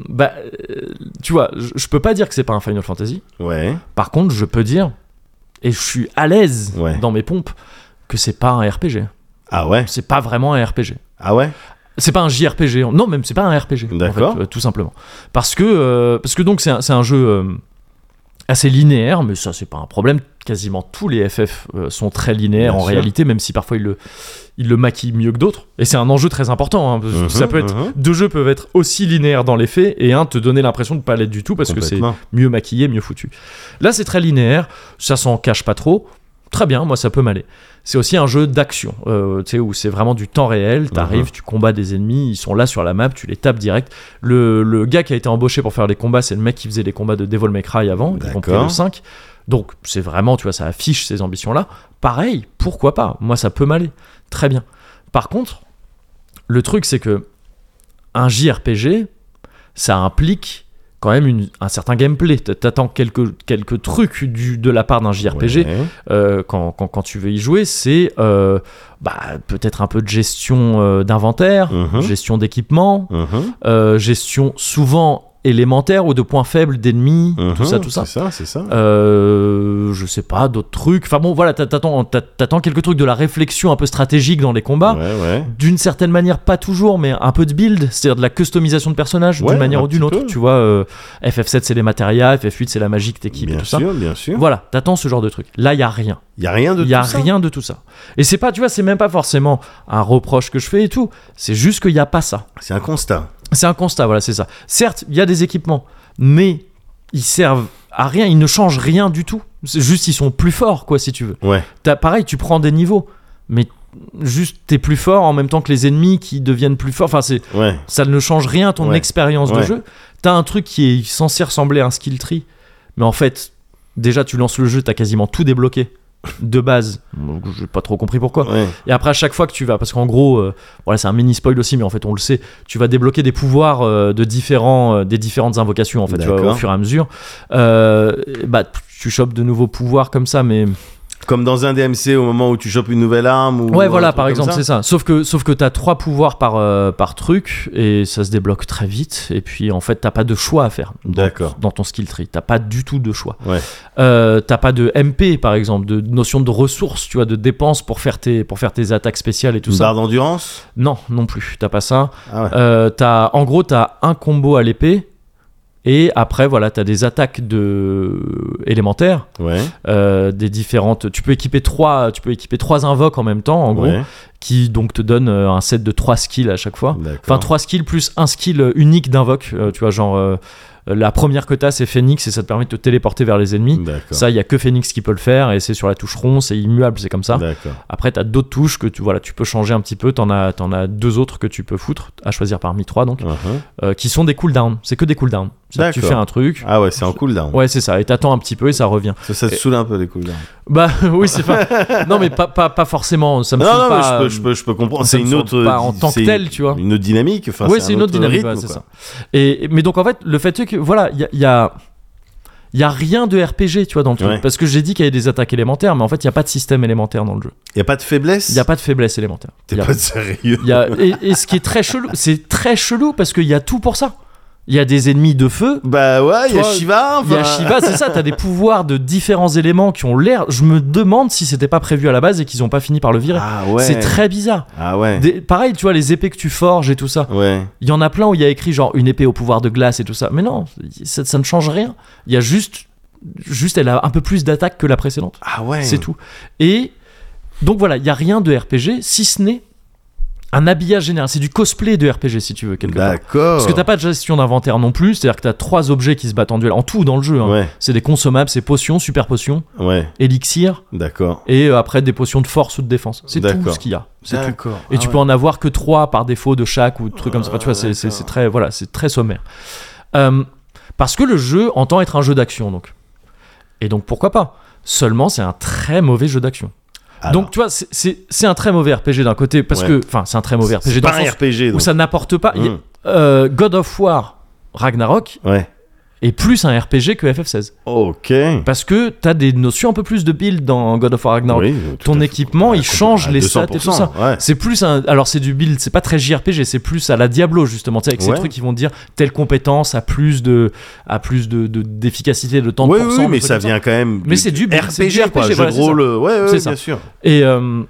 bah euh, tu vois, je, je peux pas dire que c'est pas un Final Fantasy. Ouais. Par contre, je peux dire et je suis à l'aise Ouais. dans mes pompes que c'est pas un RPG. Ah ouais. C'est pas vraiment un RPG. Ah ouais. C'est pas un JRPG. Non, même c'est pas un RPG. en D'accord. fait, euh, tout simplement. Parce que, euh, parce que donc c'est un, c'est un jeu euh, assez linéaire, mais ça c'est pas un problème. Quasiment tous les FF euh, sont très linéaires Bien en sûr. réalité, même si parfois ils le, ils le maquillent mieux que d'autres. Et c'est un enjeu très important. hein, parce que Mhm, ça peut être mhm. deux jeux peuvent être aussi linéaires dans les faits et un te donner l'impression de pas l'être du tout parce que c'est Complètement. mieux maquillé, mieux foutu. Là, c'est très linéaire, ça s'en cache pas trop. Très bien, moi ça peut m'aller. C'est aussi un jeu d'action, euh, tu sais, où c'est vraiment du temps réel. T'arrives, tu combats des ennemis, ils sont là sur la map, tu les tapes direct. Le, le gars qui a été embauché pour faire les combats, c'est le mec qui faisait les combats de Devil May Cry avant, y compris D'accord. le 5. Donc c'est vraiment, tu vois, ça affiche ces ambitions-là. Pareil, pourquoi pas Moi ça peut m'aller. Très bien. Par contre, le truc c'est que un JRPG, ça implique quand même une- un certain gameplay. T- T'attends quelques, quelques trucs du, de la part d'un JRPG Ouais. euh, quand, quand- quand tu veux y jouer, c'est euh, bah, peut-être un peu de gestion euh, d'inventaire, Mhm. gestion d'équipement, Mhm, euh, gestion souvent élémentaire ou de points faibles d'ennemis, tout mhm, ça, tout ça. C'est ça, c'est ça. Euh, je sais pas, d'autres trucs. Enfin bon, voilà, t'a- t'attends t'a- t'attends quelques trucs de la réflexion un peu stratégique dans les combats ouais, ouais. d'une certaine manière, pas toujours, mais un peu de build, c'est-à-dire de la customisation de personnage Ouais, d'une manière un ou d'une petit autre. peu. Tu vois, euh, FF7 c'est les matérias, FF8 c'est la magie que t'équipes, et Bien tout sûr, bien sûr. ça. Voilà, t'attends ce genre de truc. Là, il y a rien. Il y a rien de Il y a tout ça. rien de tout ça. Et c'est pas, tu vois, c'est même pas forcément un reproche que je fais et tout. C'est juste qu'il y a pas ça. C'est un constat. C'est un constat, voilà, c'est ça. Certes, il y a des équipements, mais ils servent à rien, ils ne changent rien du tout. C'est juste ils sont plus forts, quoi, si tu veux. Ouais. T'as- pareil, tu prends des niveaux, mais juste t'es plus fort en même temps que les ennemis qui deviennent plus forts. Enfin, c'est Ouais. ça ne change rien à ton Ouais. expérience de Ouais. jeu. T'as un truc qui est censé ressembler à un skill tree, mais en fait, déjà tu lances le jeu, t'as quasiment tout débloqué de base. Donc, J'ai pas trop compris pourquoi. Ouais. Et après, à chaque fois que tu vas, parce qu'en gros, euh, voilà, c'est un mini spoil aussi, mais en fait, on le sait, tu vas débloquer des pouvoirs euh, de différents, euh, des différentes invocations, en fait, tu vois, D'accord. au fur et à mesure. Euh, et bah, tu chopes de nouveaux pouvoirs comme ça, mais. Comme dans un DMC au moment où tu chopes une nouvelle arme ou Ouais, un voilà, truc par comme exemple, ça. c'est ça. Sauf que, sauf que t'as trois pouvoirs par, euh, par truc et ça se débloque très vite. Et puis, en fait, t'as pas de choix à faire. dans- D'accord. Dans ton skill tree, t'as pas du tout de choix. Ouais. Euh, t'as pas de MP, par exemple, de notion de ressources, tu vois, de dépenses pour faire tes, pour faire tes attaques spéciales et tout Une ça. barre d'endurance. Non, non plus. T'as pas ça. Ah ouais. Euh, t'as- en gros, t'as un combo à l'épée. Et après, voilà, t'as des attaques de élémentaires, Ouais. euh, des différentes. Tu peux équiper trois, tu peux équiper trois invoques en même temps, en gros hein. ouais. qui donc te donne euh, un set de 3 skills à chaque fois. D'accord. Enfin, 3 skills plus un skill euh, unique d'invoque, euh, tu vois, genre euh, la première que t'as c'est Phoenix et ça te permet de te téléporter vers les ennemis. D'accord. Ça, il y a que Phoenix qui peut le faire et c'est sur la touche rond, c'est immuable, c'est comme ça. D'accord. Après, t'as d'autres touches que tu, voilà, tu peux changer un petit peu, t'en as, t'en as deux autres que tu peux foutre, à choisir parmi trois donc, Mhm. euh, qui sont des cooldowns. C'est que des cooldowns. C'est-à-dire que Tu fais D'accord. un truc. Ah ouais, c'est en cooldown. Ouais, c'est ça, et t'attends un petit peu et ça revient. Ça, ça te Et- saoule un peu les cooldowns. Bah oui, c'est pas. Non, mais pas, pas, pas forcément. Ça me Non, saoule non, mais pas, je peux, euh, je peux, je peux comprendre. ça C'est me une saoule autre. pas en tant que c'est tel, tu vois. Une autre dynamique. Enfin, oui, c'est une autre dynamique, rythme, ouais, c'est quoi. ça. Et, mais donc en fait, le fait est que voilà, il y a, il y a- il y a rien de RPG, tu vois, dans le truc. Ouais. Parce que j'ai dit qu'il y avait des attaques élémentaires, mais en fait, il n'y a pas de système élémentaire dans le jeu. Y a pas de faiblesse. Il n'y a pas de faiblesse élémentaire. T'es Il y a- pas sérieux. il y a- et, et ce qui est très chelou, c'est très chelou parce qu'il y a tout pour ça. Il y a des ennemis de feu. Bah ouais, il y a Toi, Shiva. Il y a enfin, Shiva, c'est ça, t'as des pouvoirs de différents éléments qui ont l'air. Je me demande si c'était pas prévu à la base et qu'ils ont pas fini par le virer. Ah ouais. C'est très bizarre. Ah ouais. Des- pareil, tu vois, les épées que tu forges et tout ça. Ouais. Il y en a plein où il y a écrit genre une épée au pouvoir de glace et tout ça. Mais non, ça, ça ne change rien. Il y a juste, juste elle a un peu plus d'attaque que la précédente. Ah ouais. C'est tout. Et donc voilà, il n'y a rien de RPG, si ce n'est un habillage général. C'est du cosplay de RPG si tu veux, quelque part. D'accord. Parce que t'as pas de gestion d'inventaire non plus, c'est-à-dire que t'as trois objets qui se battent en duel, en tout dans le jeu. hein. Ouais. C'est des consommables, c'est potions, super potions, Ouais. élixir, D'accord. et euh, après des potions de force ou de défense. C'est tout D'accord. Ah, ce qu'il y a. C'est tout. D'accord. Et tu peux en avoir que 3 par défaut de chaque ou de trucs comme Ah ça. Enfin, tu vois, c'est- c'est c'est très, voilà, c'est très sommaire. Euh, parce que le jeu entend être un jeu d'action, donc. Et donc pourquoi pas Seulement, c'est un très mauvais jeu d'action. Donc tu vois, c'est- c'est c'est un très mauvais RPG d'un côté, parce Ouais. que. Enfin, c'est un très mauvais RPG C'est dans pas le un sens RPG. où donc. ça n'apporte pas. il y a- Mm. euh, God of War Ragnarok Ouais. est plus un RPG que FF16. Ok. Parce que t'as des notions un peu plus de build dans God of War Ragnarok. Oui, tout Ton à fait. équipement, Ouais, il change à les stats et tout ça. 200%, ouais. C'est plus un. Alors, c'est du build, c'est pas très JRPG, c'est plus à la Diablo, justement. Tu sais, avec ces Ouais. trucs qui vont te dire telle compétence a plus de, a plus de, de- d'efficacité, de temps de Oui, oui, 30%, oui, des mais trucs ça comme vient quand même. Mais c'est du- c'est du RPG, quoi, RPG, jeu voilà, de c'est ça. rôle. euh, Ouais, ouais, C'est ouais, ça. bien sûr. Et, euh,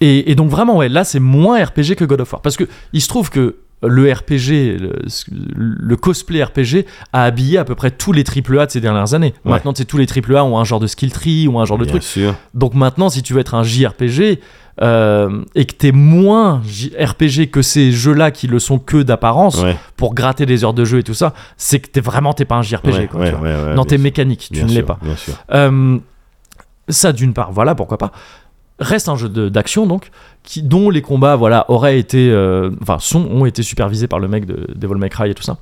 Et, et donc vraiment, ouais, là c'est moins RPG que God of War. Parce que il se trouve que le RPG, le, le cosplay RPG, a habillé à peu près tous les AAA de ces dernières années. Ouais. Maintenant, tu sais, tous les AAA ont un genre de skill tree, ont un genre de Bien truc. sûr. Donc maintenant, si tu veux être un JRPG euh, et que t'es moins JRPG que ces jeux-là qui le sont que d'apparence Ouais, pour gratter des heures de jeu et tout ça, c'est que t'es vraiment t'es pas un JRPG. ouais, quoi, ouais, tu vois. ouais, ouais, Dans bien tes sûr. mécaniques, tu Bien ne l'es sûr, pas. Bien sûr. Euh, ça d'une part, voilà pourquoi pas. Reste un jeu de- d'action donc, qui, dont les combats voilà auraient été, euh, enfin sont ont été supervisés par le mec de Devil May Cry et tout ça.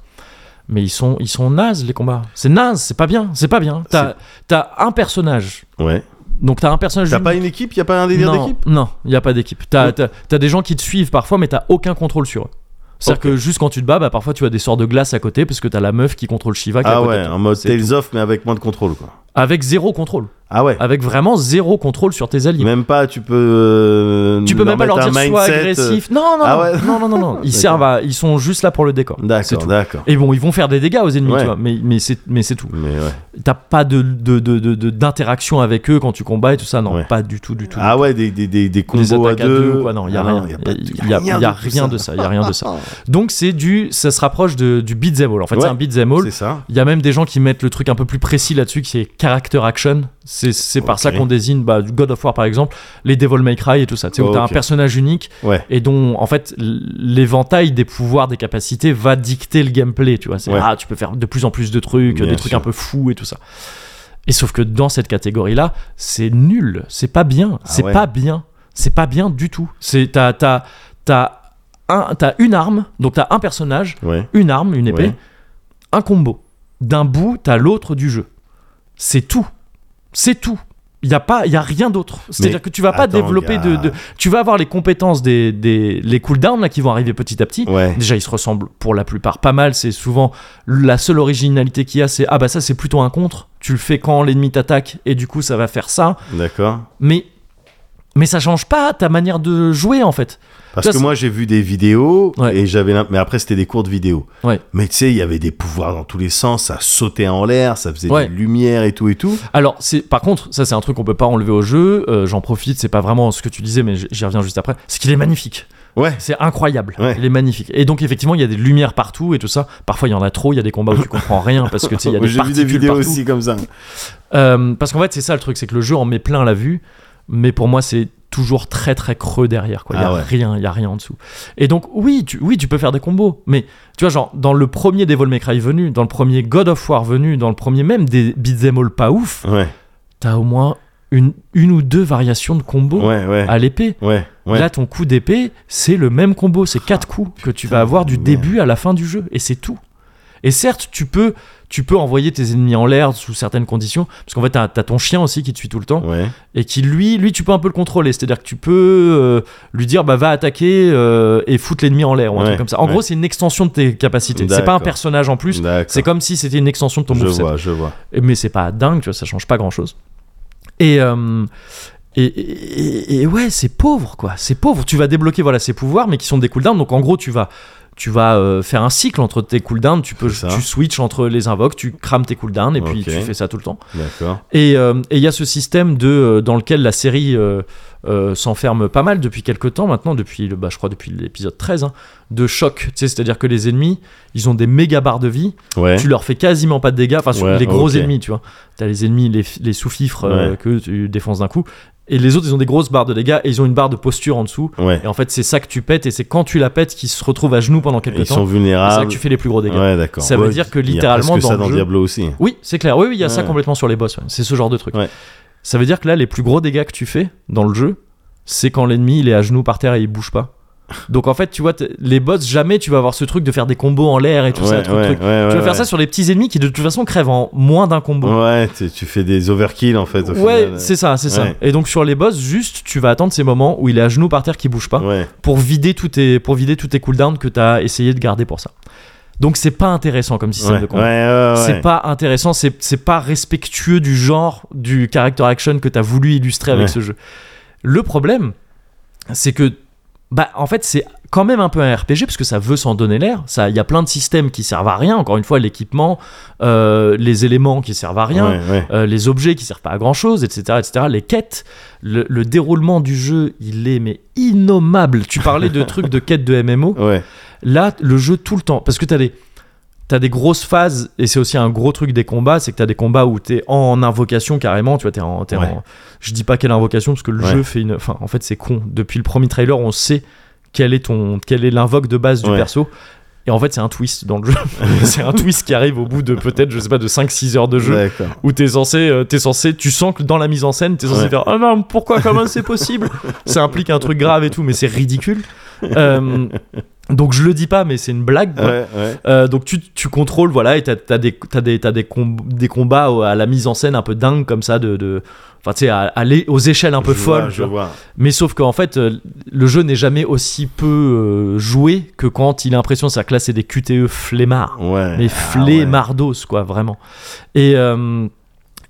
Mais ils sont ils sont nazes les combats. C'est naze, c'est pas bien, c'est pas bien. T'as t'as un personnage, Ouais. donc t'as un personnage. T'as unique. pas une équipe Y a pas un délire non, d'équipe Non, il n'y a pas d'équipe. T'as Ouais. t'as- t'as des gens qui te suivent parfois, mais t'as aucun contrôle sur eux. C'est-à-dire Ok. que juste quand tu te bats, bah, parfois tu as des sorts de glace à côté parce que t'as la meuf qui contrôle Shiva qui est à Ah côté de ouais, toi. en mode C'est Tales of, mais avec moins de contrôle, quoi. Avec zéro contrôle. Ah ouais. Avec vraiment zéro contrôle sur tes alliés. Même pas, tu peux. euh, tu peux même pas leur mettre dire un sois mindset, euh, agressif. Non, non, Ah ouais. non, non, non, non. Ils D'accord. servent à- ils sont juste là pour le décor. C'est euh, D'accord, tout. d'accord. Et bon, ils vont faire des dégâts aux ennemis, Ouais. tu vois, mais, mais c'est mais c'est tout. Mais ouais. T'as pas de de- de- de- de- d'interaction avec eux quand tu combats et tout ça, non, Ouais. pas du tout, du tout. Ah ouais, des, des, des, des des combos à attaques deux. à deux ou quoi non il y a Ah rien y a pas de- il y a, il y a tout rien ça. de ça il y a rien de ça donc c'est du ça se rapproche de, du beat'em all en fait Ouais, c'est un beat'em all C'est ça. il y a même des gens qui mettent le truc un peu plus précis là-dessus qui est character action c'est c'est par Ok. ça qu'on désigne bah, God of War par exemple les Devil May Cry et tout ça tu sais où t'as un Ok. personnage unique Ouais. et dont en fait l- l'éventail des pouvoirs des capacités va dicter le gameplay tu vois c'est Ouais. ah tu peux faire de plus en plus de trucs Bien des trucs sûr. un peu fous et tout ça et sauf que dans cette catégorie là c'est nul c'est pas bien c'est Ah ouais. pas bien c'est pas bien du tout c'est t'as t'as t'as un- t'as une arme donc t'as un personnage Ouais. une arme, une épée, Ouais. un combo. D'un bout à l'autre du jeu. C'est tout. C'est tout. Il n'y a, pas- y a rien d'autre. C'est-à-dire que tu vas pas attends, développer de, gars. de- Tu vas avoir les compétences des, des- les cooldowns là, qui vont arriver petit à petit. Ouais. Déjà, ils se ressemblent pour la plupart pas mal. C'est souvent la seule originalité qu'il y a, c'est ah bah ça, c'est plutôt un contre. Tu le fais quand l'ennemi t'attaque et du coup, ça va faire ça. D'accord. Mais, mais ça change pas ta manière de jouer en fait. Parce Ça, que c'est- moi j'ai vu des vidéos Ouais. et j'avais l'imp- mais après c'était des courtes vidéos. Ouais. Mais tu sais, il y avait des pouvoirs dans tous les sens, ça sautait en l'air, ça faisait Ouais. Ah, des lumières et tout et tout. Alors, c'est par contre, ça c'est un truc qu'on peut pas enlever au jeu. euh, J'en profite, c'est pas vraiment ce que tu disais, mais j- j'y reviens juste après. C'est qu'il est magnifique. Ouais. C'est incroyable. Ouais. Il est magnifique. Et donc effectivement, il y a des lumières partout et tout ça. Parfois, il y en a trop. Il y a des combats où tu comprends rien parce que tu sais, il y a des j'ai vu des particules vidéos partout. aussi comme ça. Euh, parce qu'en fait, c'est ça le truc, c'est que le jeu en met plein la vue, mais pour moi, c'est toujours très très creux derrière. quoi. Il y Ah a ouais. rien, il y a rien en dessous. Et donc oui, tu, oui, tu peux faire des combos, mais tu vois, genre dans le premier Devil May Cry venu, dans le premier God of War venu, dans le premier même des beat'em all pas ouf Ouais. t'as au moins une, une ou deux variations de combo Ouais, ouais. à l'épée. Ouais, ouais. Ah, Là, ton coup d'épée, c'est le même combo, c'est quatre coups que tu vas avoir du merde. début à la fin du jeu, et c'est tout. Et certes, tu peux, tu peux envoyer tes ennemis en l'air sous certaines conditions, parce qu'en fait, t'as as ton chien aussi qui te suit tout le temps, Ouais. et qui lui, lui, tu peux un peu le contrôler. C'est-à-dire que tu peux euh, lui dire, bah va attaquer euh, et foutre l'ennemi en l'air ou un Ouais, truc comme ça. En ouais. gros, c'est une extension de tes capacités. C'est pas un D'accord. personnage en plus. D'accord. C'est comme si c'était une extension de ton je moveset. vois, je vois. mais c'est pas dingue, tu vois, ça change pas grand chose. Et, euh, et, et- et ouais, c'est pauvre quoi, c'est pauvre. Tu vas débloquer voilà ces pouvoirs, mais qui sont des cooldowns. Donc en gros, tu vas tu vas euh, faire un cycle entre tes cooldowns. Tu peux C'est ça. tu switches entre les invoques, tu crames tes cooldowns et puis Ok. tu fais ça tout le temps. D'accord. Et il y a ce système de euh, dans lequel la série euh, euh, s'enferme pas mal depuis quelques temps maintenant, depuis le, bah, je crois depuis l'épisode 13, hein, de choc. Tu sais, c'est-à-dire que les ennemis, ils ont des méga barres de vie Ouais. tu leur fais quasiment pas de dégâts, enfin sur Ouais, les gros ok. ennemis, tu vois. T'as les ennemis, les, les sous-fifres euh, Ouais. que tu défonces d'un coup, et les autres ils ont des grosses barres de dégâts et ils ont une barre de posture en dessous. Ouais. Et en fait, c'est ça que tu pètes, et c'est quand tu la pètes qu'ils se retrouvent à genoux pendant quelques Ils sont temps. C'est ça que vulnérables. tu fais les plus gros dégâts. Ouais, d'accord. Ça veut Ouais, dire que il y a littéralement, presque dans ça le dans jeu- Diablo aussi. Oui, c'est clair. Oui, oui, il y a ça Ouais. complètement complètement sur les boss. C'est ce genre de truc. Ouais. Ça veut dire que là, les plus gros dégâts que tu fais dans le jeu, c'est quand l'ennemi il est à genoux par terre et il bouge pas. Donc en fait, tu vois, t'es- les boss, jamais tu vas avoir ce truc de faire des combos en l'air et tout ça. Ouais, truc, ouais, truc. ouais, tu vas ouais, faire ça sur les petits ennemis qui de toute façon crèvent en moins d'un combo. Ouais, tu, tu fais des overkill en fait. Au Ouais, final. c'est ça, c'est ça. Ouais. Et donc sur les boss, juste tu vas attendre ces moments où il est à genoux par terre qui bouge pas Ouais, pour vider tous tes pour vider tous tes cooldowns que t'as essayé de garder pour ça. Donc c'est pas intéressant comme système ouais, de ouais, combat. ouais, ouais. C'est pas intéressant, c'est c'est pas respectueux du genre du character action que t'as voulu illustrer avec Ouais. ce jeu. Le problème, c'est que bah en fait c'est quand même un peu un RPG parce que ça veut s'en donner l'air. Ça, il y a plein de systèmes qui servent à rien. Encore une fois, l'équipement, euh, les éléments qui servent à rien, Ouais, ouais. euh, les objets qui servent pas à grand chose, etc., etc. Les quêtes, le, le déroulement du jeu, il est mais innommable. Tu parlais de trucs de quêtes de MMO. Ouais. Là, le jeu tout le temps, parce que t'as des T'as des grosses phases, et c'est aussi un gros truc des combats, c'est que t'as des combats où t'es en invocation carrément, tu vois, t'es en, t'es Ouais. en- Je dis pas quelle invocation, parce que le Ouais. jeu fait une... Enfin, en fait, c'est con. Depuis le premier trailer, on sait quel est ton... quelle est l'invoque de base du Ouais. perso. Et en fait, c'est un twist dans le jeu. c'est un twist qui arrive au bout de peut-être, je sais pas, de 5-6 heures de jeu D'accord. où t'es censé, euh, t'es censé, tu sens que dans la mise en scène, t'es censé Ouais. faire ah non pourquoi comment c'est possible Ça implique un truc grave et tout, mais c'est ridicule. Euh, donc je le dis pas, mais c'est une blague. quoi. Ouais, ouais. Euh, donc tu, tu contrôles voilà et t'as t'as des t'as des t'as des, com- des combats au- à la mise en scène un peu dingue comme ça de de- enfin tu sais à- à l'é- aux échelles un peu Je folles vois, tu je vois. vois. mais sauf qu'en fait euh, le jeu n'est jamais aussi peu euh, joué que quand il a l'impression ça classer des QTE flemmards Ouais. mais Ah, flé ouais. mardos quoi vraiment et euh,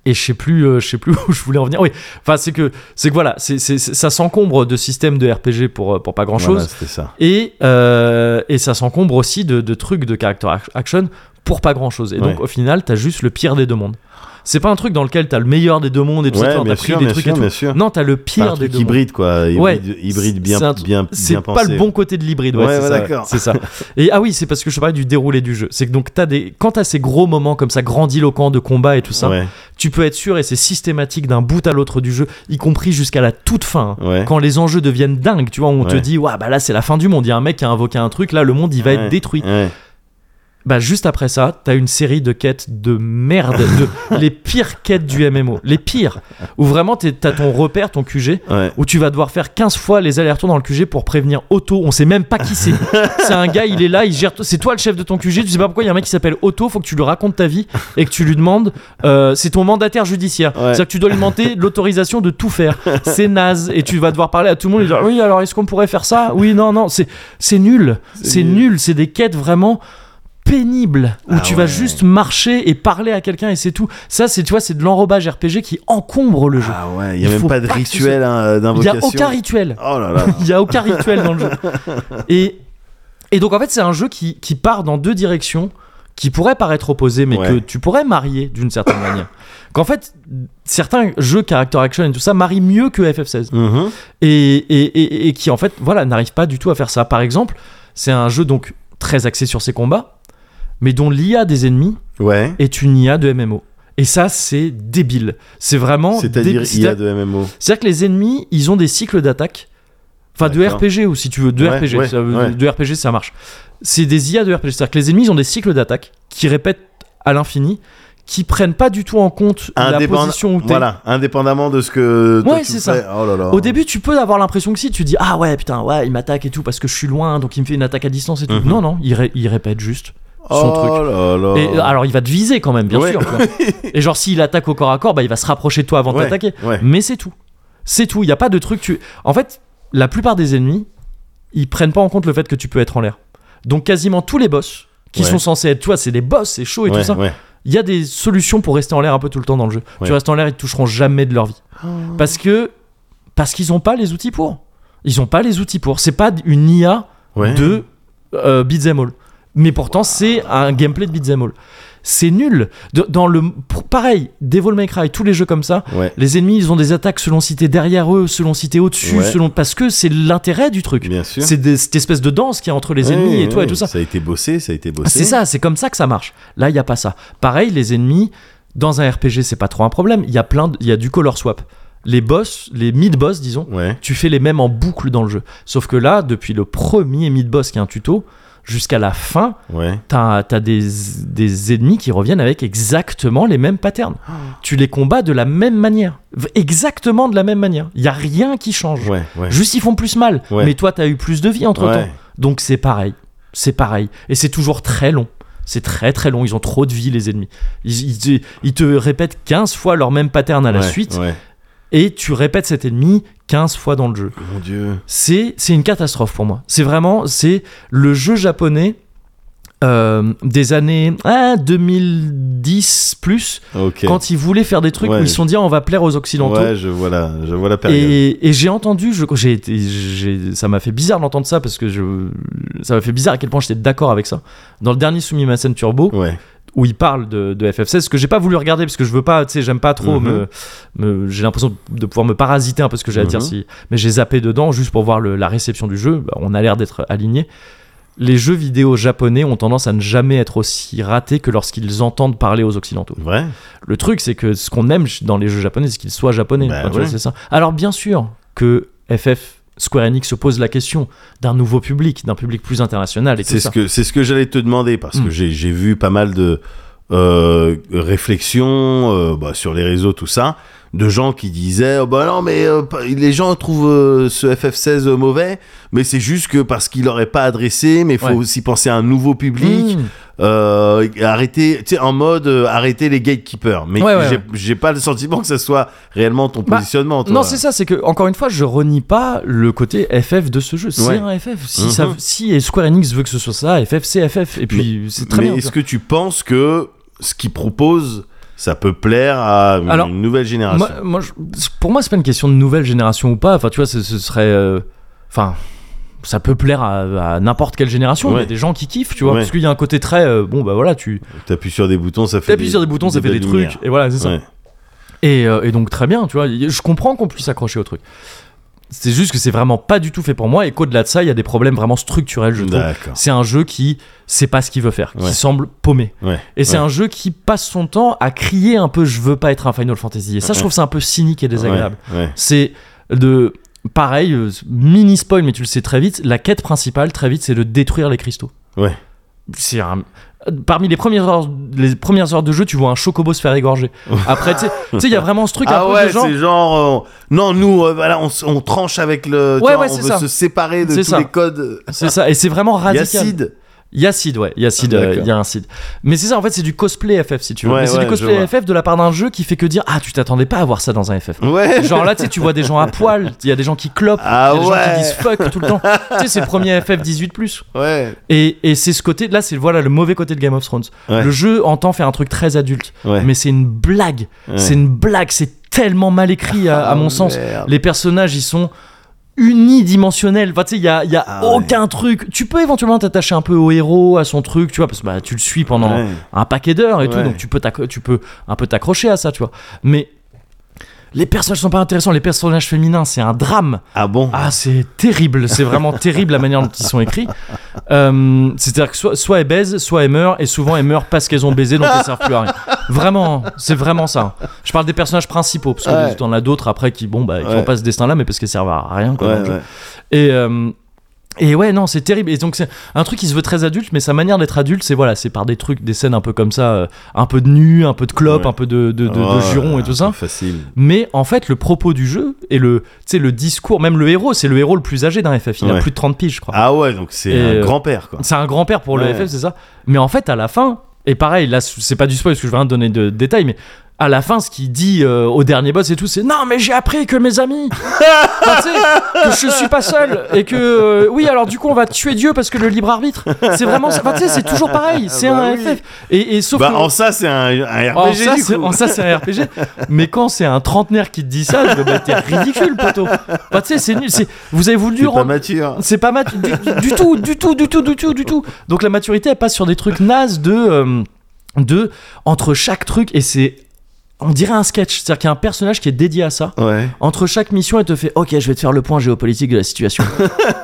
et je sais plus euh, je sais plus où je voulais en venir oui enfin c'est que c'est que voilà c'est c'est- c'est- ça s'encombre de systèmes de RPG pour euh, pour pas grand Voilà, chose c'était ça. et euh, et ça s'encombre aussi de, de trucs de character ac- action pour pas grand chose et donc Ouais. au final t'as juste le pire des deux mondes c'est pas un truc dans lequel t'as le meilleur des deux mondes et tout ça Ouais, t'as bien pris sûr, des bien trucs sûr, et tout bien sûr. non t'as le Par pire un des truc deux mondes hybride, quoi. Hybride, Ouais, hybride bien, c'est un- bien, c'est bien pas pensé. le bon côté de l'hybride ouais, Ouais, c'est ouais, ça, d'accord. c'est ça et ah oui c'est parce que je te parlais du déroulé du jeu c'est que donc t'as des quand t'as ces gros moments comme ça grandiloquents de combat et tout ça Ouais, tu peux être sûr et c'est systématique d'un bout à l'autre du jeu y compris jusqu'à la toute fin hein, ouais. quand les enjeux deviennent dingues tu vois on te Ouais. dit ouais bah là c'est la fin du monde il y a un mec qui a invoqué un truc là le monde il va Ouais, être détruit ouais. bah juste après ça, t'as une série de quêtes de merde, de les pires quêtes du MMO, les pires, où vraiment t'es- t'as ton repère, ton QG, Ouais. où tu vas devoir faire 15 fois les allers-retours dans le QG pour prévenir Otto, on sait même pas qui c'est. C'est un gars, il est là, il gère, tout- c'est toi le chef de ton QG, tu sais pas pourquoi il y a un mec qui s'appelle Otto, faut que tu lui racontes ta vie et que tu lui demandes, euh, c'est ton mandataire judiciaire, Ouais. c'est-à-dire que tu dois lui demander l'autorisation de tout faire. C'est naze et tu vas devoir parler à tout le monde et dire oui alors est-ce qu'on pourrait faire ça Oui non non, c'est c'est nul, c'est nul. nul, c'est des quêtes vraiment pénibles où Ah tu ouais. vas juste marcher et parler à quelqu'un et c'est tout. Ça c'est tu vois c'est de l'enrobage RPG qui encombre le jeu. Ah ouais, il n'y Il a même faut pas de pas que ce rituel hein, Il n'y d'invocation. a aucun rituel. Oh là là. Il n'y a aucun rituel dans le jeu. Et, et donc, en fait, c'est un jeu qui, qui part dans deux directions qui pourraient paraître opposées, mais Ouais. que tu pourrais marier d'une certaine manière. Qu'en fait, certains jeux character action et tout ça marient mieux que FF16. Mhm. Et, et, et- et qui, en fait, voilà, n'arrivent pas du tout à faire ça. Par exemple, c'est un jeu donc très axé sur ses combats, mais dont l'IA des ennemis Ouais. est une IA de MMO. Et ça, c'est débile. C'est vraiment. C'est-à-dire, dé- il y a de MMO. c'est-à-dire que les ennemis, ils ont des cycles d'attaque. Enfin, de D'accord. RPG, ou si tu veux, de Ouais, RPG, ouais, ça, veut- ouais. de RPG, ça marche. C'est des IA de RPG. C'est-à-dire que les ennemis, ils ont des cycles d'attaque qui répètent à l'infini, qui prennent pas du tout en compte la Indépend- position où t'es. Voilà, indépendamment de ce que. toi, Ouais, tu c'est fais. Oh là là. Au début, tu peux avoir l'impression que si, tu dis Ah ouais, putain, ouais, il m'attaque et tout parce que je suis loin, donc il me fait une attaque à distance et tout. Mhm. Non, non, il, ré- il répète juste. son oh truc. là là. Et, euh, alors, il va te viser quand même, bien Ouais. sûr. tu vois. et genre, s'il attaque au corps à corps, bah, il va se rapprocher de toi avant de Ouais, t'attaquer. ouais. Mais c'est tout. C'est tout. Il n'y a pas de truc. Tu... En fait, la plupart des ennemis, ils prennent pas en compte le fait que tu peux être en l'air. Donc, quasiment tous les boss qui Ouais. sont censés être. Tu vois, c'est des boss, c'est chaud et Ouais, tout ça. ouais. Il y a des solutions pour rester en l'air un peu tout le temps dans le jeu. Ouais. Tu restes en l'air, ils te toucheront jamais de leur vie. Parce que. Parce qu'ils n'ont pas les outils pour. Ils n'ont pas les outils pour. C'est pas une IA Ouais. de euh, Beat'em All. Mais pourtant, c'est un gameplay de Beat'em All. C'est nul. De- dans le, pour- pareil, Devil May Cry, tous les jeux comme ça, Ouais. les ennemis, ils ont des attaques selon si t'es derrière eux, selon si t'es au-dessus, Ouais. selon parce que c'est l'intérêt du truc. Bien sûr. C'est des- cette espèce de danse qui est entre les Ouais, ennemis et ouais, toi et tout ça. Ah, Ça a été bossé, ça a été bossé. C'est ça, c'est comme ça que ça marche. Là, il n'y a pas ça. Pareil, les ennemis, dans un RPG, c'est pas trop un problème. Il y a plein, de- il y a du color swap. Les boss, les mid-boss, disons, Ouais. tu fais les mêmes en boucle dans le jeu. Sauf que là, depuis le premier mid-boss qui est un tuto, jusqu'à la fin, Ouais. t'as as des, des ennemis qui reviennent avec exactement les mêmes patterns. Tu les combats de la même manière. V- Exactement de la même manière. Il y a rien qui change. Ouais. Ouais. Juste ils font plus mal. Ouais. Mais toi, t'as eu plus de vie entre temps. Ouais. Donc c'est pareil. C'est pareil. Et c'est toujours très long. C'est très très long. Ils ont trop de vie, les ennemis. Ils, ils te- ils te répètent 15 fois leur même pattern à la Ouais, suite. ouais. Et tu répètes cet ennemi 15 fois dans le jeu Mon dieu. c'est c'est une catastrophe pour moi. C'est vraiment c'est le jeu japonais euh, des années ah, 2010 plus, Ok. quand ils voulaient faire des trucs Ouais. où ils se sont dit Ah, on va plaire aux occidentaux. ouais, je vois la, je vois la période. Et, et j'ai entendu, je, j'ai été- j'ai- ça m'a fait bizarre d'entendre ça parce que je, ça m'a fait bizarre à quel point j'étais d'accord avec ça. Dans le dernier Soumis Massen Turbo, Ouais. où il parle de, de FF16, ce que j'ai pas voulu regarder parce que je veux pas, tu sais, j'aime pas trop, Mhm. me, me- j'ai l'impression de pouvoir me parasiter un peu ce que j'ai à dire, Mhm. si, mais j'ai zappé dedans juste pour voir le- la réception du jeu. Bah, on a l'air d'être alignés. Les jeux vidéo japonais ont tendance à ne jamais être aussi ratés que lorsqu'ils entendent parler aux occidentaux. Vrai. Le truc, c'est que ce qu'on aime dans les jeux japonais, c'est qu'ils soient japonais. Bah Enfin, tu vois, ouais. c'est ça. Alors, bien sûr que FF Square Enix se pose la question d'un nouveau public, d'un public plus international et tout C'est ce ça. que c'est ce que j'allais te demander parce que Mm. j'ai j'ai vu pas mal de euh, réflexions euh, bah, sur les réseaux tout ça de gens qui disaient oh, bah non mais euh, pa- les gens trouvent euh, ce FF16 mauvais mais c'est juste que parce qu'il n'aurait pas adressé mais faut Ouais. aussi penser à un nouveau public Mmh. euh, arrêter tu sais en mode euh, arrêter les gatekeepers mais Ouais, ouais, j'ai ouais. j'ai pas le sentiment que ce soit réellement ton Bah, positionnement toi. Non, c'est ça, c'est que, encore une fois, je renie pas le côté FF de ce jeu. C'est Ouais. un FF. Si, Mhm. ça- si Square Enix veut que ce soit ça, FF, c'est FF. Et puis, c'est très mais bien. est-ce que tu penses que ce qu'ils proposent ça peut plaire à une, Alors, une nouvelle génération Moi, moi, je- pour moi, c'est pas une question de nouvelle génération ou pas. Enfin, tu vois, ce, ce serait. euh, Enfin. ça peut plaire à, à n'importe quelle génération, il y Ouais. a des gens qui kiffent, tu vois, Ouais. parce qu'il y a un côté très, euh, bon bah voilà, tu T'appuies sur des boutons, ça fait t'appuies sur des boutons, ça fait des belles trucs, lumières. et voilà, c'est ça. Ouais. Et, euh, et donc très bien, tu vois, y- je comprends qu'on puisse s'accrocher au truc. C'est juste que c'est vraiment pas du tout fait pour moi, et qu'au-delà de ça, il y a des problèmes vraiment structurels, je trouve. D'accord. C'est un jeu qui sait pas ce qu'il veut faire, qui Ouais. semble paumé. Ouais. Et c'est Ouais. un jeu qui passe son temps à crier un peu je veux pas être un Final Fantasy. Et ça, je trouve ça un peu cynique et désagréable. Ouais, ouais. C'est de. Pareil, euh, mini spoil, mais tu le sais très vite, la quête principale, très vite, c'est de détruire les cristaux. Ouais. C'est un- Parmi les premières, heures, les premières heures de jeu, tu vois un chocobo se faire égorger. Après, tu sais- tu sais, il y a vraiment ce truc un Ah peu ouais, de genre. c'est genre euh, non nous euh, voilà on, s- on tranche avec le tu Ouais, vois, ouais, on c'est veut ça. se séparer de C'est tous ça. les codes euh, C'est ça, et c'est vraiment radical. Yacide. Yacid, ouais, Yacid, Ah, euh, il d'accord. y a un site. Mais c'est ça, en fait, c'est du cosplay FF si tu veux. Ouais, Mais c'est ouais, du je cosplay vois. FF de la part d'un jeu qui fait que dire Ah, tu t'attendais pas à voir ça dans un FF. Ouais. Genre là, tu sais, tu vois des gens à poil, il y a des gens qui clopent, il Ah y a des gens ouais. qui disent fuck tout le temps. tu sais, c'est le premier FF 18. plus. Ouais. Et, et c'est ce côté, là, c'est voilà, le mauvais côté de Game of Thrones. Ouais. Le jeu entend faire un truc très adulte, Ouais. mais c'est une blague. Ouais. C'est une blague, c'est tellement mal écrit à, à mon Oh, sens. merde. Les personnages, ils sont unidimensionnels. Enfin, tu sais, il y a, il y a Ah ouais. aucun truc. Tu peux éventuellement t'attacher un peu au héros, à son truc, tu vois, parce que bah, tu le suis pendant Ouais. un paquet d'heures et tout, Ouais. donc tu peux, t'acc- tu peux un peu t'accrocher à ça, tu vois. Mais les personnages sont pas intéressants, les personnages féminins, c'est un drame. Ah bon. Ah, c'est terrible, c'est vraiment terrible la manière dont ils sont écrits. Euh, C'est-à-dire que soit, soit elles baisent, soit elles meurent, et souvent elles meurent parce qu'elles ont baisé, donc elles servent plus à rien. Vraiment, c'est vraiment ça. Je parle des personnages principaux, parce Ouais. que t'en as d'autres après qui, bon, bah, qui Ouais. ont pas ce destin-là, mais parce qu'elles servent à rien. Quoi, dans Ouais, le jeu. ouais. Et, euh, et ouais, non, c'est terrible. Et donc, c'est un truc qui se veut très adulte, mais sa manière d'être adulte, c'est voilà, c'est par des trucs, des scènes un peu comme ça, euh, un peu de nu, un peu de clope, Ouais. un peu de, de, de, de Oh, juron et tout ça. c'est Facile. Mais en fait, le propos du jeu et le, tu sais, le discours, même le héros, c'est le héros le plus âgé d'un FF. Il a Ouais. plus de 30 piges, je crois. Ah ouais, donc c'est Et, un euh, grand-père quoi. C'est un grand-père pour le Ouais. FF, c'est ça. Mais en fait, à la fin, et pareil, là, c'est pas du spoil parce que je vais rien te donner de détails, mais à la fin, ce qu'il dit euh, au dernier boss et tout, c'est non, mais j'ai appris que mes amis, Enfin, tu sais, que je suis pas seul et que euh, oui, alors du coup, on va tuer Dieu parce que le libre arbitre, c'est vraiment ça. Enfin, tu sais, c'est toujours pareil, c'est Bah un oui. FF. Et, et sauf Bah que- en ça c'est un, un en RPG ça, du c'est- coup. en ça, c'est un RPG. Mais quand c'est un trentenaire qui te dit ça, je me dis, bah, t'es ridicule, poteau. Enfin, tu sais, c'est nul. c'est- Vous avez C'est voulu pas rendre mature. c'est pas mat du, du tout, du tout, du tout, du tout, du tout. Donc la maturité, elle passe sur des trucs nazes de, euh, de entre chaque truc et c'est, on dirait un sketch, c'est-à-dire qu'il y a un personnage qui est dédié à ça. Ouais. Entre chaque mission, elle te fait OK, je vais te faire le point géopolitique de la situation.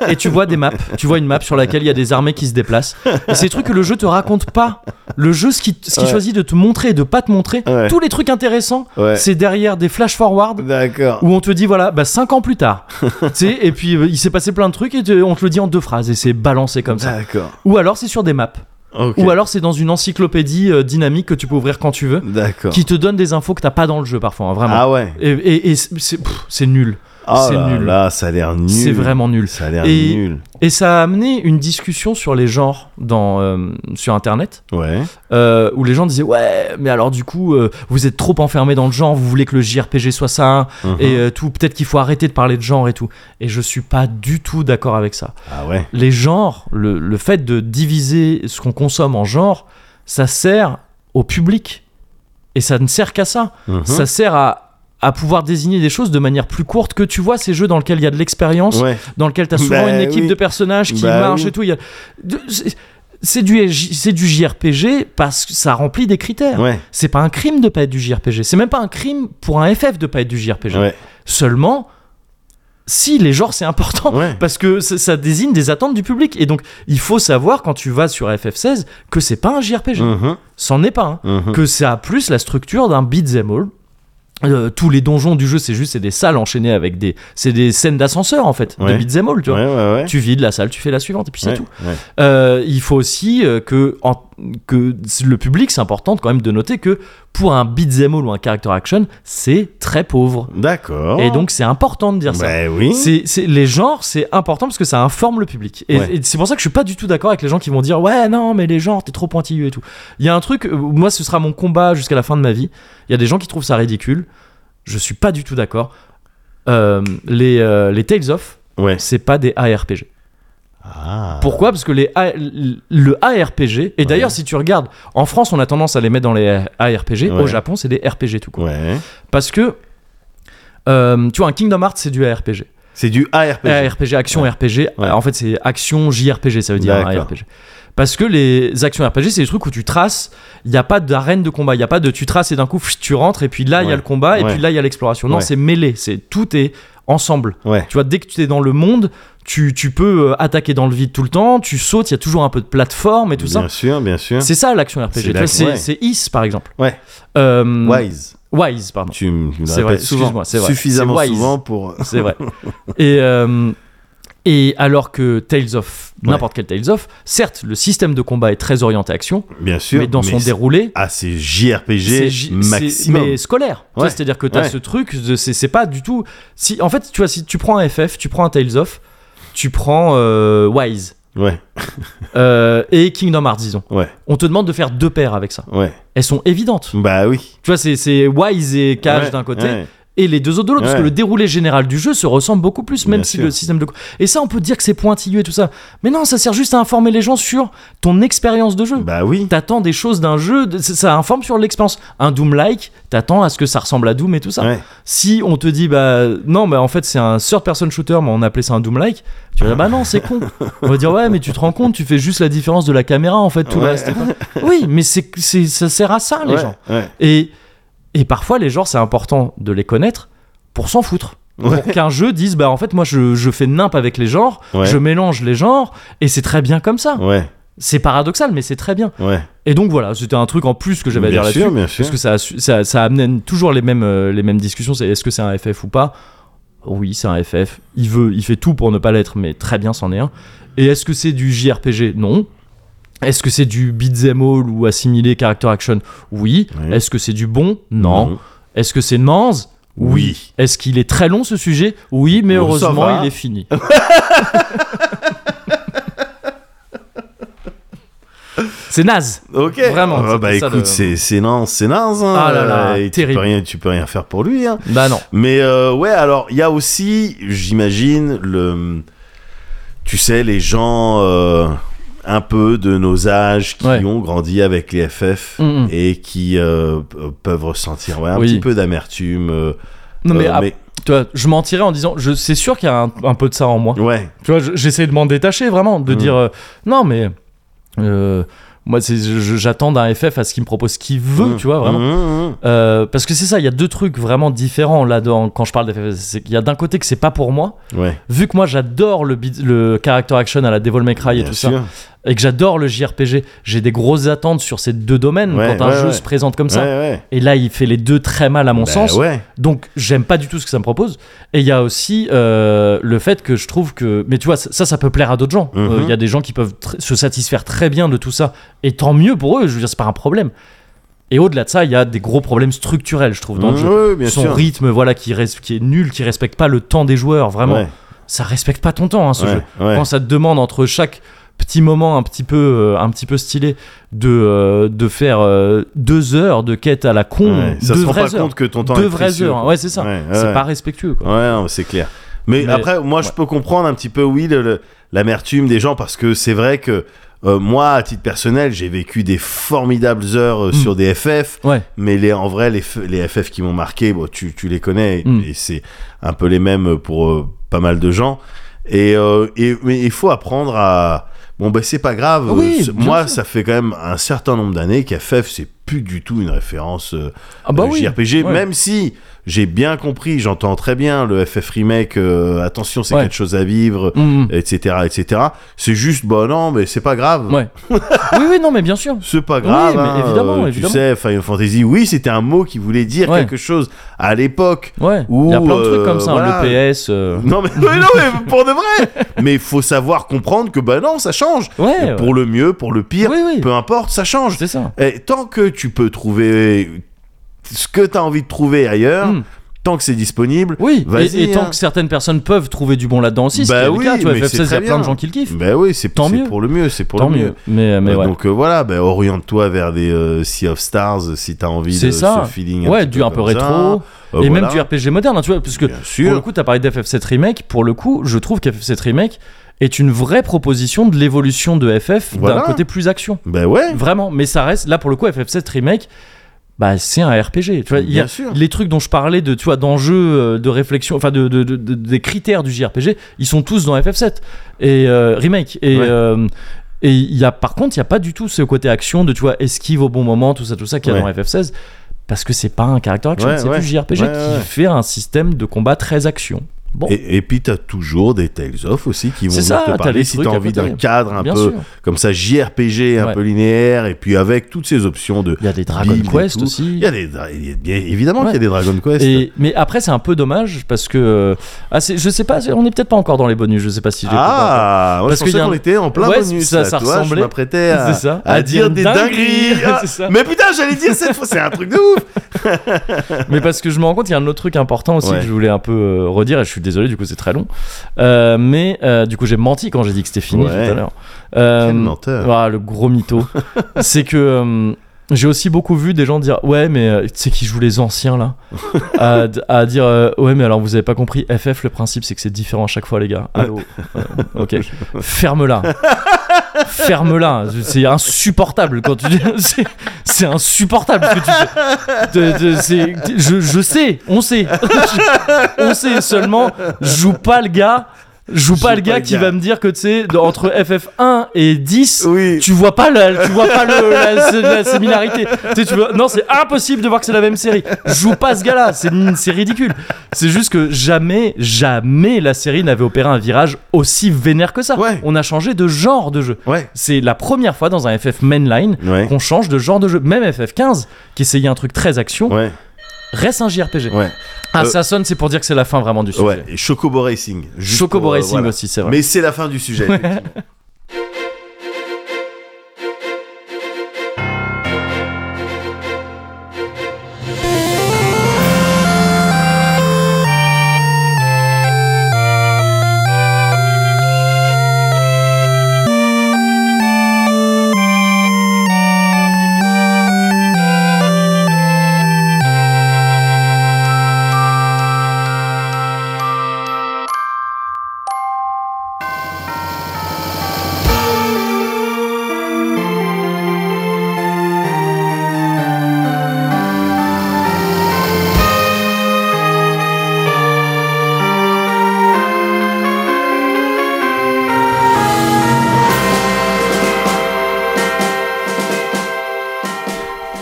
et tu vois des maps, tu vois une map sur laquelle il y a des armées qui se déplacent. Et c'est des trucs que le jeu te raconte pas. Le jeu, ce qui, ce qui Ouais. choisit de te montrer et de pas te montrer, Ouais. tous les trucs intéressants, Ouais. c'est derrière des flash forward D'accord. où on te dit voilà bah 5 ans plus tard tu sais et puis euh, il s'est passé plein de trucs et te- on te le dit en deux phrases et c'est balancé comme ça D'accord. ou alors c'est sur des maps Ok. ou alors c'est dans une encyclopédie euh, dynamique que tu peux ouvrir quand tu veux D'accord. qui te donne des infos que t'as pas dans le jeu parfois hein, vraiment Ah ouais. et, et- et c'est- c'est pff, c'est nul Ah C'est là nul. là, ça a l'air nul. C'est vraiment nul. Ça a l'air Et- nul. Et ça a amené une discussion sur les genres dans, euh, sur Internet. Ouais. euh, où les gens disaient ouais mais alors du coup euh, vous êtes trop enfermé dans le genre vous voulez que le JRPG soit ça Mhm. et euh, tout peut-être qu'il faut arrêter de parler de genre et tout et je suis pas du tout d'accord avec ça Ah ouais. les genres le, le fait de diviser ce qu'on consomme en genre ça sert au public et ça ne sert qu'à ça Mhm. ça sert à à pouvoir désigner des choses de manière plus courte que tu vois ces jeux dans lesquels il y a de l'expérience Ouais. dans lequel tu as souvent Bah une équipe oui. de personnages qui Bah marche oui. et tout. il y a- de- c'est- C'est du, c'est du JRPG parce que ça remplit des critères. Ouais. C'est pas un crime de pas être du JRPG. C'est même pas un crime pour un FF de pas être du JRPG. Ouais. Seulement, si les genres c'est important. Ouais. Parce que ça, ça désigne des attentes du public. Et donc, il faut savoir quand tu vas sur FF16 que c'est pas un JRPG. Mhm. C'en est pas un Mhm. que ça a plus la structure d'un beat'em all. Euh, tous les donjons du jeu, c'est juste c'est des salles enchaînées avec des, c'est des scènes d'ascenseur en fait, de Ouais. beat'em all, tu vois. Ouais, ouais, ouais. Tu vides la salle, tu fais la suivante et puis c'est Ouais, tout. ouais. Euh, il faut aussi euh, que, en- que le public, c'est important quand même de noter que pour un beat'em all ou un character action, c'est très pauvre. D'accord. Et donc c'est important de dire ça. Oh. Bah oui. C'est, c'est- les genres, c'est important parce que ça informe le public. Et, Ouais. et c'est pour ça que je suis pas du tout d'accord avec les gens qui vont dire ouais non mais les genres t'es trop pointilleux et tout. Il y a un truc, euh, moi ce sera mon combat jusqu'à la fin de ma vie. Il y a des gens qui trouvent ça ridicule. Je suis pas du tout d'accord. Euh, les, euh, les Tales of, Ouais. c'est pas des ARPG. Ah. Pourquoi Parce que les A- le ARPG, et d'ailleurs si tu regardes, en France on a tendance à les mettre dans les ARPG, au Ouais. Japon c'est des RPG tout court. Ouais. Parce que, euh, tu vois, un Kingdom Hearts c'est du ARPG. C'est du ARPG. Eh, RPG, action Ouais. RPG. Ouais. En fait, c'est action JRPG, ça veut dire hein, D'accord. RPG. Parce que les actions RPG, c'est des trucs où tu traces, il n'y a pas d'arène de combat, il n'y a pas de tu traces et d'un coup pff, tu rentres et puis là il y a Ouais. le combat et Ouais. puis là il y a l'exploration. Non, Ouais. c'est mêlé, c'est tout est ensemble. Ouais. Tu vois, dès que tu es dans le monde, tu, tu peux euh, attaquer dans le vide tout le temps, tu sautes, il y a toujours un peu de plateforme et tout bien ça. sûr, bien sûr. C'est ça l'action RPG. C'est Tu vois, la- C'est ouais. c'est Is par exemple. Ouais. Euh, Wise. Wise, pardon. Tu me tu me le C'est vrai, répètes souvent. excuse-moi, c'est vrai. Suffisamment C'est wise. souvent pour. C'est vrai. et, euh, et alors que Tales of, Ouais. n'importe quel Tales of, certes, le système de combat est très orienté action, Bien sûr. mais dans son c'est- déroulé, Ah, c'est c'est JRPG gi- c'est- maximum. mais scolaire. Tu vois, Ouais. C'est-à-dire que tu as Ouais. ce truc, de, c'est, c'est pas du tout. Si, en fait, tu vois, si tu prends un FF, tu prends un Tales of, tu prends euh, Wise Ouais, euh, et Kingdom Hearts, disons. ouais, On te demande de faire deux paires avec ça. ouais. Elles sont évidentes. Bah oui. Tu vois, c'est, c'est Wise et Cage Ouais, d'un côté, ouais. et les deux autres de l'autre, parce Ouais. que le déroulé général du jeu se ressemble beaucoup plus, même Bien si sûr. le système de. co- Et ça, on peut dire que c'est pointilleux et tout ça. Mais non, ça sert juste à informer les gens sur ton expérience de jeu. Bah oui. T'attends des choses d'un jeu, de- ça- ça informe sur l'expérience. Un Doom-like, t'attends à ce que ça ressemble à Doom et tout ça. Ouais. Si on te dit, bah non, mais en fait c'est un third-person shooter, mais on appelait ça un Doom-like, tu vas dire, bah non, c'est con. on va dire, ouais, mais tu te rends compte, tu fais juste la différence de la caméra en fait, tout le Ouais. reste. Oui, mais c'est, c'est- ça sert à ça, les ouais, gens. Ouais. Et, et parfois, les genres, c'est important de les connaître pour s'en foutre. Ouais. Pour qu'un jeu dise, bah en fait, moi je, je fais nimp avec les genres, Ouais. je mélange les genres, et c'est très bien comme ça. Ouais, C'est paradoxal, mais c'est très bien. ouais. Et donc voilà, c'était un truc en plus que j'avais à bien dire sûr, là-dessus. bien sûr. Parce que ça, ça, ça amène toujours les mêmes, euh, les mêmes discussions c'est est-ce que c'est un FF ou pas Oui, c'est un FF. Il, veut, il fait tout pour ne pas l'être, mais très bien, c'en est un. Et est-ce que c'est du JRPG Non. Est-ce que c'est du beat'em all ou assimilé character action Oui. Oui. Est-ce que c'est du bon Non. Est-ce que c'est Mans Oui. Est-ce qu'il est très long ce sujet Oui, mais Bon, ça heureusement, va. il est fini. c'est naze. Ok. Vraiment, Ah, c'était bah ça écoute, le- c'est c'est naze, c'est naze. hein. Ah là là, Et terrible. Tu peux rien, tu peux rien faire pour lui. Hein. Bah non. Mais euh, ouais, alors il y a aussi, j'imagine, le, tu sais, les gens euh, un peu de nos âges qui Ouais. ont grandi avec les FF Mm, mm. et qui euh, p- peuvent ressentir ouais, un Oui. petit peu d'amertume. euh, Non, mais, euh, ah, tu vois, je mentirais en disant, je, c'est sûr qu'il y a un, un peu de ça en moi. ouais, Tu vois, je- j'essaie de m'en détacher vraiment, de Mm. dire, euh, non, mais euh, moi, c'est, je- j'attends d'un FF à ce qu'il me propose ce qu'il veut, Mm. tu vois, vraiment. Mm, mm, mm. Euh, parce que c'est ça, il y a deux trucs vraiment différents là-dedans quand je parle d'FF. C'est qu'il y a d'un côté que c'est pas pour moi, Ouais, vu que moi j'adore le, beat- le character action à la Devil May Cry et bien tout ça, sûr. et que j'adore le JRPG, j'ai des grosses attentes sur ces deux domaines Ouais, quand un ouais, jeu ouais. se présente comme Ouais, ça. ouais. Et là, il fait les deux très mal à mon Bah, sens. ouais. Donc, j'aime pas du tout ce que ça me propose. Et il y a aussi euh, le fait que je trouve que. Mais tu vois, ça, ça, ça peut plaire à d'autres gens. Euh, Il Mhm. y a des gens qui peuvent tr- se satisfaire très bien de tout ça. Et tant mieux pour eux, je veux dire, c'est pas un problème. Et au-delà de ça, il y a des gros problèmes structurels, je trouve, dans le jeu. Ouais, Mm, Mhm. bien Son sûr. rythme, voilà, qui, res- qui est nul, qui respecte pas le temps des joueurs, vraiment. Ouais, Ça respecte pas ton temps, hein, ce ouais, jeu. ouais. Quand ça te demande entre chaque petit moment un petit peu, euh, un petit peu stylé de, euh, de faire euh, deux heures de quête à la con, Ouais, Ça deux se rend vraies pas heures. compte que ton temps deux est vraies précieux. heures, hein. ouais, c'est ça. Ouais, c'est ouais. pas respectueux, quoi. Ouais, non, c'est clair. Mais, Mais- après, moi, je ouais. peux comprendre un petit peu, oui, le- le- l'amertume des gens parce que c'est vrai que euh, moi, à titre personnel, j'ai vécu des formidables heures euh, Mm. sur des FF, Ouais. mais les, en vrai, les, F- les FF qui m'ont marqué, bon, tu, tu les connais et- Mm. et c'est un peu les mêmes pour euh, pas mal de gens. Et, euh, et- mais il faut apprendre à. Bon, ben, c'est pas grave. Oui, Euh, c'est- bien moi, sûr. ça fait quand même un certain nombre d'années qu'FF, c'est plus du tout une référence. euh, Ah bah euh, oui. JRPG, Ouais. même si j'ai bien compris, j'entends très bien le FF Remake, euh, attention, c'est Ouais. quelque chose à vivre, Mm, mm. etc., etc. C'est juste, bon, non, mais c'est pas grave. Ouais. oui, oui, non, mais bien sûr. C'est pas grave, Oui, mais hein, évidemment, euh, évidemment. tu sais, Final Fantasy, oui, c'était un mot qui voulait dire Ouais. quelque chose à l'époque. Ouais. Ou, il y a plein de trucs euh, comme ça, hein, voilà. le PS. euh, Non mais, mais non, mais pour de vrai. mais faut savoir comprendre que bah non, ça change. Eh, Ouais, ouais. pour le mieux, pour le pire, Oui, oui. peu importe, ça change. C'est ça. Et tant que tu peux trouver ce que tu as envie de trouver ailleurs, Mm. tant que c'est disponible, Oui, vas-y, et, et tant hein. que certaines personnes peuvent trouver du bon là-dedans aussi, Bah c'est le oui, cas, tu vois, mais c'est FF16, il y très a plein bien. de gens qui le kiffent. Ben oui, c'est Tant c'est mieux. pour le mieux, c'est pour Tant le mieux. mieux. Mais, mais Euh, ouais. Donc euh, voilà, ben, oriente-toi vers des euh, Sea of Stars si t'as envie de C'est ça. ce feeling. ouais, petit du un peu comme ça. rétro. Euh, et voilà. même du RPG moderne, hein, tu vois, parce que Bien pour sûr. le coup, t'as parlé d'FF7 Remake. Pour le coup, je trouve qu'FF7 Remake est une vraie proposition de l'évolution de FF Voilà. d'un côté plus action. Ben ouais. Vraiment, mais ça reste, là pour le coup, FF7 Remake, bah, c'est un RPG. Tu vois, il y a Bien sûr. les trucs dont je parlais de, tu vois, d'enjeux, euh, de réflexion, enfin, de, de- de- de- des critères du JRPG, ils sont tous dans FF7 et euh, Remake. Et. Ouais. euh, et il y a, par contre, il n'y a pas du tout ce côté action de tu vois, esquive au bon moment, tout ça, tout ça qu'il y a Ouais. dans FF16, parce que c'est pas un caractère action, Ouais, c'est ouais. du JRPG Ouais, qui ouais. fait un système de combat très action. Bon, Et, et puis t'as toujours des Tales of aussi qui vont C'est ça, venir te t'as parler des si trucs t'as à envie côté. d'un cadre un bien peu sûr. comme ça JRPG un Ouais. peu linéaire et puis avec toutes ces options de. Il y a des Dragon build et Quest tout. aussi. Il y a des dra- il y a- bien évidemment Ouais. qu'il y a des Dragon Quest. Et- mais après, c'est un peu dommage parce que. euh, Ah, c'est- je sais pas, c'est- on est peut-être pas encore dans les bonus, je sais pas si j'ai. Ah, ouais, Parce je qu'il y pensais a qu'on un- était en plein Ouais, bonus. ça- là, ça tu vois, ressemblait. Je m'apprêtais à, C'est ça, à dire des dingueries. Ah, C'est ça. mais putain, j'allais dire cette fois, c'est un truc de ouf. Mais parce que je me rends compte, il y a un autre truc important aussi Ouais. que je voulais un peu euh, redire, et je suis désolé, du coup c'est très long. Euh, mais euh, du coup j'ai menti quand j'ai dit que c'était fini Ouais. tout à l'heure. Euh, Quel menteur. ah, le gros mytho. c'est que euh, j'ai aussi beaucoup vu des gens dire Ouais, mais euh, tu sais qui joue les anciens là à, à dire euh, Ouais, mais alors vous avez pas compris, FF, le principe c'est que c'est différent à chaque fois, les gars. Allô Euh, Ok. Ferme-la. Ferme-la. C'est insupportable quand tu dis. c'est- C'est insupportable ce que tu fais. De- de- c'est- je, je sais, on sait. on sait seulement, joue pas le gars. Joue pas le gars qui va me dire que tu sais, de- entre FF1 et 10, Oui. tu vois pas la, tu vois pas le- la, la- la similarité. Tu sais, tu vois- non, c'est impossible de voir que c'est la même série. Joue pas ce gars-là, c'est c'est ridicule. C'est juste que jamais, jamais la série n'avait opéré un virage aussi vénère que ça. Ouais. On a changé de genre de jeu. Ouais. C'est la première fois dans un FF mainline Ouais. qu'on change de genre de jeu. Même FF15, qui essayait un truc très action, Ouais. reste un JRPG. Ouais. Ah, Euh, ça sonne, c'est pour dire que c'est la fin vraiment du sujet. Ouais. Et Chocobo Racing. juste Chocobo pour, euh, Racing voilà. aussi, c'est vrai. Mais c'est la fin du sujet. effectivement.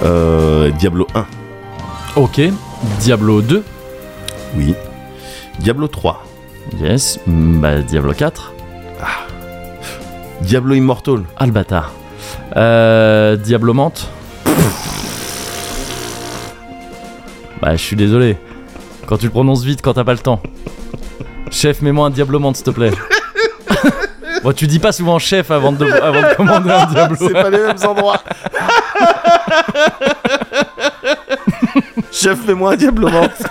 Euh, Diablo 1. Ok, Diablo 2. Oui. Diablo 3. Yes, Mm, bah Diablo 4. Diablo Immortal. Ah le bâtard. Euh, Diablo Mante. bah je suis désolé. Quand tu le prononces vite, quand t'as pas le temps. Chef, mets-moi un Diablo Mante, s'il te plaît. bon, tu dis pas souvent chef avant de, avant de commander un Diablo. les mêmes endroits. Chef, fais-moi un Diablo Morte.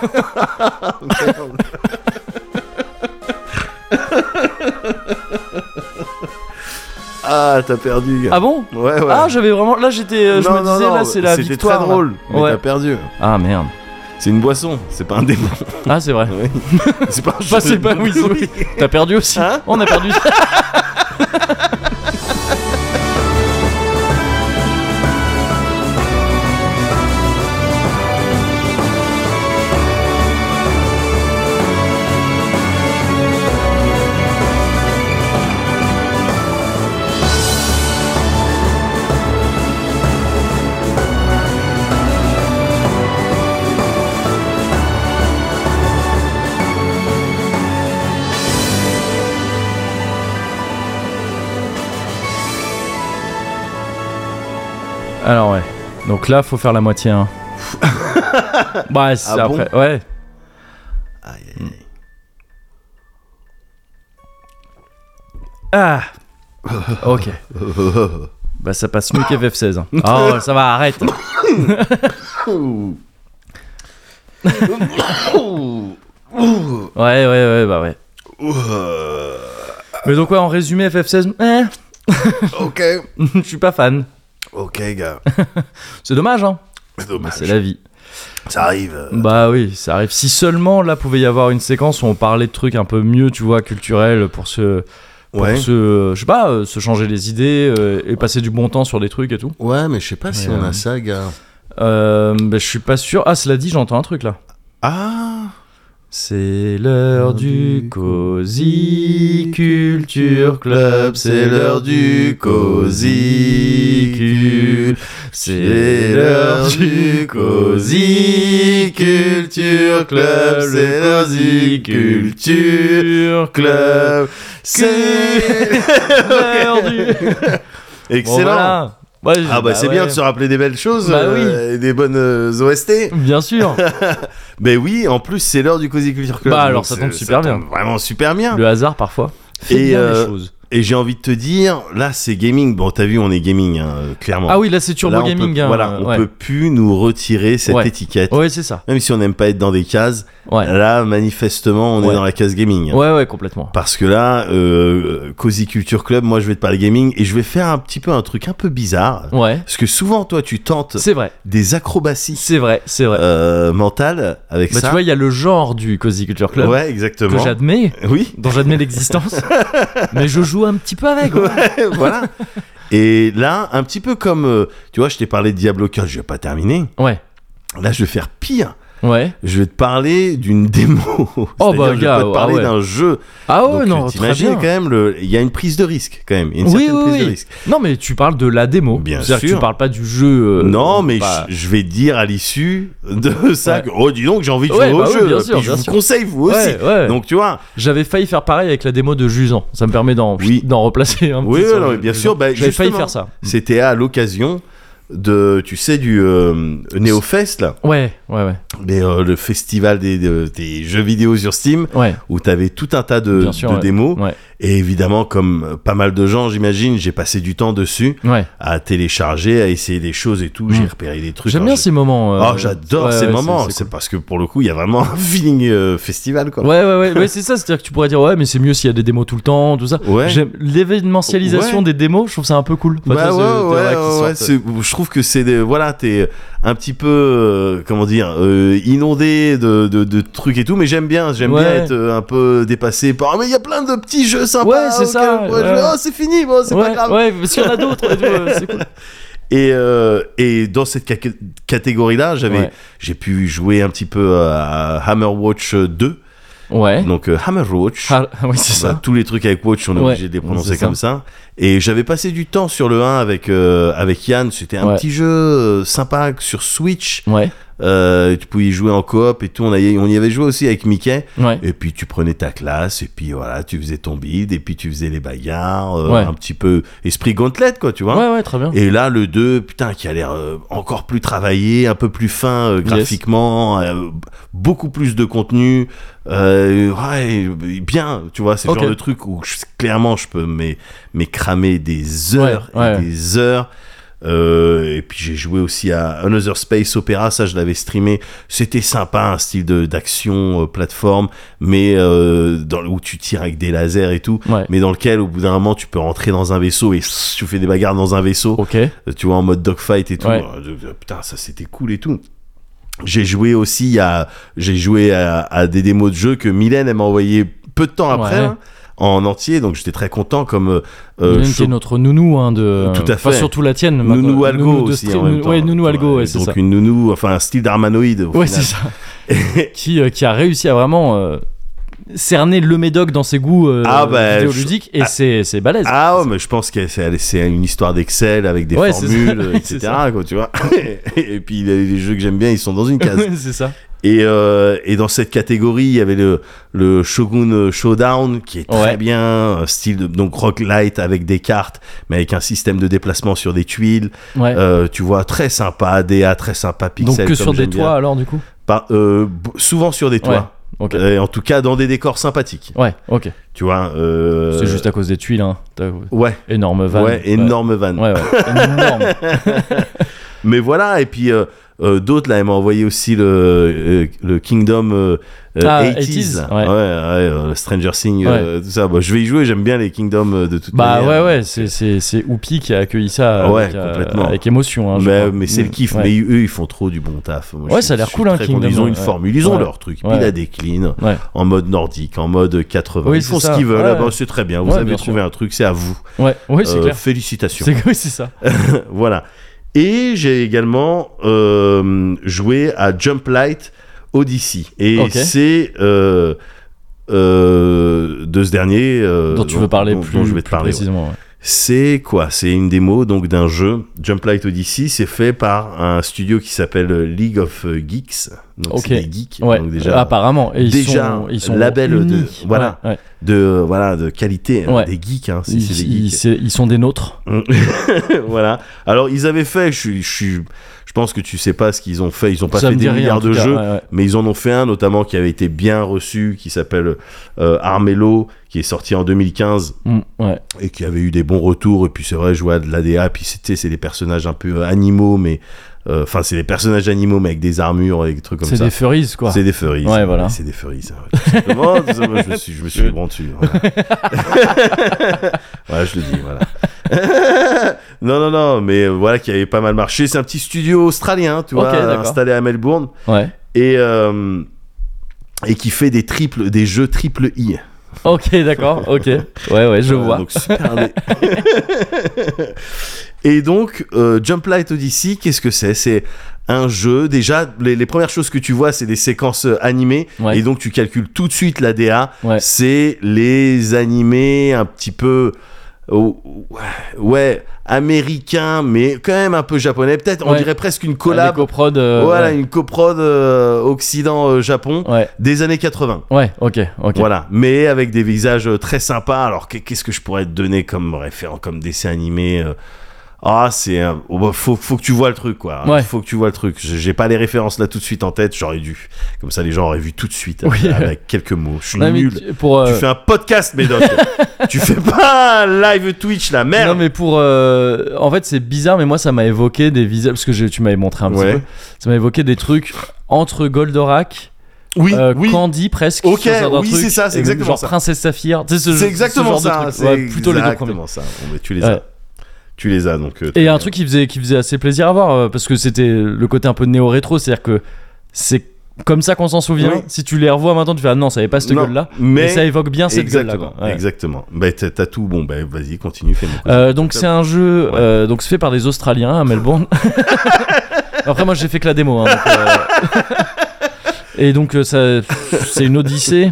ah, t'as perdu, gars. Ah bon ouais, ouais. Ah, j'avais vraiment. Là, j'étais. euh, Je Non, me non, disais, non, là, c'est la C'était victoire. très drôle, mais Ouais. t'as perdu. Ah merde. C'est une boisson, c'est pas un démon. Ah, c'est vrai. Oui. c'est pas un Bah, jeu c'est de pas. mots. Oui, oui. T'as perdu aussi. Hein On a perdu. Alors ouais. Donc là, faut faire la moitié. Hein. bah c'est Ah bon après. ouais. Aïe, aïe, aïe. Ah. Ok. bah ça passe mieux qu'FF16. hein. Ah, Oh ça va, arrête. Ouais ouais ouais bah ouais. Mais donc ouais en résumé FF16, eh, ok, je suis pas fan. ok, gars. C'est dommage hein. C'est Bah, dommage. c'est la vie. Ça arrive. euh. Bah oui, ça arrive. Si seulement là pouvait y avoir une séquence où on parlait de trucs un peu mieux, tu vois, culturels pour se, pour Ouais. se, euh, je sais pas, euh, se changer les idées euh, et passer du bon temps sur des trucs et tout. Ouais, mais je sais pas si Mais, on euh, a ça, gars. Euh, bah, je suis pas sûr. Ah, cela dit, j'entends un truc là. Ah C'est l'heure du Cozy Culture Club, c'est l'heure du Cozy Cul, c'est l'heure du Cozy Culture Club, c'est l'heure du Culture Club, Club, c'est c'est... l'heure du... Excellent Bon, voilà. Ouais, je- Ah bah, c'est bien ouais. de se rappeler des belles choses Bah euh, et des bonnes euh, OST. Bien sûr, Ben oui, en plus c'est l'heure du Cozy Culture Club. Bah, alors, donc ça c'est- tombe super bien. tombe Vraiment super bien. le hasard parfois fait Et, bien les euh, choses. Et j'ai envie de te dire, là c'est gaming. Bon t'as vu, on est gaming, hein, euh, clairement. Ah oui, là c'est Turbo Là, on Gaming. peut- hein, voilà, on ouais. peut plus nous retirer cette Ouais. étiquette. Ouais, c'est ça. Même si on n'aime pas être dans des cases, Ouais. là manifestement on Ouais. est dans la case gaming. Ouais, ouais, complètement. Parce que là, euh, Cozy Culture Club, moi je vais te parler gaming et je vais faire un petit peu un truc un peu bizarre. Ouais. Parce que souvent, toi, tu tentes C'est vrai, des acrobaties c'est vrai, c'est vrai. euh, mentales avec bah, ça. tu vois, il y a le genre du Cozy Culture Club ouais, que exactement. j'admets, Oui, dont j'admets l'existence, mais je joue un petit peu avec. ouais. voilà. Et là, un petit peu comme, euh, tu vois, je t'ai parlé de Diablo 4, je vais pas terminer. Ouais, Là, je vais faire pire. ouais. Je vais te parler d'une démo. C'est-à-dire, bah, je vais gars, pas te parler ah ouais. d'un jeu. Ah ouais, Donc, euh, non, très t'imagines bien. quand même, le- il y a une prise de risque quand même. Il y a une Oui, certaine oui, prise oui. de risque. Non, mais tu parles de la démo. Bien C'est-à-dire que sûr. tu parles pas du jeu. euh, non, mais pas- je, je vais dire à l'issue de ça Ouais. que, oh, dis donc, j'ai envie de Ouais, jouer bah au oui, jeu. bien sûr, Puis je bien vous sûr. conseille, vous aussi. Ouais, ouais. Donc, tu vois, J'avais failli faire pareil avec la démo de Jusan. Ça me permet d'en Oui. d'en replacer un Oui, petit oui, sur non, mais bien sûr, bah, J'avais failli justement. faire ça. C'était à l'occasion de, tu sais, du euh, NeoFest, là, Ouais, ouais, ouais. mais, euh, le festival des, de- des jeux vidéo sur Steam, Ouais, où t'avais tout un tas de, Bien sûr, de ouais. démos. ouais, Et évidemment, comme euh, pas mal de gens, j'imagine, j'ai passé du temps dessus ouais. à télécharger, à essayer des choses et tout. J'ai repéré des trucs. Hmm. J'aime Alors, bien j'ai- ces moments. euh, Oh, j'adore ouais, ces ouais, moments. c'est- C'est parce que pour le coup, il y a vraiment un feeling euh, festival, quoi. Ouais, ouais, ouais, ouais, c'est ça. C'est-à-dire que tu pourrais dire, ouais, mais c'est mieux s'il y a des démos tout le temps, tout ça. Ouais. J'aime l'événementialisation Ouais. des démos, je trouve ça un peu cool. Enfin, Bah tu ouais, vois, ce- ouais, des- des- ouais, qui ouais, sortent. c'est- je trouve que c'est des- voilà, t'es un petit peu, euh, comment dire, euh, inondé de, de, de trucs et tout, mais j'aime bien, j'aime Ouais. bien être euh, un peu dépassé par, Ah, mais il y a plein de petits jeux sympas, Ouais, c'est auxquels ça, on pourrait ouais. jouer. Ah, c'est fini, bon, c'est pas ouais, grave. ouais, parce qu'il y en a d'autres. et tout, euh, c'est cool. Et, euh, et dans cette ca- catégorie-là, j'avais, Ouais. j'ai pu jouer un petit peu à Hammerwatch 2, Ouais. donc euh, Hammerwatch. Ah, oui, c'est Bah, ça. tous les trucs avec Watch, on est Ouais, obligé de les prononcer c'est ça. comme ça. Et j'avais passé du temps sur le 1 avec, euh, avec Yann. C'était un Ouais. petit jeu euh, sympa sur Switch. Ouais, Euh, tu pouvais y jouer en coop et tout. On, a- on y avait joué aussi avec Mickey. ouais. Et puis tu prenais ta classe, et puis voilà, tu faisais ton build, et puis tu faisais les bagarres, euh, Ouais. un petit peu esprit gauntlet, quoi, tu vois. Ouais, ouais, très bien. Et là, le 2, putain, qui a l'air euh, encore plus travaillé, un peu plus fin euh, graphiquement, euh, beaucoup plus de contenu. euh, ouais, bien, tu vois, c'est le Ok. genre de truc où je- clairement je peux m'é- m'écramer des heures Ouais, ouais. et des heures. Euh, et puis j'ai joué aussi à Another Space Opera, ça je l'avais streamé. C'était sympa, un style de d'action euh, plateforme, mais euh, dans le- où tu tires avec des lasers et tout, Ouais. mais dans lequel au bout d'un moment tu peux rentrer dans un vaisseau et tu fais des bagarres dans un vaisseau. Ok. Euh, tu vois, en mode dogfight et tout. Ouais. Euh, euh, Putain, ça c'était cool et tout. J'ai joué aussi à, j'ai joué à, à des démos de jeux que Mylène elle m'a envoyé peu de temps après, Ouais. hein, en entier, donc j'étais très content comme euh, Mylène show- qui est notre nounou hein, de. Euh, Tout à Enfin, fait. surtout la tienne. ma- nounou euh, algo nounou de aussi stri- en même temps. Ouais, nounou Tu algo, vois, ouais, c'est donc ça. une nounou, enfin un style d'armanoïde. au Ouais, final. c'est ça. qui, euh, qui a réussi à vraiment euh, cerner le médoc dans ses goûts euh, Ah, bah, vidéoludiques et c'est c'est balèze. Ah ouais, mais je pense que c'est c'est une histoire d'Excel avec des Ouais, c'est ça. formules, C'est etc. ça. Quoi, tu vois. et puis les, les jeux que j'aime bien, ils sont dans une case. Ouais, c'est ça. Et, euh, et dans cette catégorie, il y avait le, le Shogun Showdown qui est très Ouais. bien, un style de, donc rock light avec des cartes, mais avec un système de déplacement sur des tuiles. Ouais. Euh, tu vois, très sympa, DA très sympa, pixel. Donc que comme sur des j'aime bien. toits alors du coup. Pas- euh, b- souvent sur des toits. Ok. Euh, en tout cas, dans des décors sympathiques. Ouais. Ok. Tu vois. euh, C'est juste à cause des tuiles. Hein. T'as- Ouais, Énorme van. ouais, énorme van. Ouais, ouais. Énorme. Mais voilà, et puis euh, euh, d'autres, là, elle m'a envoyé aussi le, euh, le Kingdom euh, euh, Ah, 80s. 80s, ouais. Ouais, ouais, euh, Stranger Things, euh, tout ça. Bah, je vais y jouer, j'aime bien les Kingdoms euh, de toute Bah manière. ouais ouais, c'est c'est c'est Oupi qui a accueilli ça Ouais, avec, euh, complètement. avec émotion hein, je Mais, crois. mais c'est le kiff, Ouais. mais eux ils font trop du bon taf. Moi, je Ouais, suis- ça a l'air je suis cool, hein, très content. Kingdom, Ils ont une ouais. formule, ils ont Ouais. leur truc. Puis Ouais. la décline Ouais. en mode nordique, en mode 80. Oui, ils font c'est ce ça. qu'ils veulent. Ouais. Ah bah, c'est très bien, vous Ouais, avez bien trouvé un truc, c'est à vous. Ouais, ouais, c'est Euh, clair. Félicitations. C'est oui, c'est ça. voilà. Et j'ai également euh, joué à Jump Light Odyssey. Et Ok. c'est euh, euh, de ce dernier euh, dont tu veux parler dont- plus, dont je vais te plus parler. ouais. précisément. ouais. C'est quoi C'est une démo donc d'un jeu Jump Light Odyssey. C'est fait par un studio qui s'appelle League of Geeks. Donc Ok. c'est des geeks. Ouais, Ah, Donc déjà, apparemment. Et ils déjà, sont, ils sont label de- uniques. voilà. Ouais, ouais. de voilà de qualité. hein, Ouais. Des geeks. Hein, c'est- Ils, c'est des ils- geeks. c'est- ils sont des nôtres. voilà. Alors ils avaient fait. Je suis. Je, suis- je pense que tu sais pas ce qu'ils ont fait. Ils ont pas ça fait me des dit rien, en milliards tout de cas, jeux. ouais, ouais. Mais ils en ont fait un notamment qui avait été bien reçu, qui s'appelle euh, Armello, qui est sorti en 2015 Mm, ouais. et qui avait eu des bons retours. Et puis c'est vrai, je vois de l'ADA, puis c'était c'est des personnages un peu euh, animaux, mais euh, enfin c'est des personnages animaux mais avec des armures et des trucs comme C'est ça. des furries quoi. C'est des furries. Ouais, voilà. C'est des furries. ça, ouais, tout simplement. Tout simplement, je me suis, je me suis branlé dessus. Voilà. Voilà, je le dis, voilà. non, non, non, mais euh, voilà, qui avait pas mal marché. C'est un petit studio australien, tu Ok, vois, d'accord. installé à Melbourne Ouais. et euh, et qui fait des triples, des jeux triple I. Ok, d'accord. Ok. Ouais, ouais, je Euh, vois. donc super indé. et donc, euh, Jump Light Odyssey, qu'est-ce que c'est C'est un jeu. Déjà, les, les premières choses que tu vois, c'est des séquences euh, animées. Ouais. Et donc, tu calcules tout de suite la DA. Ouais. C'est les animés un petit peu. oh, ouais, américains, mais quand même un peu japonais. Peut-être, on Ouais. dirait presque une Avec collab. coprod. euh, voilà, ouais. une euh, coprod Occident-Japon Ouais. des années 80. Ouais, ok, ok. Voilà, mais avec des visages euh, très sympas. Alors qu'est- qu'est-ce que je pourrais te donner comme référent, comme dessin animé euh, Ah, c'est un- oh, bah, faut faut que tu vois le truc quoi. Ouais. Faut que tu vois le truc. J'ai j'ai pas les références là tout de suite en tête. J'aurais dû. Comme ça, les gens auraient vu tout de suite Oui. avec, avec quelques mots. Je suis Non, mais nul. tu- pour, euh, Tu fais un podcast, Médoc. tu fais pas un live Twitch, la merde. Non mais pour euh, en fait c'est bizarre mais moi ça m'a évoqué des visuels parce que j'ai- tu m'avais montré un petit Ouais. peu ça m'a évoqué des trucs entre Goldorak Oui, euh, oui. Candy presque Ok, sur certains oui, trucs, c'est ça, c'est et exactement genre ça. Princesse Saphir tu sais, ce- ce C'est exactement genre de ça. truc. C'est Ouais, plutôt les deux premiers exactement ça. Bon, mais tu les Ouais. as. Tu les as donc. euh, très et bien. un truc qui faisait qui faisait assez plaisir à voir euh, parce que c'était le côté un peu néo rétro c'est à dire que c'est comme ça qu'on s'en souvient Oui. si tu les revois maintenant tu fais ah non ça avait pas cette Non, gueule là mais- ça évoque bien cette gueule là Exactement, exactement. Bah, t'as t'as tout. Bon, bah, vas-y, continue, fais-moi. Euh, donc c'est un jeu Ouais. euh, donc c'est fait par des Australiens à Melbourne. Après moi j'ai fait que la démo. hein, donc, euh, Et donc euh, ça c'est une odyssée.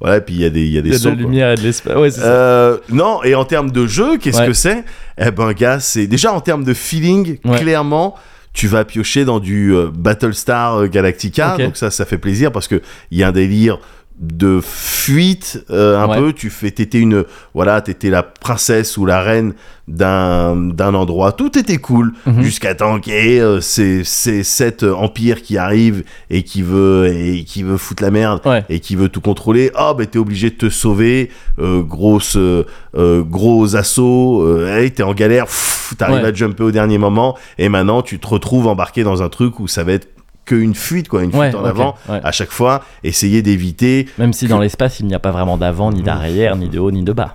Voilà, et puis il y a des, il y a des Il y a de sauts, la quoi. lumière et de l'espace. Ouais c'est ça. Euh, non, et en termes de jeu, qu'est-ce Ouais. que c'est Eh ben, gars, c'est déjà en termes de feeling, Ouais. clairement. Tu vas piocher dans du euh, Battlestar Galactica, Ok. donc ça, ça fait plaisir parce que il y a un délire de fuite euh, un Ouais. peu tu fais t'étais une voilà t'étais la princesse ou la reine d'un d'un endroit tout était cool Mhm. jusqu'à temps qu'il y ait euh, ces- ces- cet empire qui arrive et qui veut et qui veut foutre la merde Ouais. et qui veut tout contrôler ah ben t'es obligé de te sauver euh, grosse euh, euh, gros assaut euh, hey, t'es en galère pff, t'arrives Ouais. à jumper au dernier moment et maintenant tu te retrouves embarqué dans un truc où ça va être qu'une fuite quoi une Ouais, fuite en ok, avant ouais. à chaque fois essayer d'éviter Même si dans l'espace, il n'y a pas vraiment d'avant, Mm. ni d'arrière, ni de haut, ni de bas.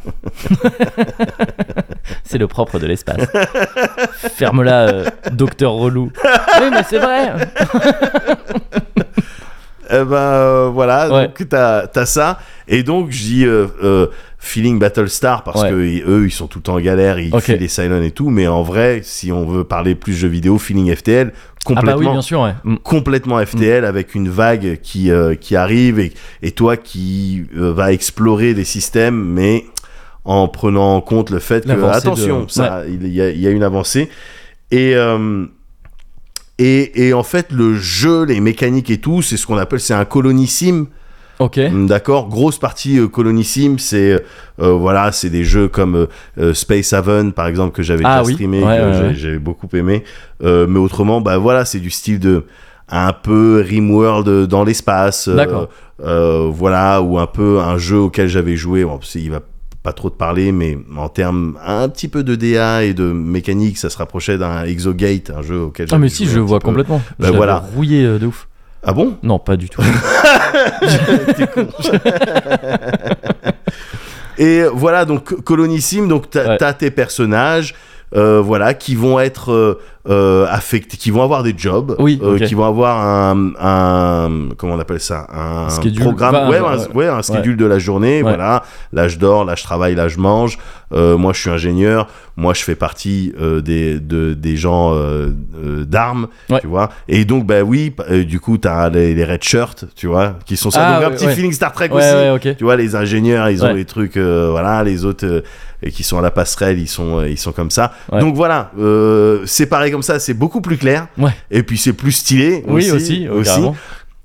c'est le propre de l'espace. Ferme-la, euh, docteur relou. Oui, mais c'est vrai. Eh ben euh, voilà, Ouais. donc t'as as ça. Et donc je dis euh, euh, Feeling Battlestar parce Ouais. que i- eux ils sont tout le temps en galère, ils Ok. font des silent et tout. Mais en vrai, si on veut parler plus jeux vidéo, Feeling FTL, Ah complètement bah oui, bien sûr, ouais. Mm. complètement FTL avec une vague qui, euh, qui arrive et, et toi qui euh, va explorer des systèmes, mais en prenant en compte le fait que, L'avancée attention, de- ça, il, y a, il y a une avancée. Et, euh, et, et en fait, le jeu, les mécaniques et tout, c'est ce qu'on appelle, c'est un colonissime. Ok. Mm, D'accord, grosse partie euh, colonissime, c'est euh, voilà, c'est des jeux comme euh, euh, Space Haven par exemple que j'avais Ah déjà oui, ouais, streamé, que ouais, j'ai- ouais. j'avais beaucoup aimé. Euh, mais autrement, bah voilà, c'est du style de un peu Rimworld euh, dans l'espace, euh, D'accord. euh, voilà, ou un peu un jeu auquel j'avais joué. Bon, c'est- il va pas trop te parler, mais en termes un petit peu de DA et de mécanique, ça se rapprochait d'un Exogate, un jeu auquel Ah j'avais mais si, joué je un petit vois peu. complètement. Bah Je l'avais voilà. Rouillé euh, de ouf. Ah bon Non, pas du tout. Et voilà, donc colonissime, donc t'as Ouais. t'as tes personnages. euh, voilà, qui vont être euh, euh, affectés, qui vont avoir des jobs, Oui, euh, ok. qui vont avoir un, un- comment on appelle ça, un Schedule. programme, Enfin, ouais, un- un, ouais, un schedule de la journée, Ouais. voilà, là je dors, là je travaille, là je mange, euh, moi je suis ingénieur, moi je fais partie euh, des, de- des gens euh, euh, d'armes, Ouais. tu vois, et donc bah oui, p- euh, du coup t'as les, les red shirts, tu vois, qui sont ça, Ah, donc un ouais, petit ouais. feeling Star Trek ouais, aussi, ouais, ok. tu vois les ingénieurs ils ont Ouais. les trucs euh, voilà les autres euh, qui sont à la passerelle ils sont euh, ils sont comme ça Ouais. donc voilà euh, c'est pareil comme ça c'est beaucoup plus clair Ouais. et puis c'est plus stylé Oui, aussi, aussi, euh, carrément.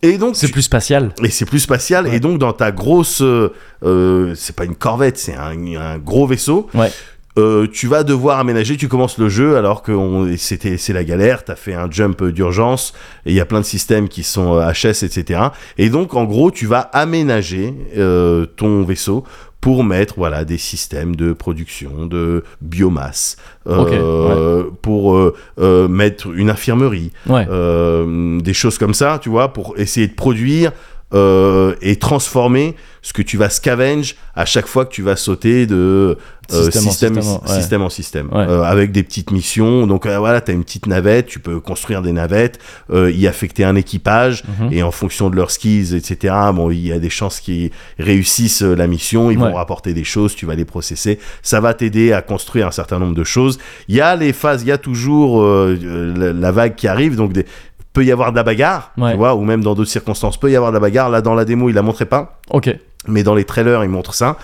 et donc C'est tu- plus spatial. et c'est plus spatial Ouais. et donc dans ta grosse euh, euh, c'est pas une corvette c'est un, un gros vaisseau Ouais. euh, tu vas devoir aménager, tu commences le jeu alors que on- c'était c'est la galère, t'as fait un jump d'urgence et il y a plein de systèmes qui sont euh, HS etc. Et donc en gros tu vas aménager euh, ton vaisseau pour mettre voilà des systèmes de production de biomasse euh, pour euh, euh, mettre une infirmerie Ouais. euh, des choses comme ça, tu vois, pour essayer de produire euh, et transformer ce que tu vas scavenge à chaque fois que tu vas sauter de euh, Système en système, système, système, ouais. en système, Ouais. Euh, avec des petites missions. Donc euh, voilà, tu as une petite navette, tu peux construire des navettes, euh, y affecter un équipage, Mhm. et en fonction de leurs skills, etc., bon, il y a des chances qu'ils réussissent euh, la mission, ils Ouais. vont rapporter des choses, tu vas les processer, ça va t'aider à construire un certain nombre de choses. Il y a les phases, il y a toujours euh, euh, la, la vague qui arrive, donc des- peut y avoir de la bagarre, Ouais. tu vois, ou même dans d'autres circonstances, peut y avoir de la bagarre. Là, dans la démo, il la montrait pas Ok. mais dans les trailers ils montrent ça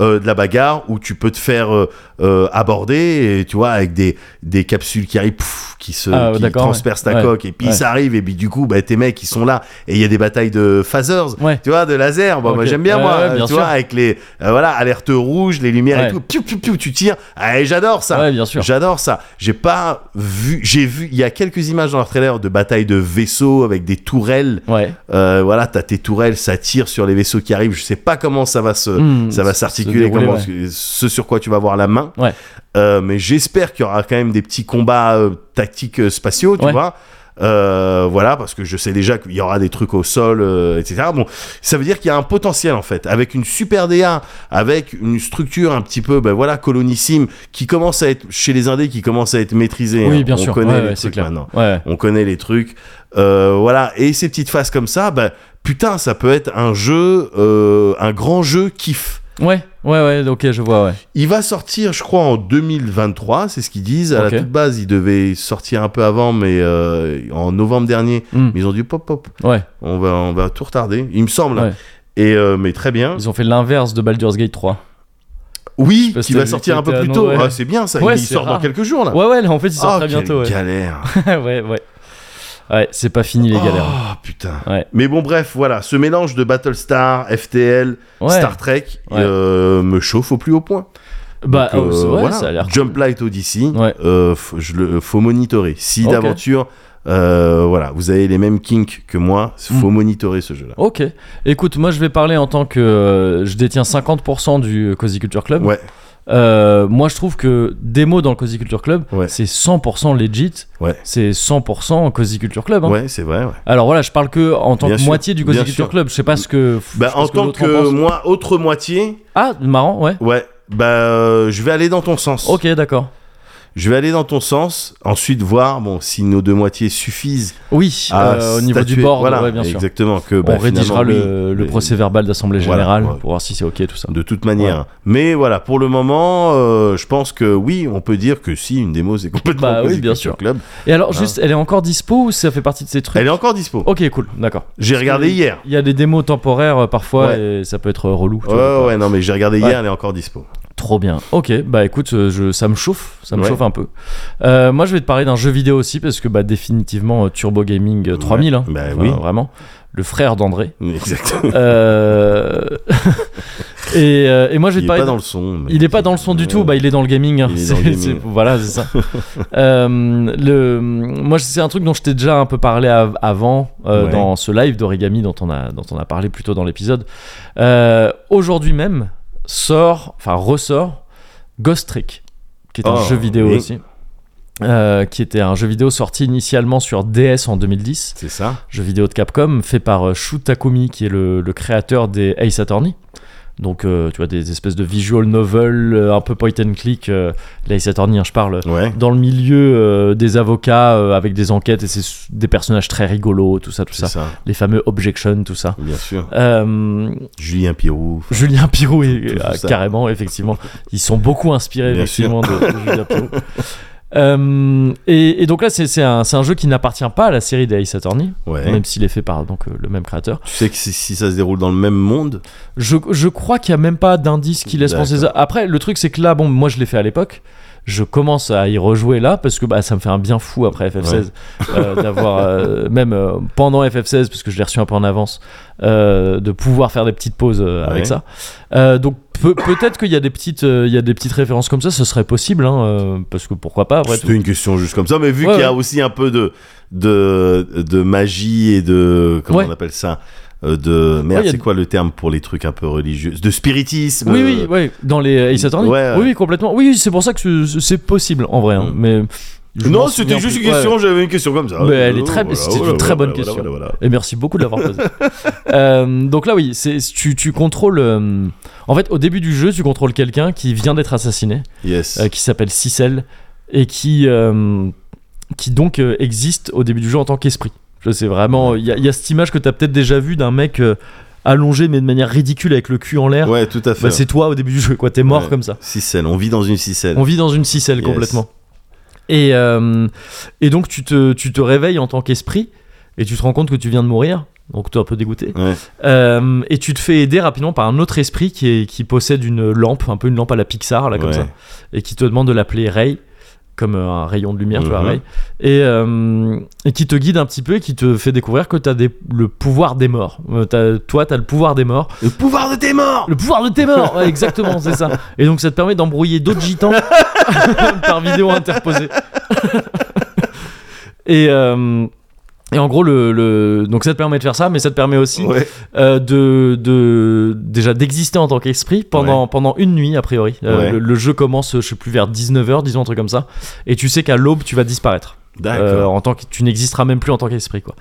euh, de la bagarre où tu peux te faire euh, euh, aborder et, tu vois avec des, des capsules qui arrivent pff, qui se Ah, qui d'accord, ouais. transpercent ta Ouais. coque et puis Ouais. ça arrive et puis du coup bah, tes mecs ils sont là et il y a des batailles de phasers Ouais. tu vois de laser bon, Ok. moi j'aime bien Ouais, moi ouais, euh, bien tu sûr. vois avec les euh, voilà alerte rouge les lumières Ouais. et tout piou, piou, piou, tu tires ah, et j'adore ça Ouais, bien sûr. J'adore ça. J'ai pas vu, j'ai vu, il y a quelques images dans leur trailer de bataille de vaisseaux avec des tourelles Ouais. euh, voilà, t'as tes tourelles, ça tire sur les vaisseaux qui arrivent. Je sais pas comment ça va se, Mmh, ça va se- s'articuler, se dérouler, comment ouais. ce- ce sur quoi tu vas avoir la main. Ouais. Euh, mais j'espère qu'il y aura quand même des petits combats euh, tactiques euh, spatiaux, tu Ouais. vois. Euh, voilà, parce que je sais déjà qu'il y aura des trucs au sol, euh, etc. Bon, ça veut dire qu'il y a un potentiel en fait, avec une super DA, avec une structure un petit peu, ben voilà, colonissime, qui commence à être chez les indés, qui commence à être maîtrisée. hein. Oui, bien On sûr. connaît Ouais, les ouais, c'est trucs clair. maintenant. Ouais. On connaît les trucs. Euh, voilà. Et ces petites phases comme ça, bah, putain, ça peut être un jeu, euh, un grand jeu kiff. Ouais. Ouais. Ouais. Ok, je vois. Ouais. Il va sortir, je crois, en 2023, c'est ce qu'ils disent. À Ok. la toute base, il devait sortir un peu avant, mais euh, en novembre dernier. Mm. Mais ils ont dit pop, pop, Ouais. on va, on va tout retarder, il me semble. Ouais. Et euh, mais très bien. Ils ont fait l'inverse de Baldur's Gate 3. Oui, sais pas si qui t'as va vu sortir qui un peu était plus à tôt. Noël. Ah, c'est bien ça. Ouais, il c'est sort dans rare. quelques jours là. Ouais, ouais, là, en fait, ils sortent Ah, très quelle bientôt. Ouais. galère. ouais, ouais. Ouais, c'est pas fini les galères. Oh putain. Ouais. Mais bon, bref, voilà, ce mélange de Battlestar, FTL, Ouais. Star Trek Ouais. euh, me chauffe au plus haut point. Bah, Donc, oh, euh, c'est- ouais, voilà. ça a l'air. Jump Light Odyssey, Ouais. euh, f- je le, faut monitorer. Si Ok. d'aventure, euh, voilà, vous avez les mêmes kinks que moi, Hmm. faut monitorer ce jeu-là. Ok. Écoute, moi je vais parler en tant que euh, je détiens 50% du Cozy Culture Club. Ouais, Euh, moi je trouve que des mots dans le Cozy Culture Club, Ouais. c'est 100% legit. Ouais. C'est 100% Cozy Culture Club. hein. ouais, c'est vrai. ouais. Alors voilà, je parle que en tant Bien que sûr, moitié du Cozy bien Culture sûr. Club. Je sais pas ce que. je Bah, sais pas en ce tant l'autre en que euh, pense. moi, autre moitié, Ah, marrant, ouais. ouais, bah, euh, je vais aller dans ton sens. Ok, d'accord. Je vais aller dans ton sens, ensuite voir, bon, si nos deux moitiés suffisent Oui, à euh, au niveau du Ah, statuer. board, voilà, ouais, bien sûr. exactement. Que, bah, On rédigera finalement, le, oui, le mais- procès verbal d'assemblée Voilà, générale ouais. pour voir si c'est ok tout ça. de toute manière. Mais voilà, pour le moment, euh, je pense que oui, on peut dire que si une démo c'est complètement Bah oui, Cozy bien Culture sûr. club. Et alors, juste, elle est encore dispo ou ça fait partie de ces trucs Elle est encore dispo. Ok, cool, d'accord. J'ai regardé hier. Il y a des démos temporaires euh, parfois Ouais. et ça peut être euh, relou. tu Ouais, vois. ouais, non, mais j'ai regardé Ouais. hier, elle est encore dispo. Trop bien. Ok, bah écoute, euh, je, ça me chauffe, ça me Ouais. chauffe un peu. Euh, moi, je vais te parler d'un jeu vidéo aussi parce que bah définitivement euh, Turbo Gaming euh, 3000, hein. Bah oui. vraiment, le frère d'André. Exactement. Euh, et, euh, et moi, je vais Il te est parler. pas d'un- dans le son. mais- Euh, Il n'est pas dans le son du tout, bah il est dans le gaming. hein. Il est C'est- dans le gaming. c'est- voilà, c'est ça. Euh, le, moi, c'est un truc dont je t'ai déjà un peu parlé av- avant euh, Ouais. dans ce live d'origami dont on a dont on a parlé plus tôt dans l'épisode. Euh, Aujourd'hui même sort, enfin ressort Ghost Trick, qui est un Oh, jeu vidéo oui. aussi. euh, qui était un jeu vidéo sorti initialement sur DS en 2010, C'est ça. jeu vidéo de Capcom, fait par euh, Shu Takumi, qui est le, le créateur des Ace Attorney. Donc, euh, tu vois, des espèces de visual novel, euh, un peu point and click. euh, les Ace Attorney, hein, je parle, Ouais. dans le milieu euh, des avocats euh, avec des enquêtes et c'est s- des personnages très rigolos, tout ça, tout C'est ça. ça. Les fameux objections, tout ça. Bien sûr. Euh, Julien Pirou. Julien Pirou, et- Tout- tout euh, ça. carrément, effectivement. Ils sont beaucoup inspirés, Bien effectivement, de, de Julien Pirou. Euh, et, et donc là, c'est c'est un, c'est un jeu qui n'appartient pas à la série des Ace Attorney, Ouais. même s'il est fait par donc, euh, le même créateur. Tu sais que si, si ça se déroule dans le même monde, Je, je crois qu'il n'y a même pas d'indice qui laisse D'accord. penser ça. Après, le truc, c'est que là, bon, moi je l'ai fait à l'époque. Je commence à y rejouer là parce que bah, ça me fait un bien fou après FF16 euh, d'avoir, euh, même euh, pendant FF16, parce que je l'ai reçu un peu en avance, euh, de pouvoir faire des petites pauses euh, avec Ouais. ça. Euh, donc peut- peut-être qu'il y, a des petites, euh, il y a des petites références comme ça, ce serait possible, hein, euh, parce que pourquoi pas après tout. c'était une question juste comme ça. Mais vu Ouais, qu'il y a ouais. aussi un peu de, de, de magie et de. Comment Ouais. on appelle ça Euh, de merde, Ouais, y a- c'est quoi le terme pour les trucs un peu religieux De spiritisme. Oui, euh, oui, oui, dans les euh, Ace Attorney. Ouais, ouais. Oui, oui, complètement. Oui, oui, c'est pour ça que c'est- c'est possible en vrai. hein, Mm. mais je m'en Non, souviens c'était juste plus. une Ouais, ouais. question, j'avais une question comme ça. Euh, Mais elle est très- Voilà, c'était une voilà, très voilà, bonne voilà, question. voilà, voilà. Et merci beaucoup de l'avoir posé. Euh, donc là, oui, c'est tu, tu contrôles. euh, en fait, au début du jeu, tu contrôles quelqu'un qui vient d'être assassiné, Yes. euh, qui s'appelle Cicel, et qui, euh, qui donc euh, existe au début du jeu en tant qu'esprit. Je sais vraiment, il y, a- il y a cette image que tu as peut-être déjà vue d'un mec euh, allongé, mais de manière ridicule, avec le cul en l'air. Ouais, tout à fait. Bah, c'est toi au début du jeu, quoi. T'es mort Ouais. comme ça. Cicelle, on vit dans une cicelle. On vit dans une cicelle Yes. complètement. Et, euh, et donc tu te, tu te réveilles en tant qu'esprit et tu te rends compte que tu viens de mourir. Donc t'es un peu dégoûté. Ouais. Euh, et tu te fais aider rapidement par un autre esprit qui, est, qui possède une lampe, un peu une lampe à la Pixar, là comme Ouais. ça, et qui te demande de l'appeler Ray, comme euh, un rayon de lumière, tu vois, Mhm. Ray, et, euh, et qui te guide un petit peu et qui te fait découvrir que t'as des- le pouvoir des morts. Euh, t'as- toi, t'as le pouvoir des morts. Le pouvoir de tes morts Le pouvoir de tes morts Ouais, Exactement, c'est ça. Et donc ça te permet d'embrouiller d'autres gitans par vidéo interposée. et, euh, et en gros, le, le- donc ça te permet de faire ça, mais ça te permet aussi Ouais. euh, de, de- déjà d'exister en tant qu'esprit pendant, pendant une nuit a priori. Euh, Ouais. le, le jeu commence, je sais plus, vers 19h, disons un truc comme ça. Et tu sais qu'à l'aube, tu vas disparaître. Euh, D'accord. en tant que tu n'existeras même plus en tant qu'esprit quoi.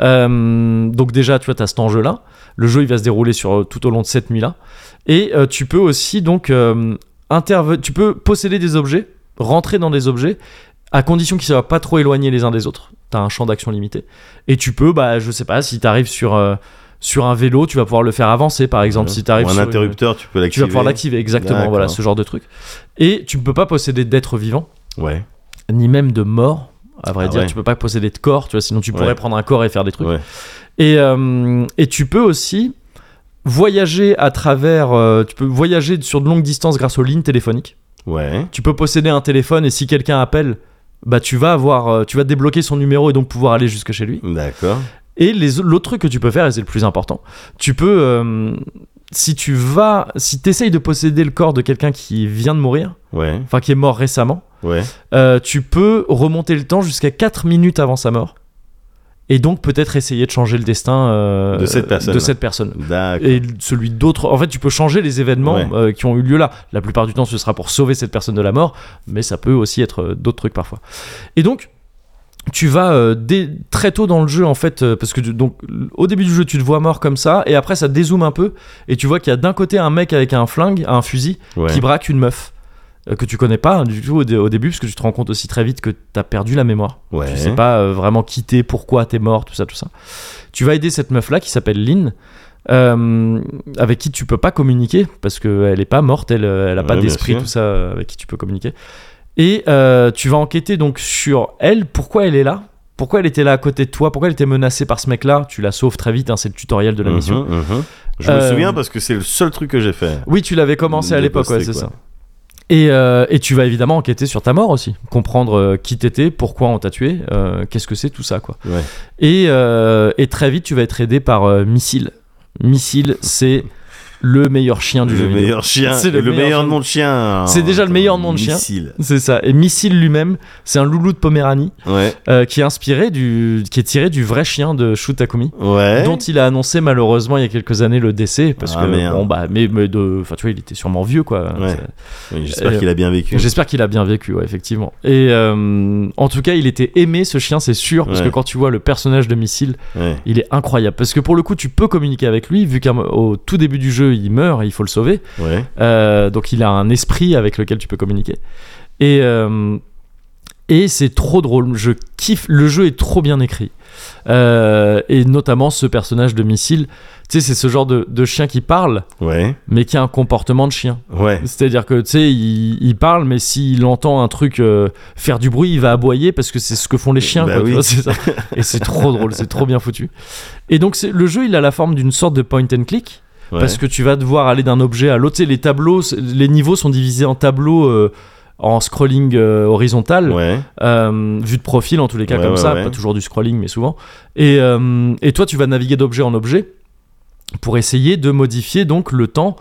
Euh, donc déjà tu vois t'as cet enjeu là. Le jeu il va se dérouler sur euh, tout au long de cette nuit là et euh, tu peux aussi donc euh, interve- tu peux posséder des objets, rentrer dans des objets à condition qu'ils soient pas trop éloignés les uns des autres. T'as un champ d'action limité et tu peux bah je sais pas si t'arrives sur euh, sur un vélo tu vas pouvoir le faire avancer par exemple si t'arrives Ou un sur une- interrupteur, tu peux l'activer. tu vas pouvoir l'activer exactement D'accord. voilà ce genre de truc et tu ne peux pas posséder d'êtres vivants Ouais. ni même de mort. À vrai Ah dire, ouais. tu peux pas posséder de corps, tu vois, sinon tu pourrais Ouais. prendre un corps et faire des trucs. Ouais. Et, euh, et tu peux aussi voyager à travers. euh, tu peux voyager sur de longues distances grâce aux lignes téléphoniques. Ouais. Tu peux posséder un téléphone et si quelqu'un appelle, bah tu vas avoir, euh, tu vas débloquer son numéro et donc pouvoir aller jusque chez lui. D'accord. Et les au- l'autre truc que tu peux faire, et c'est le plus important, tu peux, euh, si tu vas, si t'essayes de posséder le corps de quelqu'un qui vient de mourir, Ouais, enfin qui est mort récemment, ouais. euh, tu peux remonter le temps jusqu'à 4 minutes avant sa mort. Et donc peut-être essayer de changer le destin euh, De cette personne. de cette personne. D'accord. Et celui d'autres. En fait, tu peux changer les événements Ouais. euh, qui ont eu lieu là. La plupart du temps, ce sera pour sauver cette personne de la mort, mais ça peut aussi être euh, d'autres trucs parfois. Et donc, tu vas euh, dès- très tôt dans le jeu, en fait, euh, parce que tu- donc, au début du jeu, tu te vois mort comme ça, et après, ça dézoome un peu, et tu vois qu'il y a d'un côté un mec avec un flingue, un fusil, Ouais. qui braque une meuf euh, que tu connais pas hein, du tout au, dé- au début, parce que tu te rends compte aussi très vite que t'as perdu la mémoire. Ouais. Tu sais pas euh, vraiment qui t'es, pourquoi t'es mort, tout ça, tout ça. Tu vas aider cette meuf là qui s'appelle Lynn. euh, avec qui tu peux pas communiquer parce qu'elle est pas morte, elle, euh, elle a pas Ouais, bien d'esprit, sûr. tout ça euh, avec qui tu peux communiquer. Et euh, tu vas enquêter donc sur elle, pourquoi elle est là, pourquoi elle était là à côté de toi, pourquoi elle était menacée par ce mec là. Tu la sauves très vite, hein, c'est le tutoriel de la Mhm, mission. mhm. Je me Euh, souviens parce que c'est le seul truc que j'ai fait. Oui, tu l'avais commencé à De l'époque, ouais, poster, c'est quoi. ça. Et, euh, et tu vas évidemment enquêter sur ta mort aussi, comprendre euh, qui t'étais, pourquoi on t'a tué, euh, qu'est-ce que c'est tout ça, quoi. Ouais. Et, euh, et très vite, tu vas être aidé par euh, Missile. Missile, c'est le meilleur chien du le jeu vidéo. meilleur chien. C'est le le meilleur meilleur chien. nom de chien. C'est déjà le meilleur nom de chien. Missile. C'est ça. Et Missile lui-même, c'est un loulou de Poméranie Ouais. euh, qui est inspiré du, qui est tiré du vrai chien de Shu Takumi. Ouais. dont il a annoncé malheureusement il y a quelques années le décès parce Eh Ah, que merde. bon bah mais, mais de enfin tu vois il était sûrement vieux quoi Ouais. C'est- Oui, J'espère Euh, qu'il a bien vécu. J'espère qu'il a bien vécu, ouais, effectivement. Et euh, en tout cas, il était aimé, ce chien, c'est sûr, parce Ouais. que quand tu vois le personnage de Missile, Ouais. il est incroyable. Parce que pour le coup, tu peux communiquer avec lui, vu qu'au tout début du jeu, il meurt et il faut le sauver. Ouais. Euh, donc il a un esprit avec lequel tu peux communiquer. Et, euh, et c'est trop drôle, je kiffe, le jeu est trop bien écrit. Euh, et notamment ce personnage de Missile, tu sais, c'est ce genre de, de chien qui parle, Ouais. mais qui a un comportement de chien. Ouais. C'est-à-dire que tu sais, il, il parle, mais s'il entend un truc euh, faire du bruit, il va aboyer parce que c'est ce que font les chiens. Bah quoi, tu oui. vois, c'est ça. Et c'est trop drôle, c'est trop bien foutu. Et donc c'est- le jeu, il a la forme d'une sorte de point and click. Ouais. Parce que tu vas devoir aller d'un objet à l'autre. Tu sais, les tableaux, c'est- les niveaux sont divisés en tableaux euh, en scrolling euh, horizontal, Ouais. euh, vu de profil en tous les cas Ouais, comme ouais, ça, ouais. pas toujours du scrolling mais souvent. Et, euh, et toi, tu vas naviguer d'objet en objet pour essayer de modifier donc le temps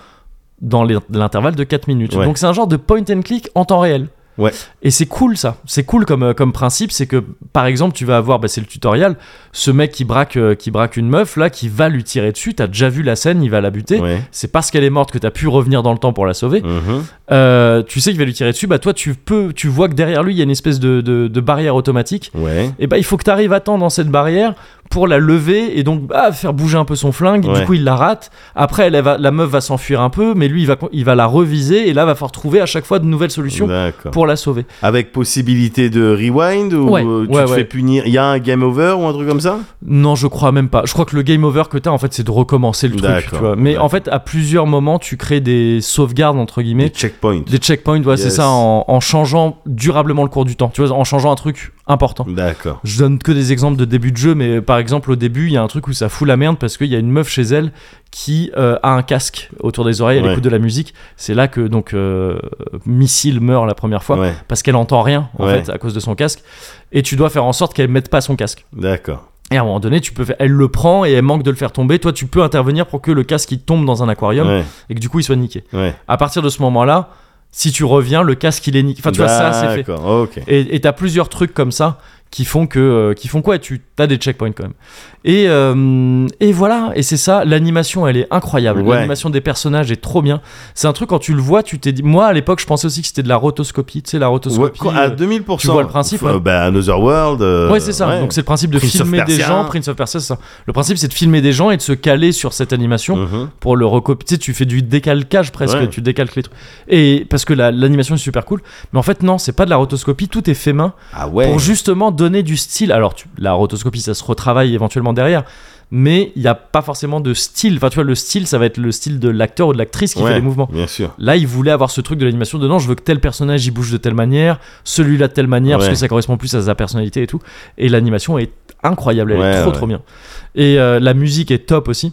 dans les- l'intervalle de 4 minutes. Ouais. Donc c'est un genre de point and click en temps réel. Ouais. Et c'est cool ça, c'est cool comme, euh, comme principe, c'est que par exemple tu vas avoir, bah, c'est le tutoriel, ce mec qui braque, euh, qui braque une meuf là, qui va lui tirer dessus, t'as déjà vu la scène, il va la buter, Ouais. c'est parce qu'elle est morte que t'as pu revenir dans le temps pour la sauver, Mhm. Euh, tu sais qu'il va lui tirer dessus, bah toi tu peux, tu vois que derrière lui il y a une espèce de- de- de barrière automatique, Ouais. et bah il faut que tu arrives à temps dans cette barrière pour la lever et donc bah, faire bouger un peu son flingue. Du Ouais. coup, il la rate. Après, elle, elle va, la meuf va s'enfuir un peu, mais lui, il va, con- il va la reviser et là, va falloir trouver à chaque fois de nouvelles solutions D'accord. pour la sauver. Avec possibilité de rewind ou Ouais, euh, tu ouais, te ouais. fais punir Il y a un game over ou un truc comme ça Non, je crois même pas. Je crois que le game over que t'as, en fait, c'est de recommencer le truc. D'accord. Tu vois. Mais Ouais. en fait, à plusieurs moments, tu crées des sauvegardes, entre Des guillemets, checkpoints. des checkpoints, ouais, c'est Yes. ça, en, en changeant durablement le cours du temps. Tu vois, en changeant un truc important. D'accord. Je donne que des exemples de début de jeu, mais par exemple, au début, il y a un truc où ça fout la merde parce qu'il y a une meuf chez elle qui euh, a un casque autour des oreilles, elle Ouais. écoute de la musique. C'est là que donc euh, Missile meurt la première fois Ouais. parce qu'elle entend rien en Ouais. fait à cause de son casque. Et tu dois faire en sorte qu'elle mette pas son casque. D'accord. Et à un moment donné, tu peux faire- elle le prend et elle manque de le faire tomber. Toi, tu peux intervenir pour que le casque il tombe dans un aquarium Ouais. et que du coup il soit niqué. Ouais. À partir de ce moment-là, si tu reviens, le casque il est niqué. Enfin, tu vois, ça c'est fait. D'accord. Ok. Et et t'as plusieurs trucs comme ça qui font que euh, qui font quoi Tu as des checkpoints quand même. Et euh, et voilà. Et c'est ça. L'animation, elle est incroyable. Ouais. L'animation des personnages est trop bien. C'est un truc quand tu le vois, tu t'es dit. Moi à l'époque, je pensais aussi que c'était de la rotoscopie. Tu sais la Ouais, rotoscopie. quoi, à euh, 2000%. tu vois le principe, Enfin, hein. bah, Another World. euh, Ouais, c'est ça. Donc c'est le principe de Prince of filmer des Persia. gens, Prince of Persia, c'est ça. Le principe c'est de filmer des gens et de se caler sur cette animation Mhm. pour le recopier. Tu sais, tu fais du décalcage presque, Ouais. tu décalques les trucs. Et parce que la- l'animation est super cool, mais en fait non, c'est pas de la rotoscopie, tout est fait main Ah ouais. pour justement donner du style. Alors, tu- la rotoscopie, ça se retravaille éventuellement derrière, mais il n'y a pas forcément de style. Enfin, tu vois, le style, ça va être le style de l'acteur ou de l'actrice qui Ouais, fait les mouvements. Bien sûr. Là, il voulait avoir ce truc de l'animation de non, je veux que tel personnage il bouge de telle manière, celui-là de telle manière, parce Ouais. que ça correspond plus à sa personnalité et tout. Et l'animation est incroyable, elle Ouais, est trop ouais. trop bien. Et euh, la musique est top aussi.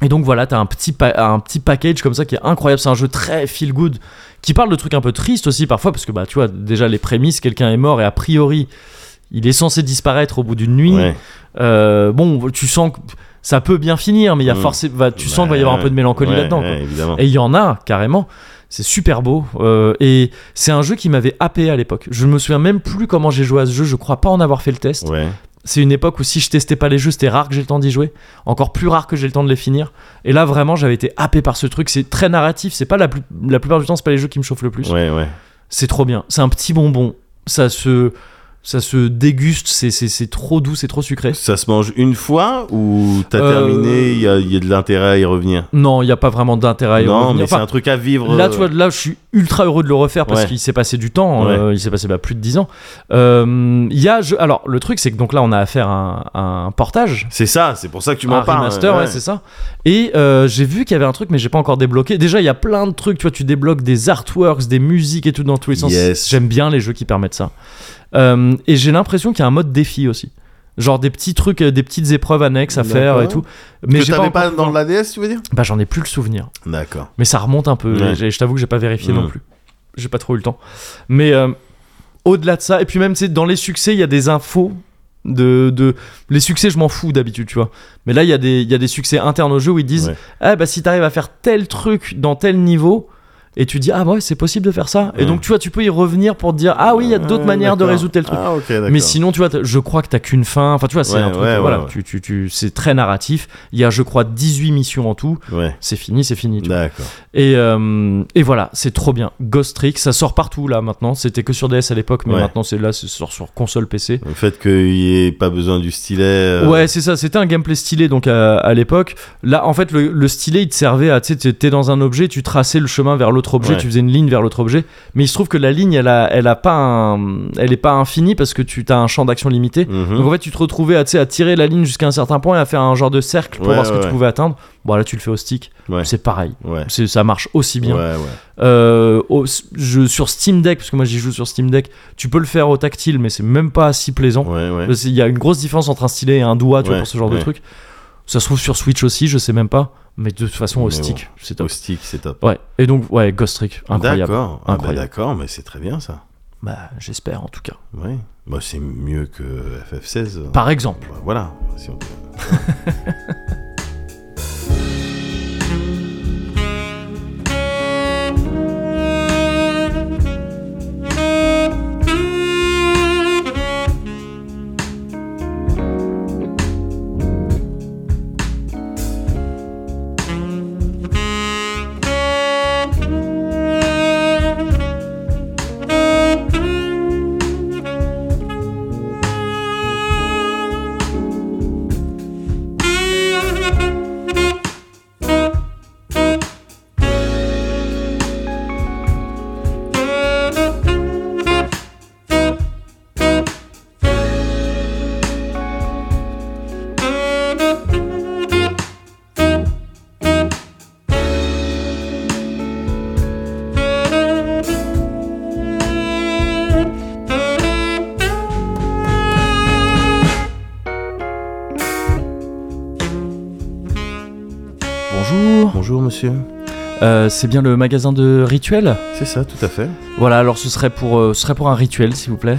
Et donc voilà, t'as un petit, pa- un petit package comme ça qui est incroyable. C'est un jeu très feel good qui parle de trucs un peu tristes aussi parfois parce que bah tu vois déjà les prémices, quelqu'un est mort et a priori il est censé disparaître au bout d'une nuit. Ouais. Euh, bon, tu sens que ça peut bien finir, mais il y a Mm. forcément, tu sens qu'il va y avoir un peu de mélancolie Ouais, là-dedans. quoi. ouais, évidemment. Et il y en a, carrément. C'est super beau. euh, et c'est un jeu qui m'avait happé à l'époque. Je me souviens même plus comment j'ai joué à ce jeu. Je crois pas en avoir fait le test. Ouais. C'est une époque où si je testais pas les jeux, c'était rare que j'ai le temps d'y jouer. Encore plus rare que j'ai le temps de les finir. Et là, vraiment, j'avais été happé par ce truc. C'est très narratif. C'est pas la, plus- la plupart du temps, c'est pas les jeux qui me chauffent le plus. Ouais, ouais. C'est trop bien. C'est un petit bonbon. Ça se, ça se déguste. C'est- C'est c'est trop doux. C'est trop sucré. Ça se mange une fois ou t'as Euh, terminé, il y a, il y a de l'intérêt à y revenir Non, il n'y a pas vraiment d'intérêt à y Non, revenir. mais Enfin, c'est un truc à vivre. euh, Là, tu vois, là, je suis ultra heureux de le refaire parce Ouais. qu'il s'est passé du temps. euh, il s'est passé bah, plus de 10 ans. Euh, Il y a, je- alors, le truc, c'est que donc là, on a affaire à un, à un portage. C'est ça, c'est pour ça que tu un m'en parles. remaster, ouais, c'est ça. Et euh, j'ai vu qu'il y avait un truc, mais j'ai pas encore débloqué. Déjà, il y a plein de trucs, tu vois, tu débloques des artworks, des musiques et tout dans tous les sens. Yes. J'aime bien les jeux qui permettent ça. Euh, et j'ai l'impression qu'il y a un mode défi aussi. Genre des petits trucs, euh, des petites épreuves annexes à faire et D'accord. tout. Mais que j'ai t'avais pas, pas, encore- dans la DS, tu veux dire Bah, j'en ai plus le souvenir D'accord. mais ça remonte un peu. Ouais. Et j'ai- Je t'avoue que j'ai pas vérifié Mm. non plus. J'ai pas trop eu le temps. Mais euh, au-delà de ça, et puis même, tu sais, dans les succès, il y a des infos. De, de- les succès je m'en fous d'habitude tu vois mais là il y a des il y a des succès internes au jeu où ils disent Ouais. ah bah si t'arrives à faire tel truc dans tel niveau et tu dis ah ouais c'est possible de faire ça et Ouais. donc tu vois tu peux y revenir pour te dire ah oui il y a d'autres Ouais, manières de d'accord. résoudre tel truc Ah, ok, d'accord. mais sinon, tu vois, t'as- je crois que t'as qu'une fin. Enfin, tu vois, c'est Ouais, un truc. ouais, voilà, ouais, ouais. Tu, tu, tu- c'est très narratif. Il y a, je crois, 18 missions en tout. Ouais. C'est fini, c'est fini. tu vois. D'accord. Et, euh, et voilà, c'est trop bien. Ghost Trick, ça sort partout là maintenant. C'était que sur DS à l'époque, mais Ouais. maintenant c'est là, ça sort sur console PC. Le fait qu'il n'y ait pas besoin du stylet. euh, Ouais, c'est ça. C'était un gameplay stylé donc à, à l'époque. Là, en fait, le, le stylet il te servait à, tu sais, t'es- t'es dans un objet, tu traçais le chemin vers l'autre objet, Ouais. tu faisais une ligne vers l'autre objet. Mais il se trouve que la ligne, elle a, elle a pas, un- elle est pas infinie parce que tu as un champ d'action limité. mhm. Donc en fait, tu te retrouvais à, tu sais, à tirer la ligne jusqu'à un certain point et à faire un genre de cercle pour Ouais, voir ce que ouais, tu ouais. pouvais atteindre. Bon, là, tu le fais au stick. Ouais. C'est pareil. Ouais. C'est- Ça marche aussi bien. Ouais, ouais. Euh, au- je, sur Steam Deck, parce que moi j'y joue sur Steam Deck, tu peux le faire au tactile, mais c'est même pas si plaisant. Ouais, ouais. Parce qu'il y a une grosse différence entre un stylet et un doigt, tu vois, Ouais, pour ce genre de ouais. truc. Ça se trouve sur Switch aussi, je sais même pas. Mais de toute façon, au Mais stick, c'est Au top. stick, c'est top. Ouais, et donc, ouais, Ghost Trick, incroyable. D'accord. Ah, bah, Incroyable. d'accord, mais c'est très bien ça. Bah, j'espère en tout cas. Ouais. Bah, c'est mieux que FF16. Par exemple, Bah, voilà. Si on- bonjour. Bonjour, monsieur. Euh, c'est bien le magasin de rituel C'est ça, tout à fait. Voilà, alors ce serait pour, euh, ce serait pour un rituel, s'il vous plaît.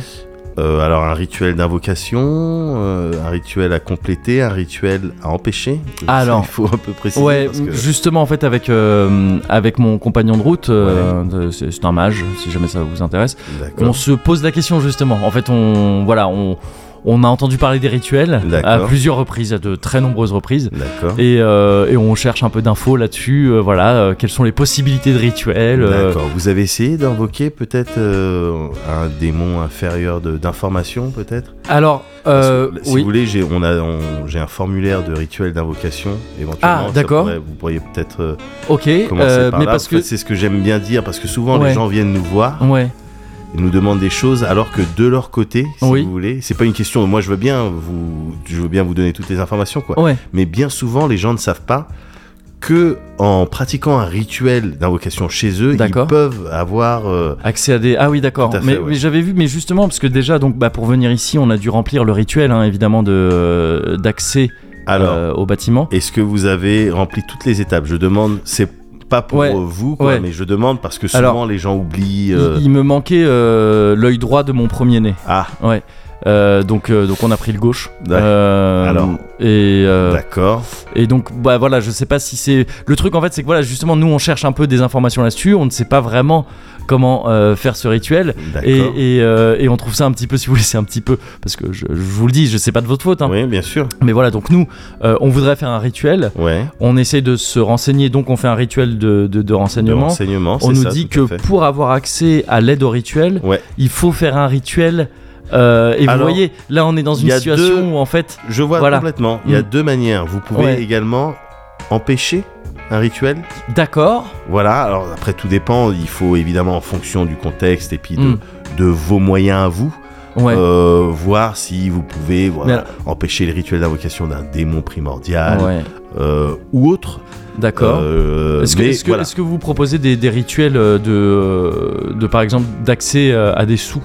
Euh, alors un rituel d'invocation, euh, un rituel à compléter, un rituel à empêcher. Je- Alors. il faut un peu préciser. Ouais, parce que- justement en fait avec euh, avec mon compagnon de route, euh, de- c'est c'est un mage si jamais ça vous intéresse. On D'accord. se pose la question justement. En fait, on voilà, on on a entendu parler des rituels à D'accord. plusieurs reprises, à de très nombreuses reprises. D'accord. Et, euh, et on cherche un peu d'infos là-dessus, euh, voilà, euh, quelles sont les possibilités de rituels. euh, D'accord. Vous avez essayé d'invoquer peut-être euh, un démon inférieur de- d'information, peut-être. alors, Parce que, euh, si oui. vous voulez, j'ai on a on- j'ai un formulaire de rituel d'invocation. Éventuellement, Ah, ça d'accord. pourrait- vous pourriez peut-être euh, ok, commencer euh, par mais là. parce En que fait, c'est ce que j'aime bien dire parce que souvent Ouais. les gens viennent nous voir. ouais, Ils nous demandent des choses alors que de leur côté, si Oui. vous voulez, c'est pas une question. Moi, je veux bien vous, je veux bien vous donner toutes les informations, quoi. ouais, Mais bien souvent, les gens ne savent pas que en pratiquant un rituel d'invocation chez eux, D'accord. ils peuvent avoir. euh, Accès à des ah oui d'accord Tout à fait, mais, ouais. mais j'avais vu mais justement parce que déjà donc bah, pour venir ici on a dû remplir le rituel hein, évidemment de euh, d'accès Alors. euh, au bâtiment. Est-ce que vous avez rempli toutes les étapes Je demande, c'est pas pour Ouais, vous, quoi, ouais. mais je demande parce que souvent Alors, les gens oublient. Il- euh, Il, me manquait euh, l'œil droit de mon premier né. Ah, Ouais. Euh, donc, euh, donc on a pris le gauche. D'ac- Euh, Alors. et, euh, d'accord. et donc bah voilà, je sais pas si c'est le truc en fait, c'est que voilà justement nous on cherche un peu des informations là-dessus, on ne sait pas vraiment comment euh, faire ce rituel D'accord. et, et, euh, et on trouve ça un petit peu si vous voulez c'est un petit peu parce que je, je vous le dis, je sais pas de votre faute, hein. Oui, bien sûr. mais voilà donc nous euh, on voudrait faire un rituel, Ouais. on essaye de se renseigner donc on fait un rituel de, de, de renseignement. Enseignement. on nous dit que pour avoir accès à l'aide au rituel, Ouais. il faut faire un rituel. euh, et Alors, vous voyez, là on est dans il une y a situation deux- où en fait, Je vois Voilà. complètement. Il y a Mm. deux manières. Vous pouvez Ouais. également empêcher un rituel. d'accord, Voilà. Alors après, tout dépend. Il faut évidemment, en fonction du contexte et puis de, Mm. de vos moyens à vous, ouais, euh, voir si vous pouvez voilà, Mais alors- empêcher les rituels d'invocation d'un démon primordial ouais, euh, ou autre. d'accord. Euh, Est-ce que, mais est-ce que- voilà. est-ce que vous proposez des, des rituels euh, de, euh, de, par exemple, d'accès euh, à des sous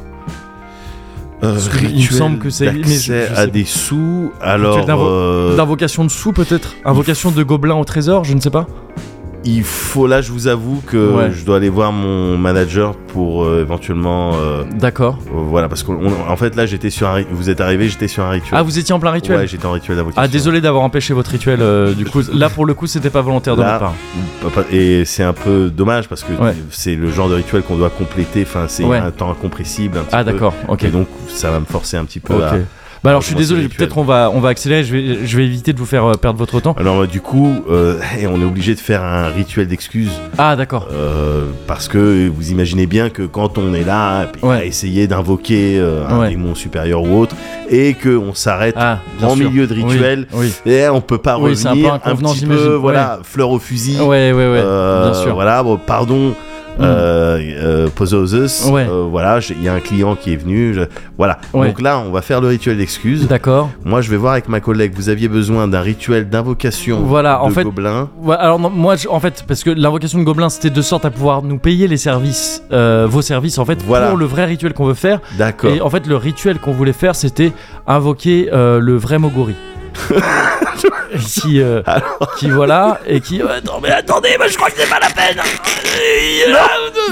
Euh, parce que il me rituel semble que c'est- mais je- je d'accès sais à pas. des sous. Alors, d'invo- euh, D'invocation de sous peut-être Invocation de gobelins au trésor, je ne sais pas il faut là, je vous avoue que Ouais. je dois aller voir mon manager pour euh, éventuellement. euh, D'accord. euh, voilà, parce qu'en fait là, j'étais sur. Un, ri- vous êtes arrivé, j'étais sur un rituel. Ah, vous étiez en plein rituel Ouais, j'étais en rituel d'invocation. Ah, désolé d'avoir empêché votre rituel euh, du coup. Là pour le coup, c'était pas volontaire de Là, ma part. Papa- Et c'est un peu dommage parce que Ouais. c'est le genre de rituel qu'on doit compléter. Enfin, c'est Ouais. un temps incompressible. un petit Ah, peu. d'accord, ok. Et donc, ça va me forcer un petit peu Ok. à, Bah alors je suis Commencer le désolé, rituel. peut-être on va, on va accélérer, je vais, je vais éviter de vous faire euh, perdre votre temps. Alors euh, du coup, euh, hey, on est obligé de faire un rituel d'excuses Ah d'accord. euh, parce que vous imaginez bien que quand on est là, puis Ouais. à essayer d'invoquer euh, un Ouais. démon supérieur ou autre, et que on s'arrête Ah, bien en sûr. milieu de rituel, Oui. et on peut pas Oui, c'est un peu revenir un, inconvenant, petit j'imagine. peu, voilà, fleur au fusil, oui. Ouais, ouais, ouais, euh, bien sûr. voilà, bon, pardon. Mm. Euh, euh, Pozoosus, Ouais. euh, voilà, j'ai- il y a un client qui est venu, je- voilà. Ouais. Donc là, on va faire le rituel d'excuses. D'accord. Moi, je vais voir avec ma collègue. Vous aviez besoin d'un rituel d'invocation Voilà, en de fait- gobelins. Ouais, alors non, moi je- en fait parce que l'invocation de gobelins c'était de sorte à pouvoir nous payer les services, euh, vos services en fait Voilà. pour le vrai rituel qu'on veut faire. D'accord. Et en fait le rituel qu'on voulait faire c'était invoquer euh, le vrai Mogori. qui, euh, qui voilà et qui ouais, non mais attendez moi je crois que c'est pas la peine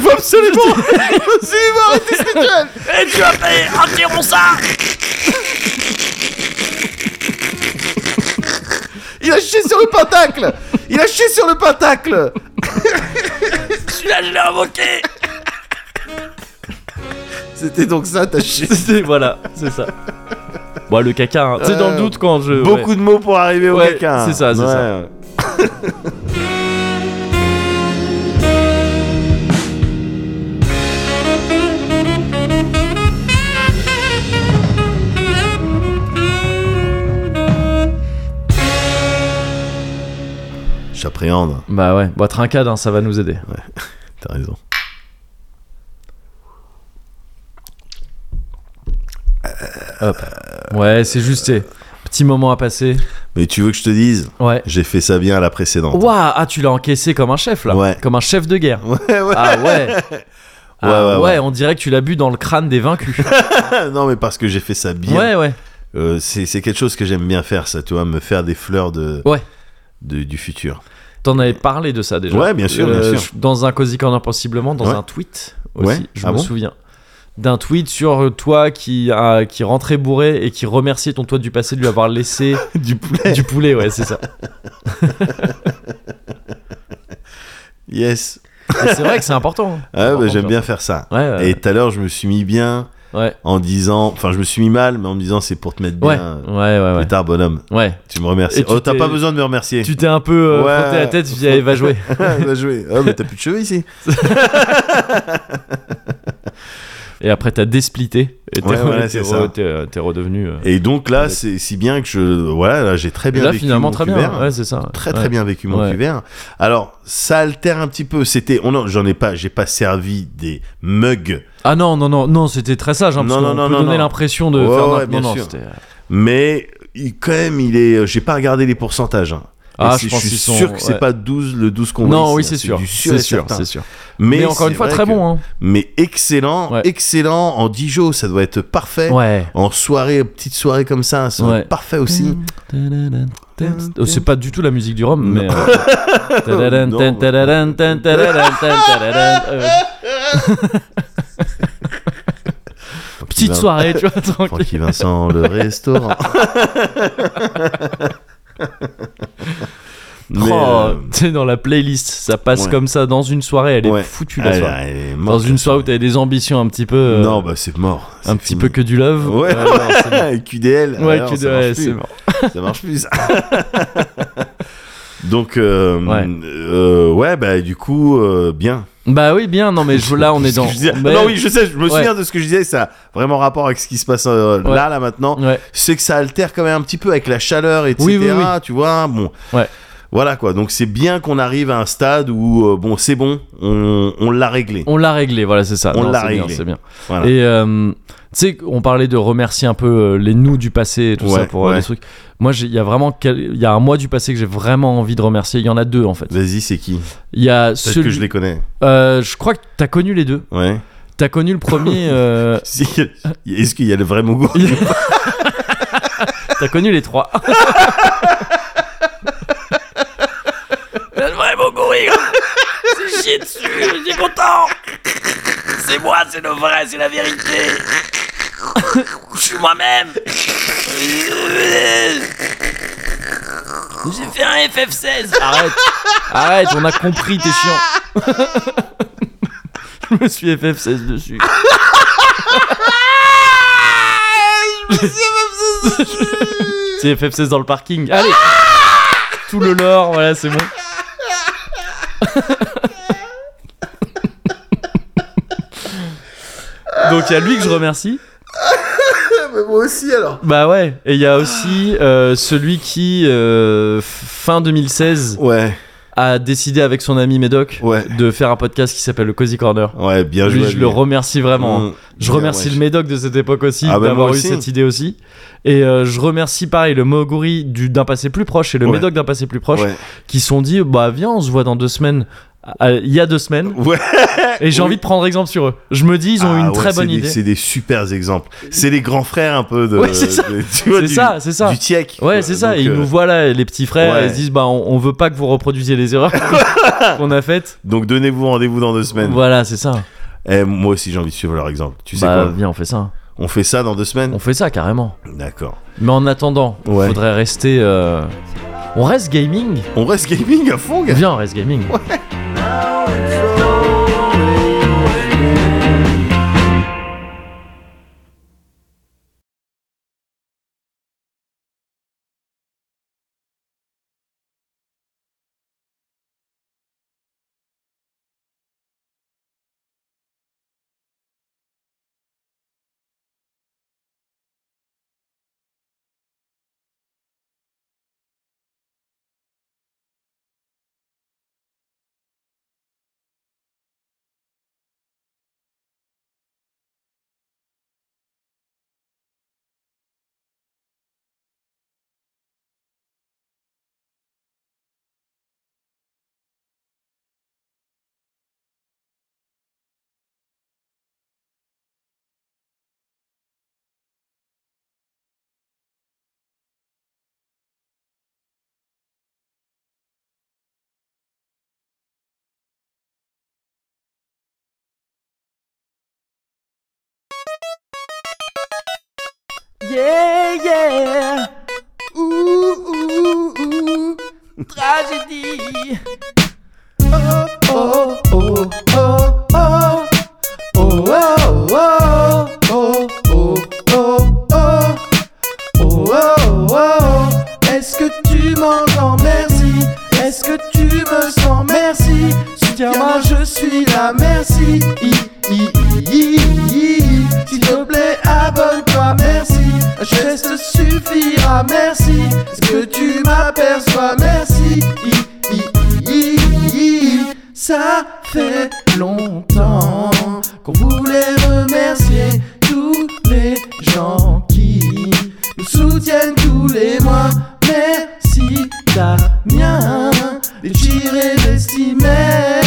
Faut absolument arrêtez ce rituel retirons ça Il a chié sur le pentacle Il a chié sur le pentacle celui-là je l'ai invoqué C'était donc ça, t'as chié. C'est- voilà, c'est ça. Bon, le caca, hein. c'est dans le doute quand je. Euh, Beaucoup ouais. de mots pour arriver au Ouais, quelqu'un. c'est ça, c'est ça. J'appréhende, Bah ouais, bah trincade, hein, ça va nous aider. t'as raison. Ouais, c'est juste. c'est- Petit moment à passer. Mais tu veux que je te dise Ouais. J'ai fait ça bien à la précédente. Waouh, ah, tu l'as encaissé comme un chef là. Ouais. Comme un chef de guerre. Ouais, ouais. Ah ouais. Ah, Ouais, ouais, ouais. on dirait que tu l'as bu dans le crâne des vaincus. non, mais parce que j'ai fait ça bien. ouais, ouais. Euh, c'est c'est quelque chose que j'aime bien faire, ça, tu vois, me faire des fleurs de, Ouais. de- du futur. T'en avais parlé de ça déjà. Euh, Ouais, bien sûr, bien sûr. je- Dans un Cozy Corner possiblement, dans Ouais. un tweet aussi, Ouais, je ah me bon souviens. D'un tweet sur euh, toi qui, a- qui rentrait bourré et qui remerciait ton toi du passé de lui avoir laissé du poulet. du poulet, ouais, c'est ça. Yes. Et c'est vrai que c'est important. Ah, bah, Important de j'aime faire bien faire ça. ça. Ouais, ouais, Et tout à l'heure, je me suis mis bien ouais. en disant. Enfin, je me suis mis mal, mais en me disant c'est pour te mettre Ouais, bien. euh, ouais, ouais, Plus ouais. tard, bonhomme. Ouais. Tu me remercies. Et tu Oh, t'as t'es- pas besoin de me remercier. Tu t'es un peu euh, Ouais. frotté la tête, tu dis, allez, va jouer. Bien joué. Oh, mais t'as plus de cheveux ici. Et après, t'as désplitté. Et t'es Ouais, re- voilà, t'es c'est re- ça. t'es, euh, t'es redevenu. euh. Et donc là, c'est si bien que je. Voilà, là, j'ai très bien là, vécu. finalement, mon très cuvert. bien. Ouais, c'est ça. Très très Ouais. bien vécu mon Ouais. cuvert. Alors ça altère un petit peu. C'était, on en- j'en ai pas, j'ai pas servi des mugs, Ah non, non, non, non, c'était très sage. Hein, Non, parce non, qu'on non, peut non, donner non. l'impression de Ouais, faire ouais, notre- bien non, non, sûr. c'était- mais il- quand même il est. euh, J'ai pas regardé les pourcentages. hein. Ah, Et je c'est- pense suis qu'ils sont- sûr que c'est ouais. pas 12 le 12 qu'on voit Non, ici, oui, hein. c'est sûr. du sûr C'est et sûr, certain. c'est sûr. Mais, Mais encore une c'est fois, vrai très que- bon. hein. Mais excellent, Ouais. excellent en Dijon, ça doit être parfait. Ouais. En soirée, petite soirée comme ça, ça doit Ouais. Mm. être parfait aussi. Oh, c'est pas du tout la musique du Rhum, mais. euh, tadadam, Non. tan, tadadam, tan, tadadam, tan, tadadam, euh. Petite Vin- soirée, tu vois, tranquille. Francky Vincent, le restaurant. Mais, Oh, euh, Tu sais, dans la playlist, ça passe ouais. comme ça dans une soirée, elle est ouais. foutue la Elle- soirée. elle est Dans morte, une la soirée où t'avais des ambitions un petit peu. euh, Non, bah c'est mort. un petit peu que du love. Ouais, Euh, non, c'est bon. que. QDL. Ouais, alors, que de- ça marche ouais, plus. c'est mort. ça marche plus. ça. Donc, euh, Ouais. euh, ouais, bah du coup, euh, bien. Bah oui, bien, non, mais je- là, on est Ce que dans. je disais- mais- Non, oui, je sais, je me Ouais. souviens de ce que je disais, ça a vraiment rapport avec ce qui se passe euh, Ouais. là, là, maintenant. Ouais. C'est que ça altère quand même un petit peu avec la chaleur, etc. Oui, oui, oui. Tu vois, bon. Ouais. Voilà quoi, donc c'est bien qu'on arrive à un stade où, euh, bon, c'est bon, on, on l'a réglé. On l'a réglé, voilà, c'est ça. On Non, l'a c'est bien, réglé. C'est bien. Voilà. Et euh, tu sais, on parlait de remercier un peu euh, les nous du passé et tout ça Ouais, pour euh, ouais. les trucs. Moi, j'ai- il y a vraiment quel- il y a un mois du passé que j'ai vraiment envie de remercier. Il y en a deux en fait. Vas-y, c'est qui Il y a Peut-être celui. que je les connais. Euh, je crois que t'as connu les deux. Ouais. T'as connu le premier. euh, Si- Est-ce qu'il y a le vrai Mogo T'as connu les trois. vraiment courir. C'est chier dessus, je suis content. C'est moi, c'est le vrai, c'est la vérité. Je suis moi-même. J'ai fait un FF16. Arrête, arrête, on a compris, t'es chiant. Je me suis FF16 dessus. C'est FF16 dans le parking. Allez Tout le lore, voilà, c'est bon. Donc il y a lui que je remercie. Moi aussi alors. Bah ouais. Et il y a aussi euh, celui qui, euh, f- fin 2016, Ouais, a décidé avec son ami Médoc ouais, Ah, de faire un podcast qui s'appelle le Cozy Corner. ouais, bien Lui, joué. je le remercie vraiment. hein. Mmh. Je Bien, remercie ouais. le Médoc de cette époque aussi Ah bah, moi d'avoir eu aussi. cette idée aussi. Et euh, je remercie pareil le Moguri du- d'un passé plus proche et le Ouais. Médoc d'un passé plus proche Ouais. qui se sont dit bah viens on se voit dans deux semaines. Ah, Il y a deux semaines Ouais. et j'ai Oui. envie de prendre exemple sur eux. Je me dis ils ont eu Ah une ouais, très c'est bonne des- idée. C'est des super exemples. C'est les grands frères un peu de. Ouais, c'est ça. de- tu vois, C'est du- ça, c'est ça. Du TIEC. Ouais c'est ça. Donc, Et ils euh, nous voient là les petits frères Ouais. et ils se disent bah on, on veut pas que vous reproduisiez les erreurs qu'on a faites. donc donnez-vous rendez-vous dans deux semaines. Voilà c'est ça. Eh, moi aussi j'ai envie de suivre leur exemple. Tu sais bah quoi viens on fait ça. On fait ça dans deux semaines On fait ça carrément. D'accord. Mais en attendant Ouais. faudrait rester. euh, On reste gaming. On reste gaming à fond, gars. Viens on reste gaming. Yeah, yeah. Ouh, ouh, ouh. Tragédie. Est-ce que tu m'entends Merci. Est-ce que tu me sens Merci. Soutiens-moi, je suis là. Merci. I, i, i, i, i. S'il te plaît, abonne-toi. Merci. Un geste suffira. Merci. Est-ce que tu m'aperçois Merci. I, i, i, i, i. Ça fait longtemps qu'on voulait remercier tous les gens qui nous soutiennent tous les mois. Merci Damien, des tirés d'estimer.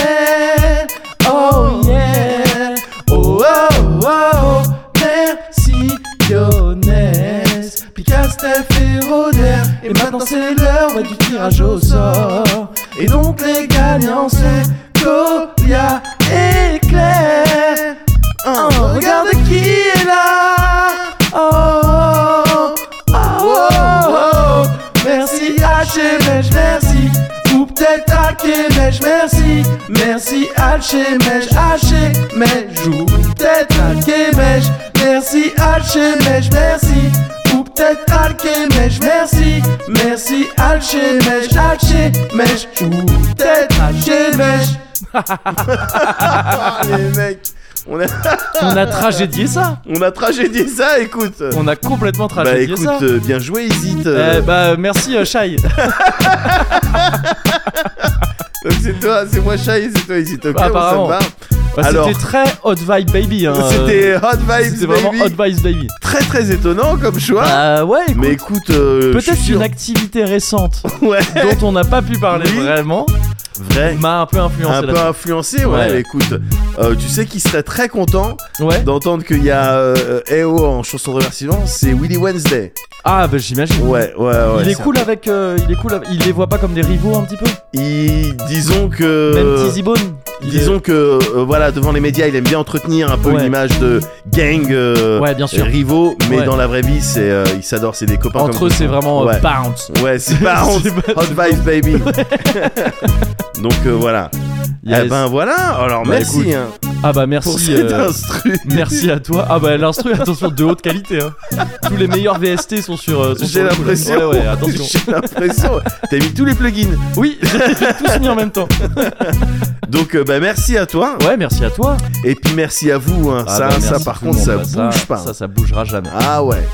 Oh yeah, oh oh oh, oh. merci Dionès, Picastef et Roder, et Et maintenant c'est l'heure ouais, du tirage au sort. Et donc les gagnants c'est Colia et Claire. Oh, regarde qui est là. Oh, oh, oh, oh. Merci HMH, merci. Ou peut-être à Kemesh, merci. Merci HMH, HMH. Ou peut-être à Kemesh, merci HMH, merci. Ou peut-être à Kemesh, merci. Merci HMH, HMH. Ou peut-être à Kemesh. Ah, les mecs, on a, On a tragédié ça. on a tragédié ça, écoute. On a complètement Bah tragédié écoute, ça. euh, bien joué, hésite. Eh, bah merci euh, Shai. Donc c'est toi, c'est moi Shai, c'est toi hésite. Ok, on s'en Apparemment. va. Bah, Alors- C'était très hot vibe baby. hein. C'était Hot Vibes, C'était vraiment baby. hot vibes baby. Très très étonnant comme choix. Bah ouais. écoute, Mais écoute, euh, je Peut-être suis une sûr- activité récente ouais, dont on n'a pas pu parler Oui. vraiment vrai, m'a un peu influencé. un peu là-dessus. influencé. Ouais, Ouais. mais écoute, euh, tu sais qui serait très content Ouais. d'entendre qu'il y a euh, EO en chanson de remerciement, c'est Willy Wednesday. Ah bah j'imagine. Ouais, ouais, ouais. il est ça- cool avec, euh, il est cool. avec- Il les voit pas comme des rivaux un petit peu. Il- disons que. Même Tizzy Bone. il est- Euh, Disons que euh, voilà devant les médias il aime bien entretenir un peu Ouais. une image de gang euh, Ouais, bien sûr. rivaux mais Ouais. dans la vraie vie c'est euh, ils s'adorent c'est des copains Entre comme eux, c'est vraiment euh, Ouais. bounce. ouais c'est pas honte. C'est pas- hot vibes baby donc euh, voilà Yes. eh ben voilà alors Bah, merci écoute, hein, Ah bah pour merci. cet euh, instru Merci à toi. Ah bah l'instru, attention, de haute qualité. hein. Tous les meilleurs VST sont sur. euh, sont j'ai sur le coup, là. l'impression Ouais, ouais, attention. j'ai l'impression t'as mis tous les plugins Oui, j'ai tous mis en même temps. donc euh, bah merci à toi Ouais, merci à toi. et puis merci à vous hein. Ah ça bah, ça merci par tout le contre ça monde. bouge Bah, pas Ça, ça bougera jamais. ah ouais